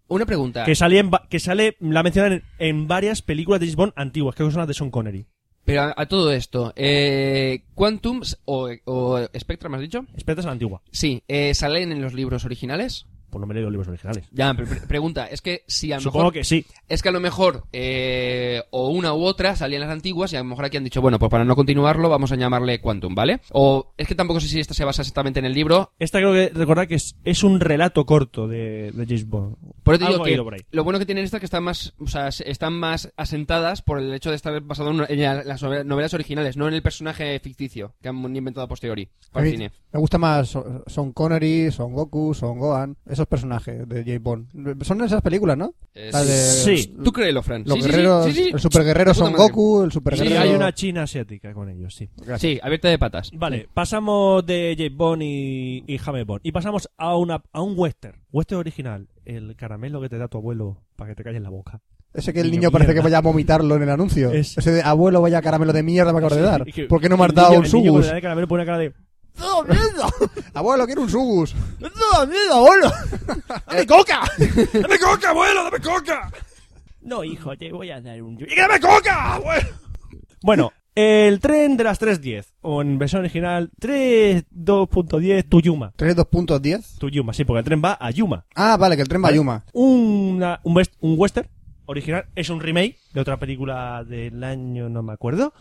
Speaker 1: Una pregunta.
Speaker 3: Que, sale en va- que sale, la mencionan en, en varias películas de James Bond antiguas, creo que son las de Sean Connery.
Speaker 1: Pero a, a todo esto, eh, Quantum o, o Spectra, ¿me has dicho?
Speaker 3: Spectra es la antigua,
Speaker 1: Sí, eh, ¿salen en los libros originales?
Speaker 3: por no me he leído los libros originales.
Speaker 1: Ya, pre- pre- pregunta, es que si a lo
Speaker 3: Supongo
Speaker 1: mejor
Speaker 3: que sí.
Speaker 1: Es que a lo mejor eh, o una u otra salían las antiguas y a lo mejor aquí han dicho, bueno, pues para no continuarlo vamos a llamarle Quantum, ¿vale? O es que tampoco sé si esta se basa exactamente en el libro.
Speaker 3: Esta creo que recordar que es, es un relato corto de, de James Bond.
Speaker 1: Por eso te
Speaker 3: Algo ha ido
Speaker 1: digo
Speaker 3: por ahí.
Speaker 1: que lo bueno que tienen estas es que están más, o sea, se- están más asentadas por el hecho de estar basado en, una- en la- las nove- novelas originales, no en el personaje ficticio que han inventado a posteriori
Speaker 6: A
Speaker 1: para
Speaker 6: mí
Speaker 1: el cine.
Speaker 6: me gusta más Son Son Connery, Son Goku, Son Gohan, esos personajes de James Bond. Son esas películas, ¿no?
Speaker 1: Eh,
Speaker 6: Las Ah, de-
Speaker 3: Sí.
Speaker 1: Tú créelo, Fran.
Speaker 6: Los
Speaker 1: sí, sí, sí,
Speaker 6: guerreros,
Speaker 1: sí, sí.
Speaker 6: el superguerrero
Speaker 1: Puta
Speaker 6: Son
Speaker 1: madre.
Speaker 6: Goku, el
Speaker 3: Sí,
Speaker 6: superguerrero...
Speaker 3: hay una china asiática con ellos, sí.
Speaker 1: Sí, abierta de patas.
Speaker 3: Vale, pasamos de James Bond y, y James Bond. Y pasamos a, una, a un western. Western original. El caramelo que te da tu abuelo para que te calles la boca.
Speaker 6: Ese que el
Speaker 3: Niño
Speaker 6: niño parece
Speaker 3: mierda.
Speaker 6: que vaya a vomitarlo en el anuncio.
Speaker 3: Es-
Speaker 6: Ese de abuelo vaya caramelo de mierda me acabo de dar.
Speaker 3: Y que-
Speaker 6: ¿Por qué no me
Speaker 3: el
Speaker 6: has dado
Speaker 3: niño-
Speaker 6: un
Speaker 3: el niño cuando
Speaker 6: sugus?
Speaker 3: le da el caramelo pone una cara de...
Speaker 6: abuelo, quiero un sugus. abuelo. ¡Dame coca!
Speaker 3: ¡Dame coca, abuelo! ¡Dame coca! No, hijo, te voy a dar un... ¡Y que dame coca, abuelo! Bueno, el tren de las 3.10. O en versión original, 3.2.10 Tuyuma.
Speaker 6: 3.2.10.
Speaker 3: Tuyuma, sí, porque el tren va a Yuma.
Speaker 6: Ah, vale, que el tren va a
Speaker 3: ¿Vale?
Speaker 6: Yuma.
Speaker 3: Una- un, west- un western original. Es un remake de otra película del año, no me acuerdo.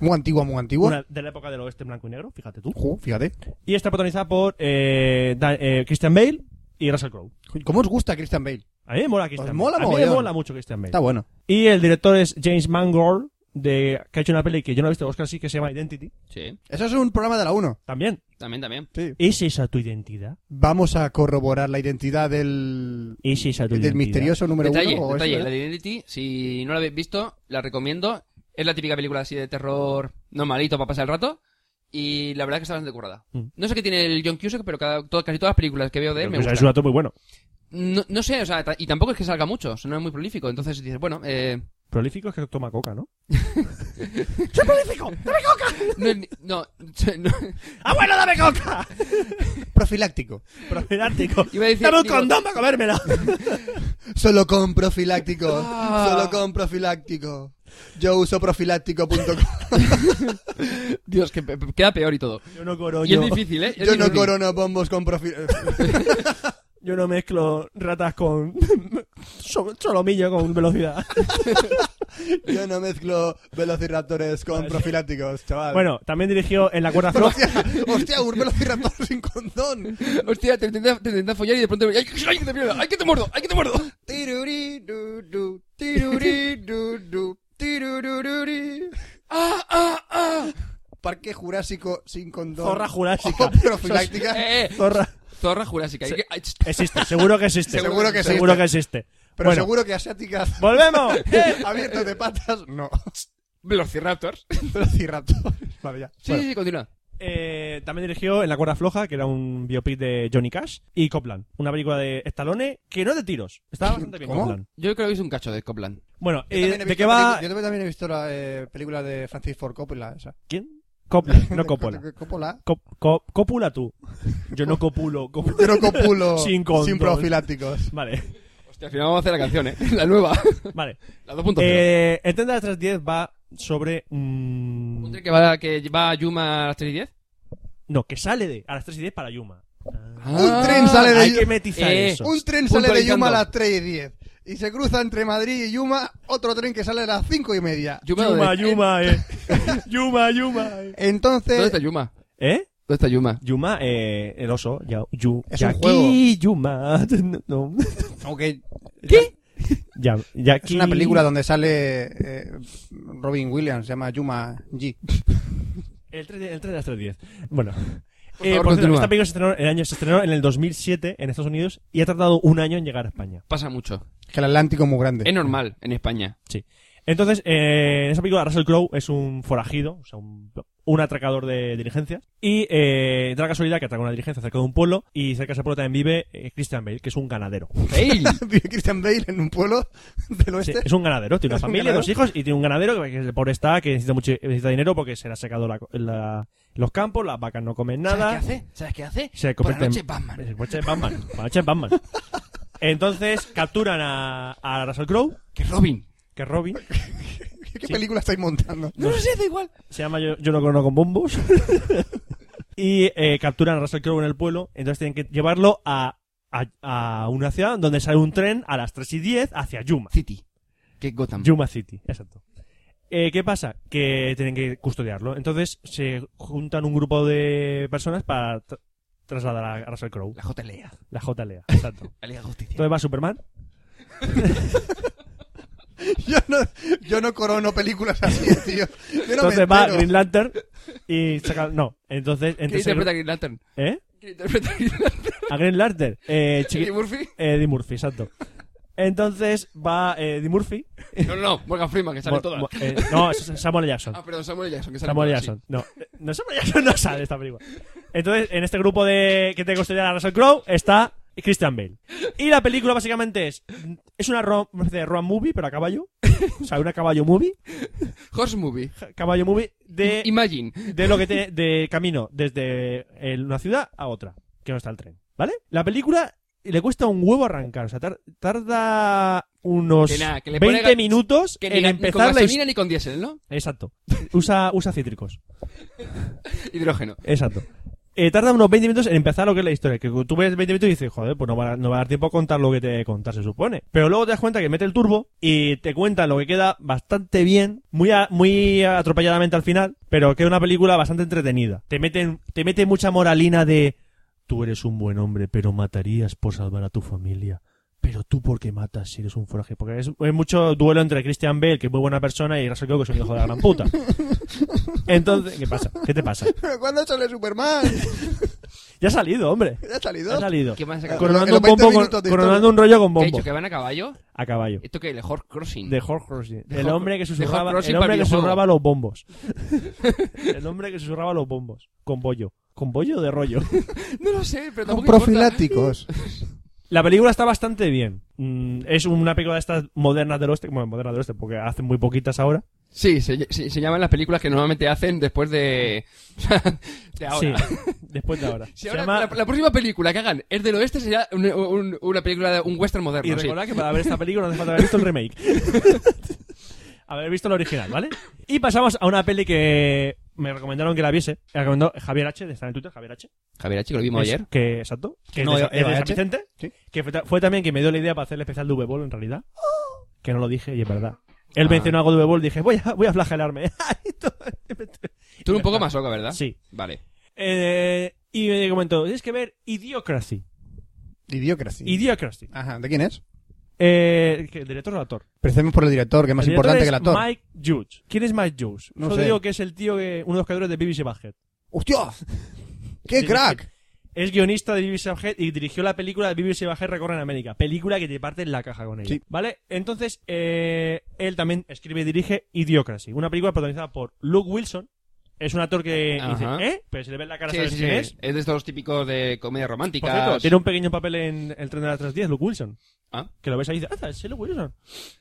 Speaker 6: Muy antigua, muy antigua.
Speaker 3: Una de la época del oeste en blanco y negro, fíjate tú.
Speaker 6: Ju, fíjate.
Speaker 3: Y está protagonizada por eh, Da- eh, Christian Bale y Russell Crowe.
Speaker 6: ¿Cómo os gusta Christian Bale?
Speaker 3: A mí me mola Christian
Speaker 6: Pues
Speaker 3: Bale.
Speaker 6: mola
Speaker 3: A mí me
Speaker 6: mogollón.
Speaker 3: mola mucho Christian Bale.
Speaker 6: Está bueno.
Speaker 3: Y el director es James Mangold, de, que ha hecho una peli que yo no he visto, Oscar sí, que se llama Identity.
Speaker 1: Sí,
Speaker 6: Eso es un programa de la 1.
Speaker 3: También.
Speaker 1: también, también.
Speaker 6: Sí.
Speaker 3: ¿Es esa tu identidad?
Speaker 6: Vamos a corroborar la identidad del,
Speaker 3: ¿Es esa tu
Speaker 6: del
Speaker 3: identidad?
Speaker 6: misterioso número
Speaker 1: detalle,
Speaker 6: uno. o
Speaker 1: detalle.
Speaker 6: eso,
Speaker 1: La
Speaker 6: ¿eh?
Speaker 1: de Identity, si no la habéis visto, la recomiendo. Es la típica película así de terror normalito para pasar el rato. Y la verdad es que está bastante currada.
Speaker 3: Mm.
Speaker 1: No sé qué tiene el John Cusack, pero cada, to- casi todas las películas que veo de él me
Speaker 3: Pues
Speaker 1: gustan.
Speaker 3: es un dato muy bueno.
Speaker 1: No, no sé, o sea, ta- y tampoco es que salga mucho, o sea, no es muy prolífico. Entonces dices, bueno, eh,
Speaker 3: Prolífico es que toma coca, ¿no?
Speaker 1: no, es ni- no, no,
Speaker 3: ¡Abuelo, dame coca!
Speaker 6: Profiláctico.
Speaker 3: Profiláctico.
Speaker 1: Iba a decir,
Speaker 3: ¡Dame un
Speaker 1: digo-
Speaker 3: condón para comérmela!
Speaker 6: Solo con profiláctico.
Speaker 1: Ah.
Speaker 6: Solo con profiláctico. Yo uso profiláctico.com.
Speaker 1: Dios, que pe- pe- queda peor y todo.
Speaker 3: Yo no coroño.
Speaker 1: Y es difícil, ¿eh? Es
Speaker 6: Yo no
Speaker 1: difícil.
Speaker 6: corono bombos con profiláctico.
Speaker 3: Yo no mezclo ratas con so- solomillo con velocidad.
Speaker 6: Yo no mezclo velociraptores con profilácticos, chaval.
Speaker 3: bueno, también dirigió En la cuerda floja.
Speaker 6: Hostia, hostia, un velociraptor sin condón.
Speaker 1: Hostia, te intenta, te intenta follar y de pronto... ¡Ay, ay, que te pierdo! ¡Ay, que te muerdo! ¡Ay, que te muerdo!
Speaker 6: Tirurirudu, tirurirudu, tirurururi.
Speaker 1: ¡Ah, ah, ah!
Speaker 6: Parque Jurásico sin condón.
Speaker 3: Zorra jurásica.
Speaker 6: O profiláctica.
Speaker 1: Eh, eh,
Speaker 3: Zorra.
Speaker 1: Zorra jurásica.
Speaker 3: Se-
Speaker 1: Ay, ch-
Speaker 3: Existe, seguro que existe.
Speaker 6: Seguro que existe.
Speaker 3: Seguro que existe.
Speaker 6: Pero
Speaker 3: bueno, Eh,
Speaker 6: seguro que asiáticas.
Speaker 3: ¡Volvemos!
Speaker 6: Abierto de
Speaker 3: eh.
Speaker 6: patas, no.
Speaker 1: Velociraptors.
Speaker 6: Velociraptor. Vale, ya.
Speaker 1: Sí, sí, sí, continúa.
Speaker 3: Eh, también dirigió En la cuerda floja, que era un biopic de Johnny Cash, y Copland, una película de Stallone que no es de tiros. Está bastante bien
Speaker 6: ¿Cómo?
Speaker 3: Copland.
Speaker 1: Yo creo que es un cacho de Copland.
Speaker 3: Bueno,
Speaker 6: Yo
Speaker 3: eh,
Speaker 6: también he
Speaker 3: ¿de
Speaker 6: visto
Speaker 3: qué va?
Speaker 6: pelicu- Yo también he visto la eh, película de Francis Ford Coppola. Esa.
Speaker 3: ¿Quién? Copland, no Coppola.
Speaker 6: Coppola.
Speaker 3: Cop- cop- copula tú. Yo no copulo. copulo.
Speaker 6: Pero copulo.
Speaker 3: Sin condón.
Speaker 6: Sin profilácticos.
Speaker 3: Vale,
Speaker 1: Hostia, al final vamos a hacer la canción, ¿eh? La nueva.
Speaker 3: vale.
Speaker 1: La 2.0.
Speaker 3: Eh, el tren de las 3.10 va sobre... mm,
Speaker 1: ¿Un tren que va, que va a Yuma a las 3 y 10?
Speaker 3: no, que sale de a las 3.10 para Yuma. Ah,
Speaker 6: Un tren sale de
Speaker 3: Hay
Speaker 6: Yu-
Speaker 3: que metizar
Speaker 1: Eh,
Speaker 3: eso.
Speaker 6: Un tren sale de
Speaker 1: Puntualizando.
Speaker 6: Yuma a las 3 y 10. Y se cruza entre Madrid y Yuma otro tren que sale a las 5 y media.
Speaker 1: Yuma,
Speaker 3: Yuma,
Speaker 1: ¿dónde,
Speaker 3: Yuma, eh. Yuma, Yuma. eh.
Speaker 1: ¿Dónde
Speaker 6: Entonces,
Speaker 1: está Yuma?
Speaker 3: ¿Eh?
Speaker 1: ¿Dónde está Yuma?
Speaker 3: Yuma, eh, el oso. Ya, yu,
Speaker 6: Es un
Speaker 3: Yaki,
Speaker 6: juego.
Speaker 3: Yuma. No.
Speaker 6: aunque
Speaker 3: ¿Qué? Ya, Yaki.
Speaker 6: es una película donde sale eh, Robin Williams, se llama Yuma G.
Speaker 3: El tren, de- el tren de las 3.10. Bueno.
Speaker 1: Por
Speaker 3: Eh,
Speaker 1: favor,
Speaker 3: por cierto,
Speaker 1: continúa.
Speaker 3: esta película se estrenó, el año, se estrenó en el 2007 en Estados Unidos y ha tardado un año en llegar a España.
Speaker 1: Pasa mucho.
Speaker 6: Que el Atlántico es muy grande.
Speaker 1: Es normal en España.
Speaker 3: Entonces, eh, en esa película Russell Crowe es un forajido, o sea, un, un atracador de diligencias. Y eh, da la casualidad que atraca una diligencia cerca de un pueblo y cerca de ese pueblo también vive eh, Christian Bale, que es un ganadero.
Speaker 1: ¡Ey!
Speaker 6: Vive Christian Bale en un pueblo del
Speaker 3: Sí,
Speaker 6: oeste.
Speaker 1: Este.
Speaker 3: es un ganadero, tiene una
Speaker 6: Es un
Speaker 3: familia,
Speaker 6: ganadero.
Speaker 3: dos hijos y tiene un ganadero que que el pobre está, que necesita mucho necesita dinero porque se le ha secado la- la- los campos, las vacas no comen nada.
Speaker 1: ¿Sabes qué hace? ¿Sabes qué hace?
Speaker 3: Se
Speaker 1: Por la
Speaker 3: convierte en-
Speaker 1: noche es Batman.
Speaker 3: Es noche de Batman. por la noche es Batman. Entonces capturan a, a Russell Crowe,
Speaker 1: Que Robin.
Speaker 3: que es Robin.
Speaker 6: ¿Qué
Speaker 3: Sí.
Speaker 6: película estáis montando?
Speaker 1: No lo sé, da igual.
Speaker 3: Se llama Yo, yo no conozco con bombos. y eh, capturan a Russell Crowe en el pueblo. Entonces tienen que llevarlo a, a, a una ciudad donde sale un tren a las 3 y 10 hacia Yuma.
Speaker 1: City. Que es Gotham.
Speaker 3: Yuma City, exacto. Eh, ¿Qué pasa? Que tienen que custodiarlo. Entonces se juntan un grupo de personas para tra- trasladar a- a Russell Crowe.
Speaker 1: La JLA.
Speaker 3: La JLA, exacto.
Speaker 1: La Liga de Justicia.
Speaker 3: Entonces va Superman.
Speaker 6: Yo no, yo no corono películas así, tío. Yo no
Speaker 3: Entonces
Speaker 6: me
Speaker 3: va
Speaker 6: entero.
Speaker 3: Green Lantern y saca... No, entonces...
Speaker 1: ¿Quién
Speaker 3: entre ese
Speaker 1: interpreta a Green Lantern?
Speaker 3: grupo- ¿Eh?
Speaker 1: ¿Quién interpreta a Green Lantern?
Speaker 3: A Green Lantern. Eh, chiqui-
Speaker 1: ¿Y Murphy?
Speaker 3: eh, Eddie Murphy, exacto. Entonces va eh, Eddie Murphy.
Speaker 1: No, no, no. Morgan Freeman, que sale
Speaker 3: Mo-
Speaker 1: todas.
Speaker 3: mo- eh, no, es Samuel L. Jackson.
Speaker 1: Ah, perdón, Samuel L. Jackson, que sale
Speaker 3: Samuel L.
Speaker 1: todas, sí.
Speaker 3: Jackson. No, no, Samuel L. Jackson no sale de esta película. Entonces, en este grupo de que te custodian a Russell Crowe está Christian Bale. Y la película básicamente es... Es una rom- una especie de rom movie, pero a caballo. O sea, una caballo movie.
Speaker 1: Horse Movie.
Speaker 3: Caballo movie de...
Speaker 1: Imagine.
Speaker 3: de lo que te, de camino desde eh, una ciudad a otra, que no está el tren, ¿vale? La película le cuesta un huevo arrancar, o sea, tar- tarda unos
Speaker 1: Que nada, que le pone
Speaker 3: 20
Speaker 1: gas-
Speaker 3: minutos
Speaker 1: Que ni,
Speaker 3: en
Speaker 1: ga- ni con
Speaker 3: empezar la
Speaker 1: gasolina
Speaker 3: historia.
Speaker 1: ni con diésel, ¿no?
Speaker 3: Exacto. Usa usa cítricos.
Speaker 1: Hidrógeno.
Speaker 3: Exacto. Eh, tarda unos 20 minutos en empezar lo que es la historia. Que tú ves 20 minutos y dices, joder, pues no va, a- no va a dar tiempo a contar lo que te contar, se supone. Pero luego te das cuenta que mete el turbo y te cuenta lo que queda bastante bien, muy, a- muy atropelladamente al final, pero queda una película bastante entretenida. Te meten, te mete mucha moralina de, tú eres un buen hombre, pero matarías por salvar a tu familia. Pero tú, ¿por qué matas si eres un foraje? Porque es, es mucho duelo entre Christian Bale, que es muy buena persona, y Russell Crowe, que es un hijo de la gran puta. Entonces, ¿qué pasa? ¿Qué te pasa?
Speaker 6: ¿Pero cuándo sale Superman?
Speaker 3: Ya ha salido, hombre.
Speaker 6: ¿Ya ha salido?
Speaker 3: Ha salido.
Speaker 1: ¿Qué más ha sacado?
Speaker 6: En
Speaker 3: Coronando,
Speaker 6: los
Speaker 3: un, bombo
Speaker 6: 20
Speaker 3: con-
Speaker 6: minutos de
Speaker 3: coronando
Speaker 6: historia.
Speaker 3: un rollo
Speaker 1: ¿Qué
Speaker 3: con
Speaker 1: ha
Speaker 3: bombo.
Speaker 1: dicho? ¿Que van a caballo?
Speaker 3: A caballo.
Speaker 1: ¿Esto qué? ¿El Horse Crossing?
Speaker 3: De Horse Crossing.
Speaker 1: De
Speaker 3: el
Speaker 1: Hor-
Speaker 3: hombre que
Speaker 1: de
Speaker 3: susurraba,
Speaker 1: Hor- Crossing
Speaker 3: el hombre
Speaker 1: para
Speaker 3: que
Speaker 1: videojuego.
Speaker 3: susurraba los bombos. el hombre que susurraba los bombos. Con bollo. Con bollo de rollo.
Speaker 1: No lo sé, pero
Speaker 6: Con
Speaker 1: tampoco importa.
Speaker 6: profilácticos.
Speaker 3: La película está bastante bien. Mm, es una película de estas modernas del oeste. Bueno, modernas del oeste, porque hacen muy poquitas ahora.
Speaker 1: Sí, se, se- se llaman las películas que normalmente hacen después de... de ahora.
Speaker 3: Sí, después de ahora.
Speaker 1: Si
Speaker 3: Se
Speaker 1: ahora
Speaker 3: llama-
Speaker 1: la, la próxima película que hagan es del oeste, será un- un- una película, de un western moderno.
Speaker 3: Y
Speaker 1: sí.
Speaker 3: recordad que para ver esta película no hace falta haber visto el remake. haber visto el original, ¿vale? Y pasamos a una peli que me recomendaron que la viese. Me recomendó Javier H. Está en Twitter, Javier H.
Speaker 1: Javier, chico, lo vimos
Speaker 3: Es-
Speaker 1: ayer.
Speaker 3: Que, exacto. Que
Speaker 6: No, eh,
Speaker 3: es de,
Speaker 6: Eva
Speaker 3: es de San
Speaker 6: H.
Speaker 3: Vicente.
Speaker 6: Sí.
Speaker 3: Que fue, ta- fue también que me dio la idea para hacer el especial de V-Ball, en realidad. Que no lo dije, y es verdad. Él
Speaker 1: Ah.
Speaker 3: mencionó algo de V-Ball, dije, voy a, voy a flagelarme. Y todo-
Speaker 1: Tú eres un poco más soca, ¿verdad?
Speaker 3: sí.
Speaker 1: Vale.
Speaker 3: Eh, y me comentó, tienes que ver Idiocracy.
Speaker 6: Idiocracy.
Speaker 3: Idiocracy.
Speaker 6: Ajá, ¿de quién es?
Speaker 3: Eh, que el director o el actor.
Speaker 6: Empecemos por el director, que es más
Speaker 3: El
Speaker 6: importante que el
Speaker 3: director
Speaker 6: actor.
Speaker 3: es Mike Judge. ¿Quién es Mike Judge?
Speaker 6: No
Speaker 3: Solo
Speaker 6: sé.
Speaker 3: digo que es el tío que, uno de los creadores de BBC Badhead.
Speaker 6: ¡Hostia! ¡Qué
Speaker 3: Sí,
Speaker 6: crack!
Speaker 3: Es guionista de BBC Badhead y dirigió la película de BBC Badhead Recorre en América. Película que te parte en la caja con ella.
Speaker 6: Sí.
Speaker 3: ¿Vale? Entonces, eh, él también escribe y dirige Idiocracy. Una película protagonizada por Luke Wilson. Es un actor que
Speaker 1: Ajá.
Speaker 3: dice, ¿eh? Pero si le ves la cara,
Speaker 1: Sí,
Speaker 3: sabes
Speaker 1: sí,
Speaker 3: quién
Speaker 1: sí.
Speaker 3: es.
Speaker 1: de estos típicos de comedia
Speaker 3: Por
Speaker 1: romántica.
Speaker 3: cierto, tiene un pequeño papel en El tren de las 310, Luke Wilson.
Speaker 1: Ah.
Speaker 3: Que lo ves ahí y dices, ¡ah, es Luke Wilson!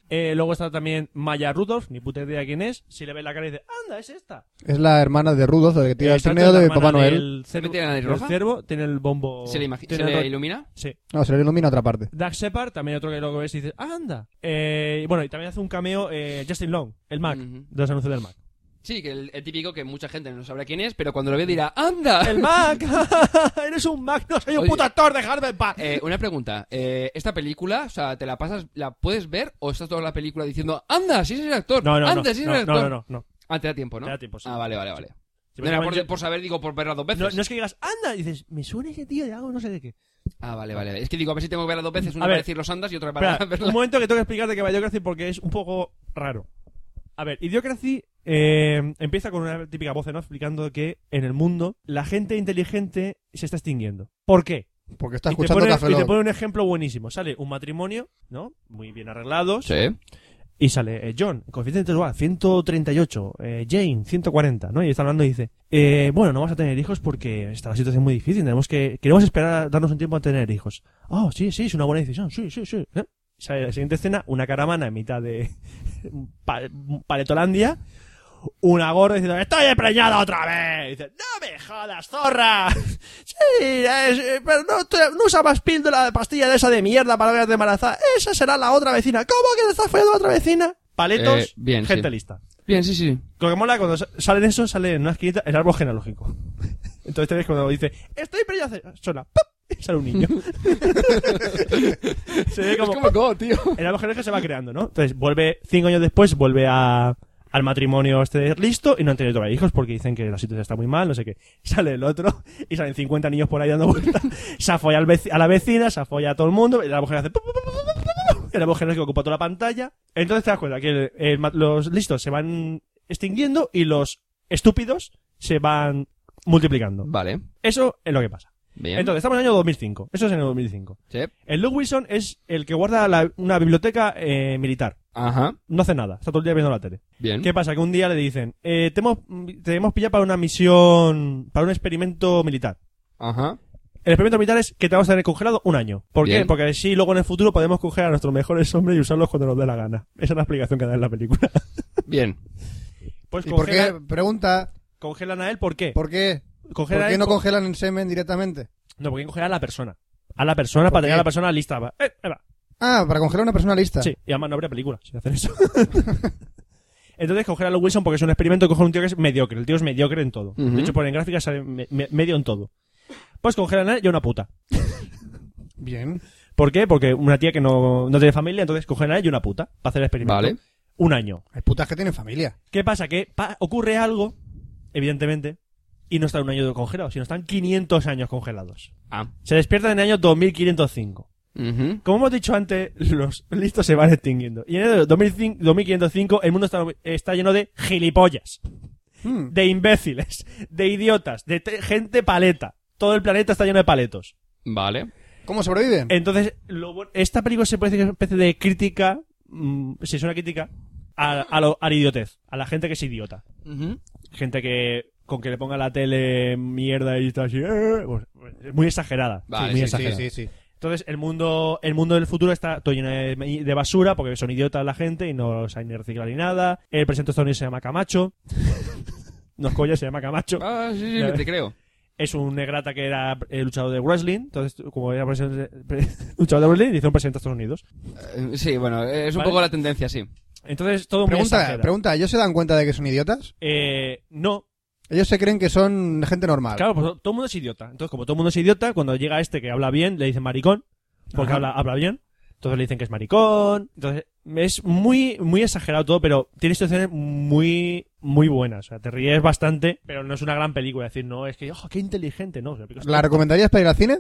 Speaker 3: Eh, luego está también Maya Rudolph, ni puta idea quién es. Si le ves la cara y dices, ¡anda, es esta!
Speaker 6: Es la hermana de Rudolf, de que tira el
Speaker 3: Exacto,
Speaker 6: trineo
Speaker 3: la
Speaker 6: de
Speaker 3: hermana
Speaker 6: Papá Noel.
Speaker 3: del cervo-
Speaker 1: ¿Mete la nariz
Speaker 3: del
Speaker 1: roja?
Speaker 3: cervo tiene el bombo.
Speaker 1: ¿Se le, imagi- se
Speaker 3: tiene
Speaker 1: le
Speaker 3: el ro-
Speaker 1: ilumina?
Speaker 3: Sí.
Speaker 6: No, se le ilumina otra parte.
Speaker 3: Doug Shepard, también otro que luego ves y dices, ¡ah, anda! Eh, y bueno, y también hace un cameo eh, Justin Long, el Mac,
Speaker 1: Ujú.
Speaker 3: de los anuncios del Mac.
Speaker 1: Sí, que el, el típico que mucha gente no sabrá quién es, pero cuando lo ve dirá ¡Anda!
Speaker 3: ¡El Mac! ¡Eres un Mac! ¡No soy un
Speaker 1: Oye.
Speaker 3: puto actor! ¡Dejadme en paz!
Speaker 1: Eh, una pregunta. Eh, ¿Esta película, o sea, te la pasas, la puedes ver o estás toda la película diciendo ¡Anda, sí es el actor!
Speaker 3: no, no, no,
Speaker 1: ¡Anda, sí es
Speaker 3: no,
Speaker 1: el
Speaker 3: no,
Speaker 1: actor!
Speaker 3: no, no, no.
Speaker 1: Ah, te da tiempo, ¿no?
Speaker 3: Te da tiempo, sí.
Speaker 1: Ah, vale, vale, vale.
Speaker 3: Si
Speaker 1: No
Speaker 3: me
Speaker 1: era
Speaker 3: llaman
Speaker 1: por,
Speaker 3: yo-
Speaker 1: por saber, digo, por verla dos
Speaker 3: no,
Speaker 1: veces.
Speaker 3: no es que digas, ¡anda! Y dices, me suena ese tío de algo, no sé de qué.
Speaker 1: Ah, vale, vale. Es que digo, a ver si tengo que verla dos veces, una
Speaker 3: A
Speaker 1: para
Speaker 3: ver.
Speaker 1: decir los andas y otra para
Speaker 3: Espera,
Speaker 1: verla.
Speaker 3: un momento que tengo que explicarte que Idiocracy porque es un poco raro. A ver, Idiocracy eh, empieza con una típica voz, ¿no? Explicando que en el mundo la gente inteligente se está extinguiendo. ¿Por qué?
Speaker 6: Porque está
Speaker 3: y, te
Speaker 6: escuchando
Speaker 3: pone,
Speaker 6: Café
Speaker 3: y te
Speaker 6: Lock.
Speaker 3: pone un ejemplo buenísimo. Sale un matrimonio, ¿no? Muy bien arreglados.
Speaker 1: Sí.
Speaker 3: Y sale eh, John, coeficiente intelectual 138, eh, Jane 140, ¿no? Y está hablando y dice, eh, bueno, no vas a tener hijos porque está la situación muy difícil, tenemos que, queremos esperar, a- darnos un tiempo a tener hijos. Oh, sí, sí, es una buena decisión, sí, sí, sí. ¿eh? Sale la siguiente escena, una caravana en mitad de pa- Paletolandia, una gorda diciendo, estoy empreñada otra vez. Y dice, no me jodas, zorra. sí, es- eh, pero no, te- no usabas píldora de pastilla de esa de mierda para verte embarazada. Esa será la otra vecina. ¿Cómo que le estás follando a otra vecina? Paletos,
Speaker 1: Eh, bien,
Speaker 3: gente
Speaker 1: sí.
Speaker 3: lista.
Speaker 1: Bien, sí, sí.
Speaker 3: Lo que mola cuando sa- salen eso, sale en una esquinita el árbol genealógico. Entonces te ves cuando dice, estoy empreñada, sola, ¡pop! y sale un niño. Se ve como,
Speaker 1: go, tío.
Speaker 3: el árbol genealógico se va creando, ¿no? Entonces, vuelve, cinco años después, vuelve a, al matrimonio este listo y no han tenido todavía hijos porque dicen que la situación está muy mal, no sé qué. Sale el otro y salen 50 niños por ahí dando vueltas. se afolla al veci- a la vecina, se afolla a todo el mundo, y la mujer hace... pu, pu, pu, pu, pu, pu, pu, El árbol genealógico ocupa toda la pantalla. Entonces te das cuenta que el- el ma- los listos se van extinguiendo y los estúpidos se van multiplicando.
Speaker 1: Vale.
Speaker 3: Eso es lo que pasa.
Speaker 1: Bien.
Speaker 3: Entonces, estamos en el año 2005. Eso es en el 2005.
Speaker 1: Sí.
Speaker 3: El Luke Wilson es el que guarda la- una biblioteca eh, militar.
Speaker 1: Ajá.
Speaker 3: No hace nada, está todo el día viendo la tele.
Speaker 1: Bien.
Speaker 3: ¿Qué pasa? Que un día le dicen, eh, te, hemos, te hemos pillado para una misión, para un experimento militar.
Speaker 1: Ajá.
Speaker 3: El experimento militar es que te vamos a tener congelado un año. ¿Por qué?
Speaker 1: Bien.
Speaker 3: Porque así luego en el futuro podemos coger a nuestros mejores hombres y usarlos cuando nos dé la gana. Esa es la explicación que da en la película.
Speaker 1: Bien.
Speaker 3: Pues
Speaker 6: ¿Y por qué?
Speaker 3: congelan,
Speaker 6: Pregunta,
Speaker 3: congelan a él, ¿por qué?
Speaker 6: ¿por qué? ¿Por
Speaker 3: Congelan a
Speaker 6: qué
Speaker 3: él
Speaker 6: no
Speaker 3: por-
Speaker 6: congelan el semen directamente?
Speaker 3: no, porque congelan a la persona. A la persona,
Speaker 6: ¿Por
Speaker 3: para tener
Speaker 6: qué?
Speaker 3: a la persona lista. Va, eh, ahí va.
Speaker 6: Ah, para congelar a una persona lista.
Speaker 3: Sí, y además no habría película si hacen eso. Entonces coger a los Wilson porque es un experimento y coger un tío que es mediocre. El tío es mediocre en todo.
Speaker 1: Ujú.
Speaker 3: De hecho, ponen gráficas sale me- me- medio en todo. Pues congelan a él y a una puta.
Speaker 6: Bien.
Speaker 3: ¿Por qué? Porque una tía que no, no tiene familia, entonces cogen a él y una puta para hacer el experimento.
Speaker 1: Vale.
Speaker 3: Un año.
Speaker 6: Hay putas que tienen familia.
Speaker 3: ¿Qué pasa? Que pa- ocurre algo, evidentemente, y no están un año congelados, sino están 500 años congelados.
Speaker 1: Ah.
Speaker 3: Se despiertan en el año 2505.
Speaker 1: Ujú.
Speaker 3: Como hemos dicho antes, los listos se van extinguiendo. Y en el 2005 2505 el mundo está, está lleno de gilipollas,
Speaker 6: Hmm.
Speaker 3: de imbéciles, de idiotas, de te- gente paleta. Todo el planeta está lleno de paletos.
Speaker 1: Vale.
Speaker 6: ¿Cómo sobreviven?
Speaker 3: Entonces, lo bu- esta película se puede decir que es una especie de crítica, mm, si es una crítica, a, a lo- a la idiotez, a la gente que es idiota. Gente que con que le ponga la tele mierda y está así, "Eh", pues, es muy exagerada.
Speaker 1: Vale,
Speaker 3: muy
Speaker 1: sí,
Speaker 3: exagerada.
Speaker 6: Ah, sí.
Speaker 3: Entonces, el mundo, el mundo del futuro está todo lleno de, de basura porque son idiotas la gente y no saben ni reciclar ni nada. El presidente de Estados Unidos se llama Camacho. no es coña, se llama Camacho.
Speaker 1: Ah, sí, sí,
Speaker 3: Ya
Speaker 1: que
Speaker 3: ves.
Speaker 1: te creo.
Speaker 3: Es un negrata que era eh, luchador de wrestling. Entonces, como era presidente- pre- luchador de wrestling, hizo un presidente de Estados Unidos.
Speaker 1: Eh, Sí, bueno, es un
Speaker 3: Vale.
Speaker 1: poco la tendencia, sí.
Speaker 3: Entonces, todo muy
Speaker 6: Pregunta,
Speaker 3: exagerado.
Speaker 6: pregunta, ¿ellos se dan cuenta de que son idiotas?
Speaker 3: Eh, no,
Speaker 6: Ellos se creen que son gente normal.
Speaker 3: claro, pues todo el mundo es idiota. Entonces, como todo el mundo es idiota, cuando llega este que habla bien, le dicen maricón, porque
Speaker 6: Ajá.
Speaker 3: habla, habla bien. Entonces le dicen que es maricón. Entonces, es muy, muy exagerado todo, pero tiene situaciones muy, muy buenas. O sea, te ríes bastante, pero no es una gran película. Es decir, no, es que, oh, qué inteligente, no. o sea, porque-
Speaker 6: ¿La recomendarías para ir al cine?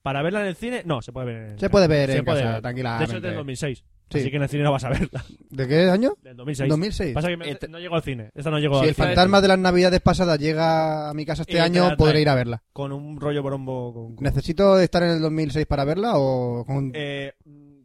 Speaker 3: Para verla en el cine, no, se puede ver en el
Speaker 6: Se puede ver
Speaker 3: Se
Speaker 6: en
Speaker 3: puede
Speaker 6: casa,
Speaker 3: ver. De
Speaker 6: tranquilamente.
Speaker 3: hecho, es del 2006.
Speaker 6: Sí.
Speaker 3: Así que en el cine no vas a verla.
Speaker 6: ¿De qué año?
Speaker 3: Del 2006.
Speaker 6: 2006.
Speaker 3: Pasa que me-
Speaker 1: Eh, te-
Speaker 3: no llegó al cine. Esta no llegó
Speaker 6: Si
Speaker 3: al
Speaker 6: el
Speaker 3: cine.
Speaker 6: fantasma de las navidades pasadas llega a mi casa
Speaker 3: Y
Speaker 6: este
Speaker 3: te
Speaker 6: año,
Speaker 3: la
Speaker 6: podré
Speaker 3: trae.
Speaker 6: ir a verla.
Speaker 3: Con un rollo borombo. Con, con-
Speaker 6: ¿Necesito estar en el 2006 para verla o con...
Speaker 3: Eh,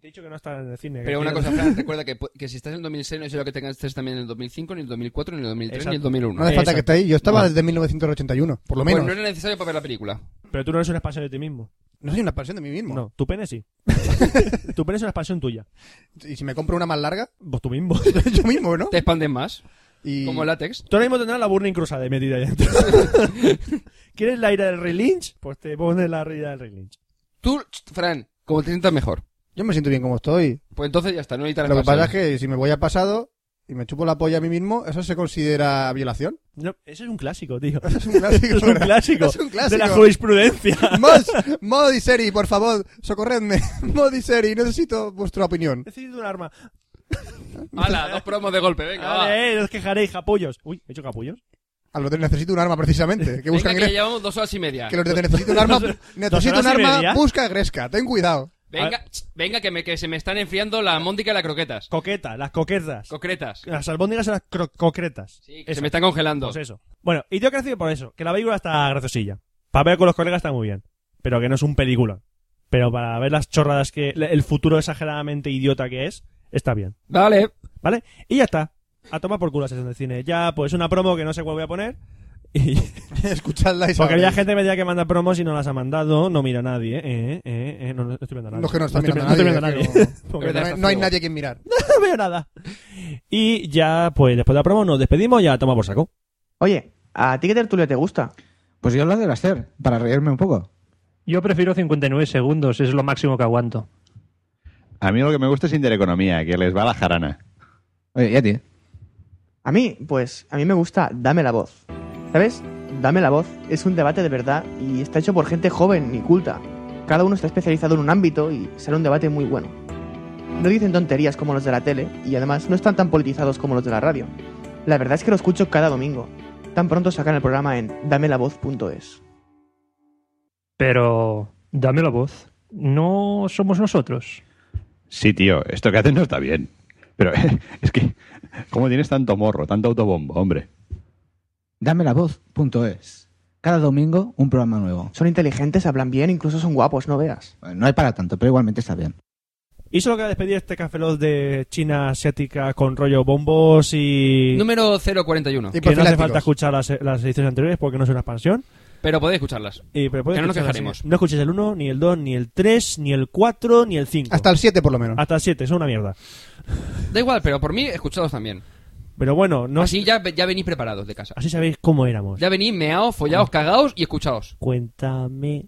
Speaker 3: te he dicho que no está en el cine.
Speaker 1: Pero
Speaker 3: que
Speaker 1: una
Speaker 3: tiene-
Speaker 1: cosa, Fran, recuerda que, pu- que si estás en el 2006 no es lo que tengas estés también en el 2005, ni el 2004, ni el 2003, ni el
Speaker 3: Exacto.
Speaker 1: 2001.
Speaker 6: no hace falta
Speaker 3: exacto.
Speaker 6: que esté ahí. Yo estaba
Speaker 3: No.
Speaker 6: desde 1981, por lo
Speaker 1: Pues
Speaker 6: menos.
Speaker 1: no era necesario para ver la película.
Speaker 3: Pero tú no eres una expansión de ti mismo.
Speaker 6: No soy una expansión de mí mismo.
Speaker 3: No, tu pene sí. tu pene es una expansión tuya.
Speaker 6: ¿Y si me compro una más larga?
Speaker 3: Vos tú mismo.
Speaker 6: Yo mismo, ¿no?
Speaker 1: Te expandes más,
Speaker 6: Y...
Speaker 1: como látex.
Speaker 3: Tú ahora mismo tendrás la Burning Crusade metida ahí dentro. ¿Quieres la ira del Rey Lynch? Pues te pones la ira del Rey Lynch.
Speaker 1: Tú, Fran, como te sientas mejor.
Speaker 6: Yo me siento bien como estoy.
Speaker 1: Pues entonces ya está, no necesitas
Speaker 6: Lo que
Speaker 1: expansión.
Speaker 6: pasa es que si me voy al pasado y me chupo la polla a mí mismo, ¿eso se considera violación?
Speaker 3: No, ese es un clásico, tío.
Speaker 6: Es un clásico.
Speaker 3: es un
Speaker 6: ¿verdad?
Speaker 3: clásico.
Speaker 6: Es un clásico.
Speaker 3: De la jurisprudencia.
Speaker 6: Mos, Modi Seri, por favor, socorredme. Modi Seri, necesito vuestra opinión.
Speaker 3: He decidido un arma.
Speaker 1: Hala, dos promos de golpe, venga, va.
Speaker 3: Vale, eh, os quejaréis, capullos. Uy, ¿he hecho capullos?
Speaker 6: A los de necesito un arma, precisamente. Que buscan
Speaker 1: Venga, que
Speaker 6: Gresca.
Speaker 1: llevamos dos horas y media.
Speaker 6: Que los de necesito un arma, necesito
Speaker 3: horas
Speaker 6: un
Speaker 3: y
Speaker 6: arma,
Speaker 3: media?
Speaker 6: busca Gresca. Ten cuidado.
Speaker 1: Venga,
Speaker 6: Ah.
Speaker 1: ch, venga que, me, que se me están enfriando la móndica y las croquetas.
Speaker 3: Coqueta, las coquetas.
Speaker 1: Concretas.
Speaker 3: las albóndigas son las cro- concretas.
Speaker 1: Sí, que
Speaker 3: Eso.
Speaker 1: se me están congelando.
Speaker 3: Pues eso. Bueno, y yo crecí por eso, que la película está graciosilla. Para ver con los colegas está muy bien, pero que no es un película. Pero para ver las chorradas que el futuro exageradamente idiota que es, está bien,
Speaker 1: Vale.
Speaker 3: ¿vale? Y ya está. A tomar por culo la sesión de cine. Ya, pues una promo que no sé cuál voy a poner. Y...
Speaker 6: Escuchadla y
Speaker 3: Porque
Speaker 6: sabréis.
Speaker 3: había gente que me decía que manda promos y no las ha mandado. No mira a nadie, ¿eh? ¿Eh? ¿Eh? No, no estoy viendo a nadie.
Speaker 6: No, que no está mirando
Speaker 3: estoy, no
Speaker 6: a
Speaker 3: estoy
Speaker 6: nadie,
Speaker 3: viendo a nadie.
Speaker 6: que
Speaker 3: Porque
Speaker 1: Pero
Speaker 6: No
Speaker 1: ya
Speaker 6: hay-
Speaker 1: está
Speaker 6: no hay
Speaker 1: ciego.
Speaker 6: nadie que mirar.
Speaker 3: no veo nada. Y ya, pues después de la promo nos despedimos. Ya toma por saco.
Speaker 7: Oye, ¿a ti qué tertulia te gusta?
Speaker 8: Pues yo la de hacer, para reírme un poco.
Speaker 9: Yo prefiero 59 segundos, es lo máximo que aguanto.
Speaker 2: A mí lo que me gusta es Intereconomía, que les va la jarana.
Speaker 8: Oye, ¿y a ti?
Speaker 7: A mí, pues, a mí me gusta Dame la voz. ¿Sabes? Dame la voz es un debate de verdad y está hecho por gente joven y culta. Cada uno está especializado en un ámbito y será un debate muy bueno. No dicen tonterías como los de la tele y además no están tan politizados como los de la radio. La verdad es que lo escucho cada domingo. Tan pronto sacan el programa en damelavoz.es.
Speaker 9: Pero dame la voz. No somos nosotros.
Speaker 2: Sí, tío, esto que haces no está bien. Pero es que, ¿cómo tienes tanto morro, tanto autobombo, hombre?
Speaker 8: Dame la voz.es. Cada domingo un programa nuevo.
Speaker 7: Son inteligentes, hablan bien, incluso son guapos, no veas.
Speaker 8: Bueno, No hay para tanto, pero igualmente está bien.
Speaker 3: Y solo queda despedir este cafelot de China asiática con rollo bombos
Speaker 6: eh,
Speaker 3: y...
Speaker 1: Número 041.
Speaker 3: que no
Speaker 6: Y
Speaker 3: hace
Speaker 6: profilácticos.
Speaker 3: falta escuchar las, las ediciones anteriores porque no es una expansión.
Speaker 1: Pero podéis escucharlas.
Speaker 3: Y, pero puedes
Speaker 1: Que no nos
Speaker 3: escuchar
Speaker 1: quejaremos.
Speaker 3: así. No escuches el 1, ni el 2, ni el 3, ni el 4, ni el 5.
Speaker 6: Hasta el 7, por lo menos.
Speaker 3: Hasta el 7, es una mierda.
Speaker 1: Da igual, pero por mí, escuchados también.
Speaker 3: Pero bueno, no
Speaker 1: Así ya, ya venís preparados de casa.
Speaker 3: así sabéis cómo éramos.
Speaker 1: Ya venís meaos,
Speaker 6: Ah.
Speaker 1: follaos, cagaos y escuchaos.
Speaker 9: Cuéntame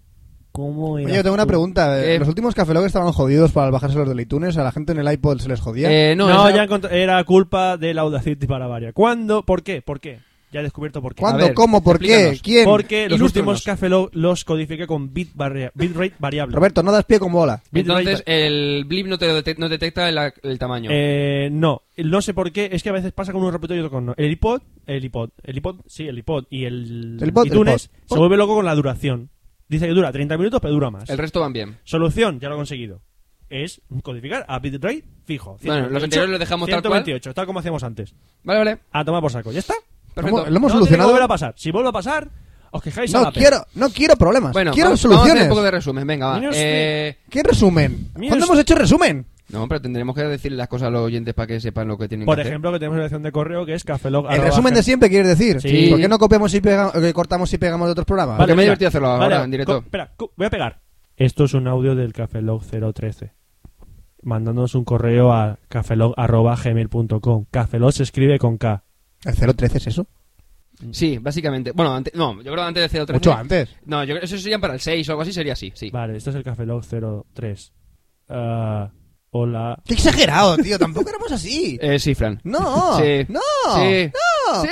Speaker 9: cómo
Speaker 6: Oye, yo tengo una pregunta. eh,
Speaker 1: Eh,
Speaker 6: los últimos Café Lock estaban jodidos para bajarse los del iTunes. A la gente en el iPod se les jodía.
Speaker 1: Eh,
Speaker 3: No,
Speaker 1: no, esa-
Speaker 3: ya encont- era culpa del Audacity para varias. ¿Cuándo? ¿Por qué? ¿Por qué? Ya he descubierto por qué.
Speaker 6: ¿Cuándo?
Speaker 1: a ver,
Speaker 6: ¿Cómo? ¿Por qué?
Speaker 1: explícanos.
Speaker 6: ¿Quién?
Speaker 3: Porque los
Speaker 1: Ilústranos.
Speaker 3: últimos cafelot los codifiqué con bit barria- bitrate variable.
Speaker 6: Roberto, no das pie con bola.
Speaker 1: Entonces, el blip no te dete- no detecta el, el tamaño.
Speaker 3: Eh, no, no sé por qué. Es que a veces pasa con un repertorio y otro con no. El iPod, el iPod, el iPod, sí, el iPod y el,
Speaker 6: El iPod,
Speaker 3: iTunes
Speaker 6: el iPod.
Speaker 3: se vuelve loco con la duración. Dice que dura 30 minutos, pero dura más.
Speaker 1: el resto van bien.
Speaker 3: Solución, ya lo he conseguido. es codificar a bitrate fijo.
Speaker 1: Bueno, los
Speaker 3: 128,
Speaker 1: anteriores los dejamos tal cual.
Speaker 3: 128, tal como hacíamos antes.
Speaker 1: Vale, vale.
Speaker 3: A tomar por saco, ¿ya está?
Speaker 1: Perfecto.
Speaker 6: Lo
Speaker 3: no
Speaker 6: hemos-
Speaker 3: tiene que
Speaker 6: solucionado?
Speaker 3: volver a pasar. Si vuelve a pasar, os quejáis a
Speaker 6: No
Speaker 3: la pena.
Speaker 6: quiero, no quiero problemas.
Speaker 1: Bueno,
Speaker 6: quiero
Speaker 1: vamos, vamos a hacer
Speaker 6: soluciones.
Speaker 1: un poco de resumen. Venga, va.
Speaker 3: Minus
Speaker 1: Eh,
Speaker 6: ¿Qué resumen?
Speaker 3: Mira,
Speaker 6: ¿Cuándo
Speaker 3: es-
Speaker 6: hemos hecho resumen?
Speaker 1: no, pero tendremos que decir las cosas a los oyentes para que sepan lo que tienen
Speaker 3: Por
Speaker 1: que hacer.
Speaker 3: ejemplo, que tenemos una dirección de correo que es cafelog.
Speaker 6: El resumen de siempre, quieres decir.
Speaker 3: Sí.
Speaker 6: ¿Por qué no copiamos y pegamos, eh, cortamos y pegamos de otros programas?
Speaker 1: Vale. Porque me he divertido hacerlo ahora, en directo.
Speaker 3: Espera, co- voy a pegar. Esto es un audio del cafelog 013. Mandándonos un correo a cafelog.gmail.com. Cafelog se escribe con K.
Speaker 6: ¿El 013 es eso?
Speaker 1: Sí, básicamente. Bueno, antes, no, yo creo que antes de 013.
Speaker 6: Mucho antes.
Speaker 1: No, yo creo eso sería para el 6 o algo así, sería así, sí.
Speaker 3: Vale, esto es el cafelog 03. Ah, hola.
Speaker 6: Qué exagerado, tío. Tampoco éramos así.
Speaker 1: Eh, sí, Fran.
Speaker 6: No.
Speaker 1: Sí.
Speaker 6: No.
Speaker 1: Sí.
Speaker 6: No.
Speaker 1: ¡Sí!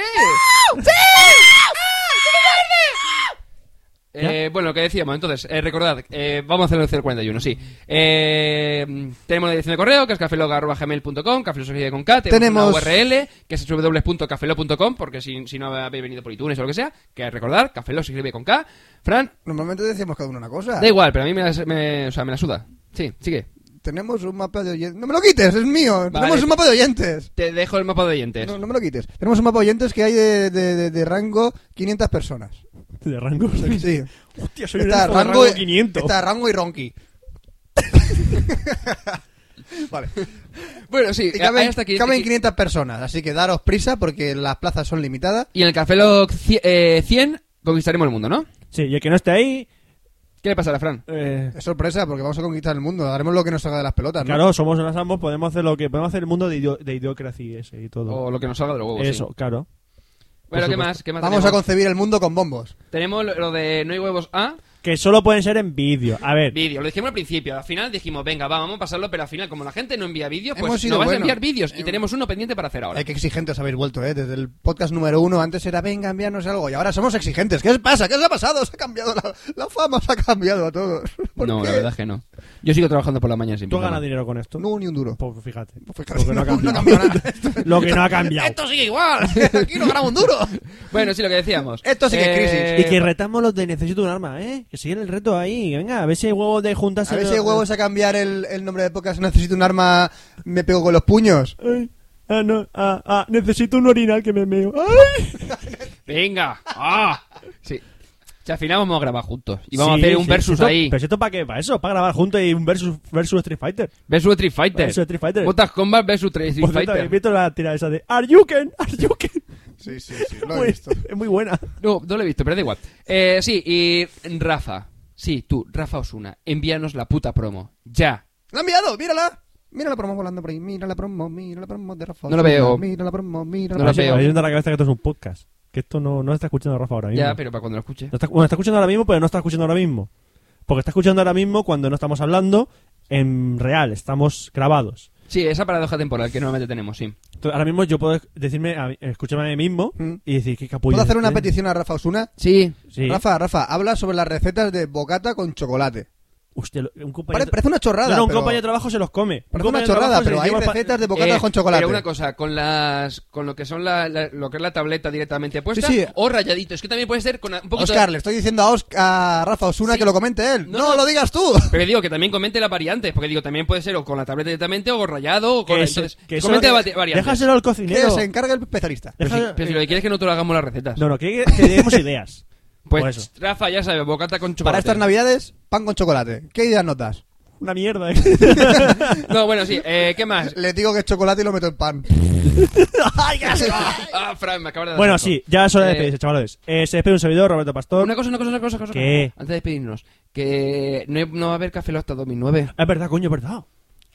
Speaker 1: Eh, bueno, lo que decíamos, entonces, eh, recordad, eh, vamos a hacerlo en el 041, sí. Eh, tenemos la dirección de correo, que es cafelog.gmail.com, cafelog con K,
Speaker 6: Tenemos-
Speaker 1: tenemos, una URL, que es www.cafelog.com, porque si, si no habéis venido por iTunes o lo que sea, que recordar, cafelog se escribe con K. Fran,
Speaker 6: Normalmente decíamos cada uno una cosa.
Speaker 1: da igual, pero a mí me, la- me- o sea, me la suda. Sí, sigue.
Speaker 6: Tenemos un mapa de oyentes. No me lo quites, es mío.
Speaker 1: Vale.
Speaker 6: Tenemos un mapa de oyentes.
Speaker 1: Te dejo el mapa de oyentes.
Speaker 6: No, no me lo quites. Tenemos un mapa de oyentes que hay de, de- de- de rango 500 personas.
Speaker 3: De rango.
Speaker 6: Sí.
Speaker 3: Hostia, soy
Speaker 6: Está
Speaker 3: un elfo de
Speaker 6: rango,
Speaker 3: rango 500.
Speaker 6: Está rango y ronqui. vale.
Speaker 3: Eh,
Speaker 1: Bueno, sí,
Speaker 6: Y
Speaker 1: eh, ahí
Speaker 6: caben,
Speaker 1: hasta aquí.
Speaker 6: caben
Speaker 1: Y-
Speaker 6: 500 personas, así que daros prisa porque las plazas son limitadas.
Speaker 1: Y en el cafelog cie- eh, 100 conquistaremos el mundo, ¿no?
Speaker 3: Sí, y el que no esté ahí.
Speaker 1: ¿Qué le pasará, Fran?
Speaker 3: eh,
Speaker 6: Es sorpresa porque vamos a conquistar el mundo. Haremos lo que nos salga de las pelotas, ¿no?
Speaker 3: Claro, somos unas ambos, podemos hacer lo que podemos hacer el mundo de, idio- de idiocracy ese y todo.
Speaker 1: O lo que nos salga de los huevos. Oh, sí.
Speaker 3: Eso, claro.
Speaker 1: Bueno,
Speaker 3: por
Speaker 1: ¿qué
Speaker 3: supuesto.
Speaker 1: más? ¿Qué más
Speaker 6: Vamos a
Speaker 1: tenemos?
Speaker 6: concebir el mundo con bombos.
Speaker 1: Tenemos lo- lo de no hay huevos A,
Speaker 3: Que solo pueden ser en vídeo. A ver,
Speaker 1: vídeo. Lo dijimos al principio. Al final dijimos, venga, va, vamos a pasarlo, pero al final, como la gente no envía vídeos,
Speaker 6: Hemos
Speaker 1: pues
Speaker 6: sido
Speaker 1: no vais a
Speaker 6: buenos. Em,
Speaker 1: enviar vídeos. Y
Speaker 6: Hemos-
Speaker 1: tenemos uno pendiente para hacer ahora.
Speaker 6: Ay, Eh, qué exigentes habéis vuelto, ¿eh? Desde el podcast número uno antes era, venga, envíanos algo. Y ahora somos exigentes. ¿Qué os pasa? ¿Qué os ha pasado? Os ha cambiado la, la fama, os ha cambiado a todos. ¿Por
Speaker 1: No,
Speaker 6: qué?
Speaker 1: la verdad es que no. Yo sigo trabajando por la mañana sin
Speaker 3: ¿tú has
Speaker 1: programa.
Speaker 3: ganado dinero con esto?
Speaker 6: No, ni un duro.
Speaker 3: Pues fíjate.
Speaker 6: Pues claro,
Speaker 3: Lo que no ha
Speaker 6: no, no ha
Speaker 3: cambiado.
Speaker 6: cambiado nada.
Speaker 3: Lo que no ha cambiado.
Speaker 6: Esto sigue igual. Aquí no grabo un duro.
Speaker 1: Bueno, sí, lo que decíamos. Eh,
Speaker 6: Esto sí que es
Speaker 3: Y que retamos los de necesito un arma, ¿eh? Que siguen el reto ahí. Venga, a ver si hay huevos de juntarse.
Speaker 6: A ver si hay huevos a cambiar el, el nombre de podcast. Necesito un arma, me pego con los puños.
Speaker 3: Ay, ah, no, ah, ah, necesito un orinal que me meo. ¡Ay!
Speaker 1: Venga. ¡Ah! Sí. Si al final vamos a grabar juntos. Y vamos
Speaker 3: Sí,
Speaker 1: a hacer un
Speaker 3: sí,
Speaker 1: versus
Speaker 3: esto-
Speaker 1: ahí.
Speaker 3: ¿Pero esto para qué? ¿Para eso? ¿Para grabar juntos y un versus, versus Street Fighter?
Speaker 1: Versus Street Fighter.
Speaker 3: Versus Street Fighter.
Speaker 1: Botas Combat versus Street
Speaker 3: Por cierto,
Speaker 1: Fighter.
Speaker 3: habéis visto la tira esa de Are you can? Are you can?
Speaker 6: Sí, sí, sí.
Speaker 3: Muy- es muy buena.
Speaker 1: No, no lo he visto, pero da igual. Eh, sí, y Rafa. Sí, tú, Rafa Osuna. Envíanos la puta promo. Ya.
Speaker 6: ¡La ha enviado! ¡Mírala! Mira la promo volando por ahí. Mira la promo, mira la promo de Rafa.
Speaker 1: No la
Speaker 6: Osuna,
Speaker 1: veo.
Speaker 6: Mira la promo, mira
Speaker 1: No
Speaker 6: la
Speaker 1: la
Speaker 6: promo.
Speaker 1: veo.
Speaker 3: Habéis visto en la cabeza que esto es un podcast. Que esto no, no está escuchando Rafa ahora mismo.
Speaker 1: Ya, pero para cuando lo escuche.
Speaker 3: No está, bueno, está escuchando ahora mismo, pero no está escuchando ahora mismo. Porque está escuchando ahora mismo cuando no estamos hablando en real, estamos grabados.
Speaker 1: Sí, esa paradoja temporal que normalmente tenemos, sí.
Speaker 3: Entonces, ahora mismo yo puedo decirme, a, mí- escucharme a mí mismo
Speaker 6: Mm.
Speaker 3: y decir qué capullo.
Speaker 6: ¿Puedo hacer una
Speaker 3: eh?
Speaker 6: petición a Rafa Osuna?
Speaker 1: Sí.
Speaker 3: Sí.
Speaker 6: Rafa, Rafa, habla sobre las recetas de bocata con chocolate.
Speaker 3: Hostia, lo- un compañero.
Speaker 6: Pare- parece una chorrada.
Speaker 3: No, no, un
Speaker 6: pero-
Speaker 3: compañero de trabajo se los come. Un
Speaker 6: Parece una
Speaker 3: compañero de
Speaker 6: chorrada,
Speaker 3: trabajo se
Speaker 6: pero
Speaker 3: los
Speaker 6: hay
Speaker 3: lleva pa- Eh,
Speaker 6: recetas de bocatas con chocolate.
Speaker 1: Pero una cosa, con las con lo que son la, la- lo que es la tableta directamente puesta
Speaker 6: Sí, sí.
Speaker 1: o rayadito. Es que también puede ser con un poquito...
Speaker 6: Oscar, le estoy diciendo a, Osc- a Rafa Osuna
Speaker 1: Sí.
Speaker 6: que lo comente él. No,
Speaker 1: No, no.
Speaker 6: lo digas tú.
Speaker 1: Pero digo que también comente las variantes, porque digo, también puede ser o con la tableta directamente o rayado o con...
Speaker 3: Que
Speaker 6: eh,
Speaker 3: eso-
Speaker 1: entonces,
Speaker 3: que eso-
Speaker 1: comente
Speaker 3: que-
Speaker 1: la vari- variantes.
Speaker 3: Déjaselo al
Speaker 6: Que
Speaker 3: cocinero.
Speaker 6: se encargue el especialista.
Speaker 1: Pero, si,
Speaker 3: Déjaselo-
Speaker 1: pero si lo que quieres es que nosotros hagamos las recetas.
Speaker 3: No, no, que, que demos ideas.
Speaker 1: pues
Speaker 3: por eso.
Speaker 1: Rafa, ya sabes, bocata con
Speaker 6: Para
Speaker 1: chocolate.
Speaker 6: estas navidades, pan con chocolate. ¿Qué ideas nos das?
Speaker 3: Una mierda, ¿eh?
Speaker 1: No, bueno, sí. Eh, ¿Qué más?
Speaker 6: Le digo que es chocolate y lo meto en pan.
Speaker 3: Ay, qué asco.
Speaker 1: Ah, Fran, me acabas de dar
Speaker 3: bueno,
Speaker 1: asco.
Speaker 3: sí, ya es hora de
Speaker 1: Eh,
Speaker 3: despedirse, chavales. Eh, se despide un servidor, Roberto Pastor.
Speaker 1: Una cosa, una cosa, una cosa, una cosa.
Speaker 3: ¿Qué?
Speaker 1: Antes de despedirnos, que no, no va a haber Café Lock hasta 2009.
Speaker 3: Ah, Es verdad, coño, es verdad.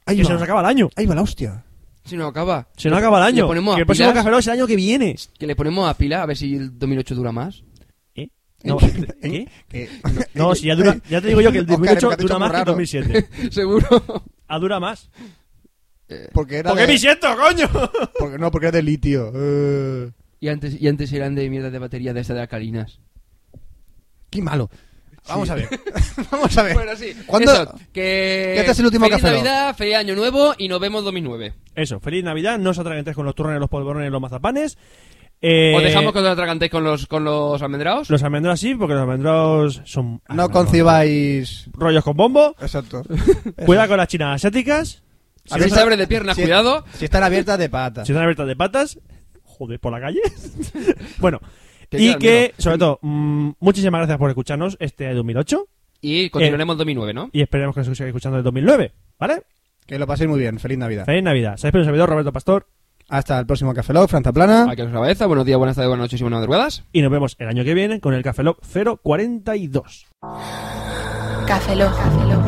Speaker 6: Ahí
Speaker 3: que
Speaker 6: va.
Speaker 3: se nos acaba el año.
Speaker 6: Ahí va la hostia.
Speaker 1: Si no acaba.
Speaker 3: Se nos acaba el
Speaker 1: Le
Speaker 3: año.
Speaker 1: ponemos a
Speaker 3: Que el próximo
Speaker 1: pilas.
Speaker 3: Café Lock es el año que viene.
Speaker 1: Que le ponemos a pila a ver si el 2008 dura más.
Speaker 3: ¿Eh? No, ¿qué?
Speaker 6: ¿Qué?
Speaker 3: No, si ya dura. Ya te digo yo que el
Speaker 6: Eh, Oscar,
Speaker 3: 2008
Speaker 6: me ha dicho
Speaker 3: dura
Speaker 6: muy
Speaker 3: más que el
Speaker 6: raro.
Speaker 3: 2007.
Speaker 1: Seguro.
Speaker 3: Ah, dura más.
Speaker 6: Porque era
Speaker 3: ¿Por qué
Speaker 6: de-
Speaker 3: me siento, coño?
Speaker 6: porque- no, porque era de litio. Eh,
Speaker 1: Y antes, y antes eran de mierda de batería de esta de alcalinas.
Speaker 6: Qué malo. Vamos a ver. Vamos a
Speaker 3: Eh,
Speaker 6: ver.
Speaker 1: Bueno, sí.
Speaker 6: ¿Cuándo-
Speaker 1: Eso, que...
Speaker 6: que este es el último
Speaker 1: feliz
Speaker 6: Café Lock.
Speaker 1: Navidad, feliz Año Nuevo y nos vemos 2009.
Speaker 3: Eso, feliz Navidad. No os atragantéis con los turrones, los polvorones, los mazapanes. Eh,
Speaker 1: ¿Os dejamos que os lo atragantéis con los, con los almendraos?
Speaker 3: Los almendros sí, porque los almendros son
Speaker 6: No concibáis.
Speaker 3: rollos con bombo.
Speaker 6: Exacto.
Speaker 3: Cuidado con las chinas asiáticas.
Speaker 1: Si no se abre de piernas,
Speaker 6: si-
Speaker 1: cuidado.
Speaker 6: Si están abiertas de patas.
Speaker 3: Si están abiertas de patas, joder, por la calle. bueno,
Speaker 1: Te
Speaker 3: y
Speaker 1: quedan
Speaker 3: que, sobre todo, mm, muchísimas gracias por escucharnos este 2008
Speaker 1: Y continuaremos en 2009, ¿no?
Speaker 3: y esperemos que nos sigáis escuchando el 2009, ¿vale?
Speaker 6: Que lo paséis muy bien. Feliz Navidad.
Speaker 3: Feliz Navidad. Sabéis, pero servidor Roberto Pastor
Speaker 6: Hasta el próximo Café Lock, Franza Plana.
Speaker 1: Aquí os cabeza. Buenos días, buenas tardes, buenas noches y buenas madrugadas.
Speaker 3: y nos vemos el año que viene con el Café Lock 042.
Speaker 5: Café Lock. Café Lock.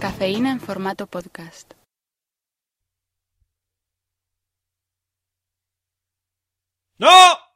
Speaker 5: Cafeína en formato podcast.
Speaker 3: ¡No!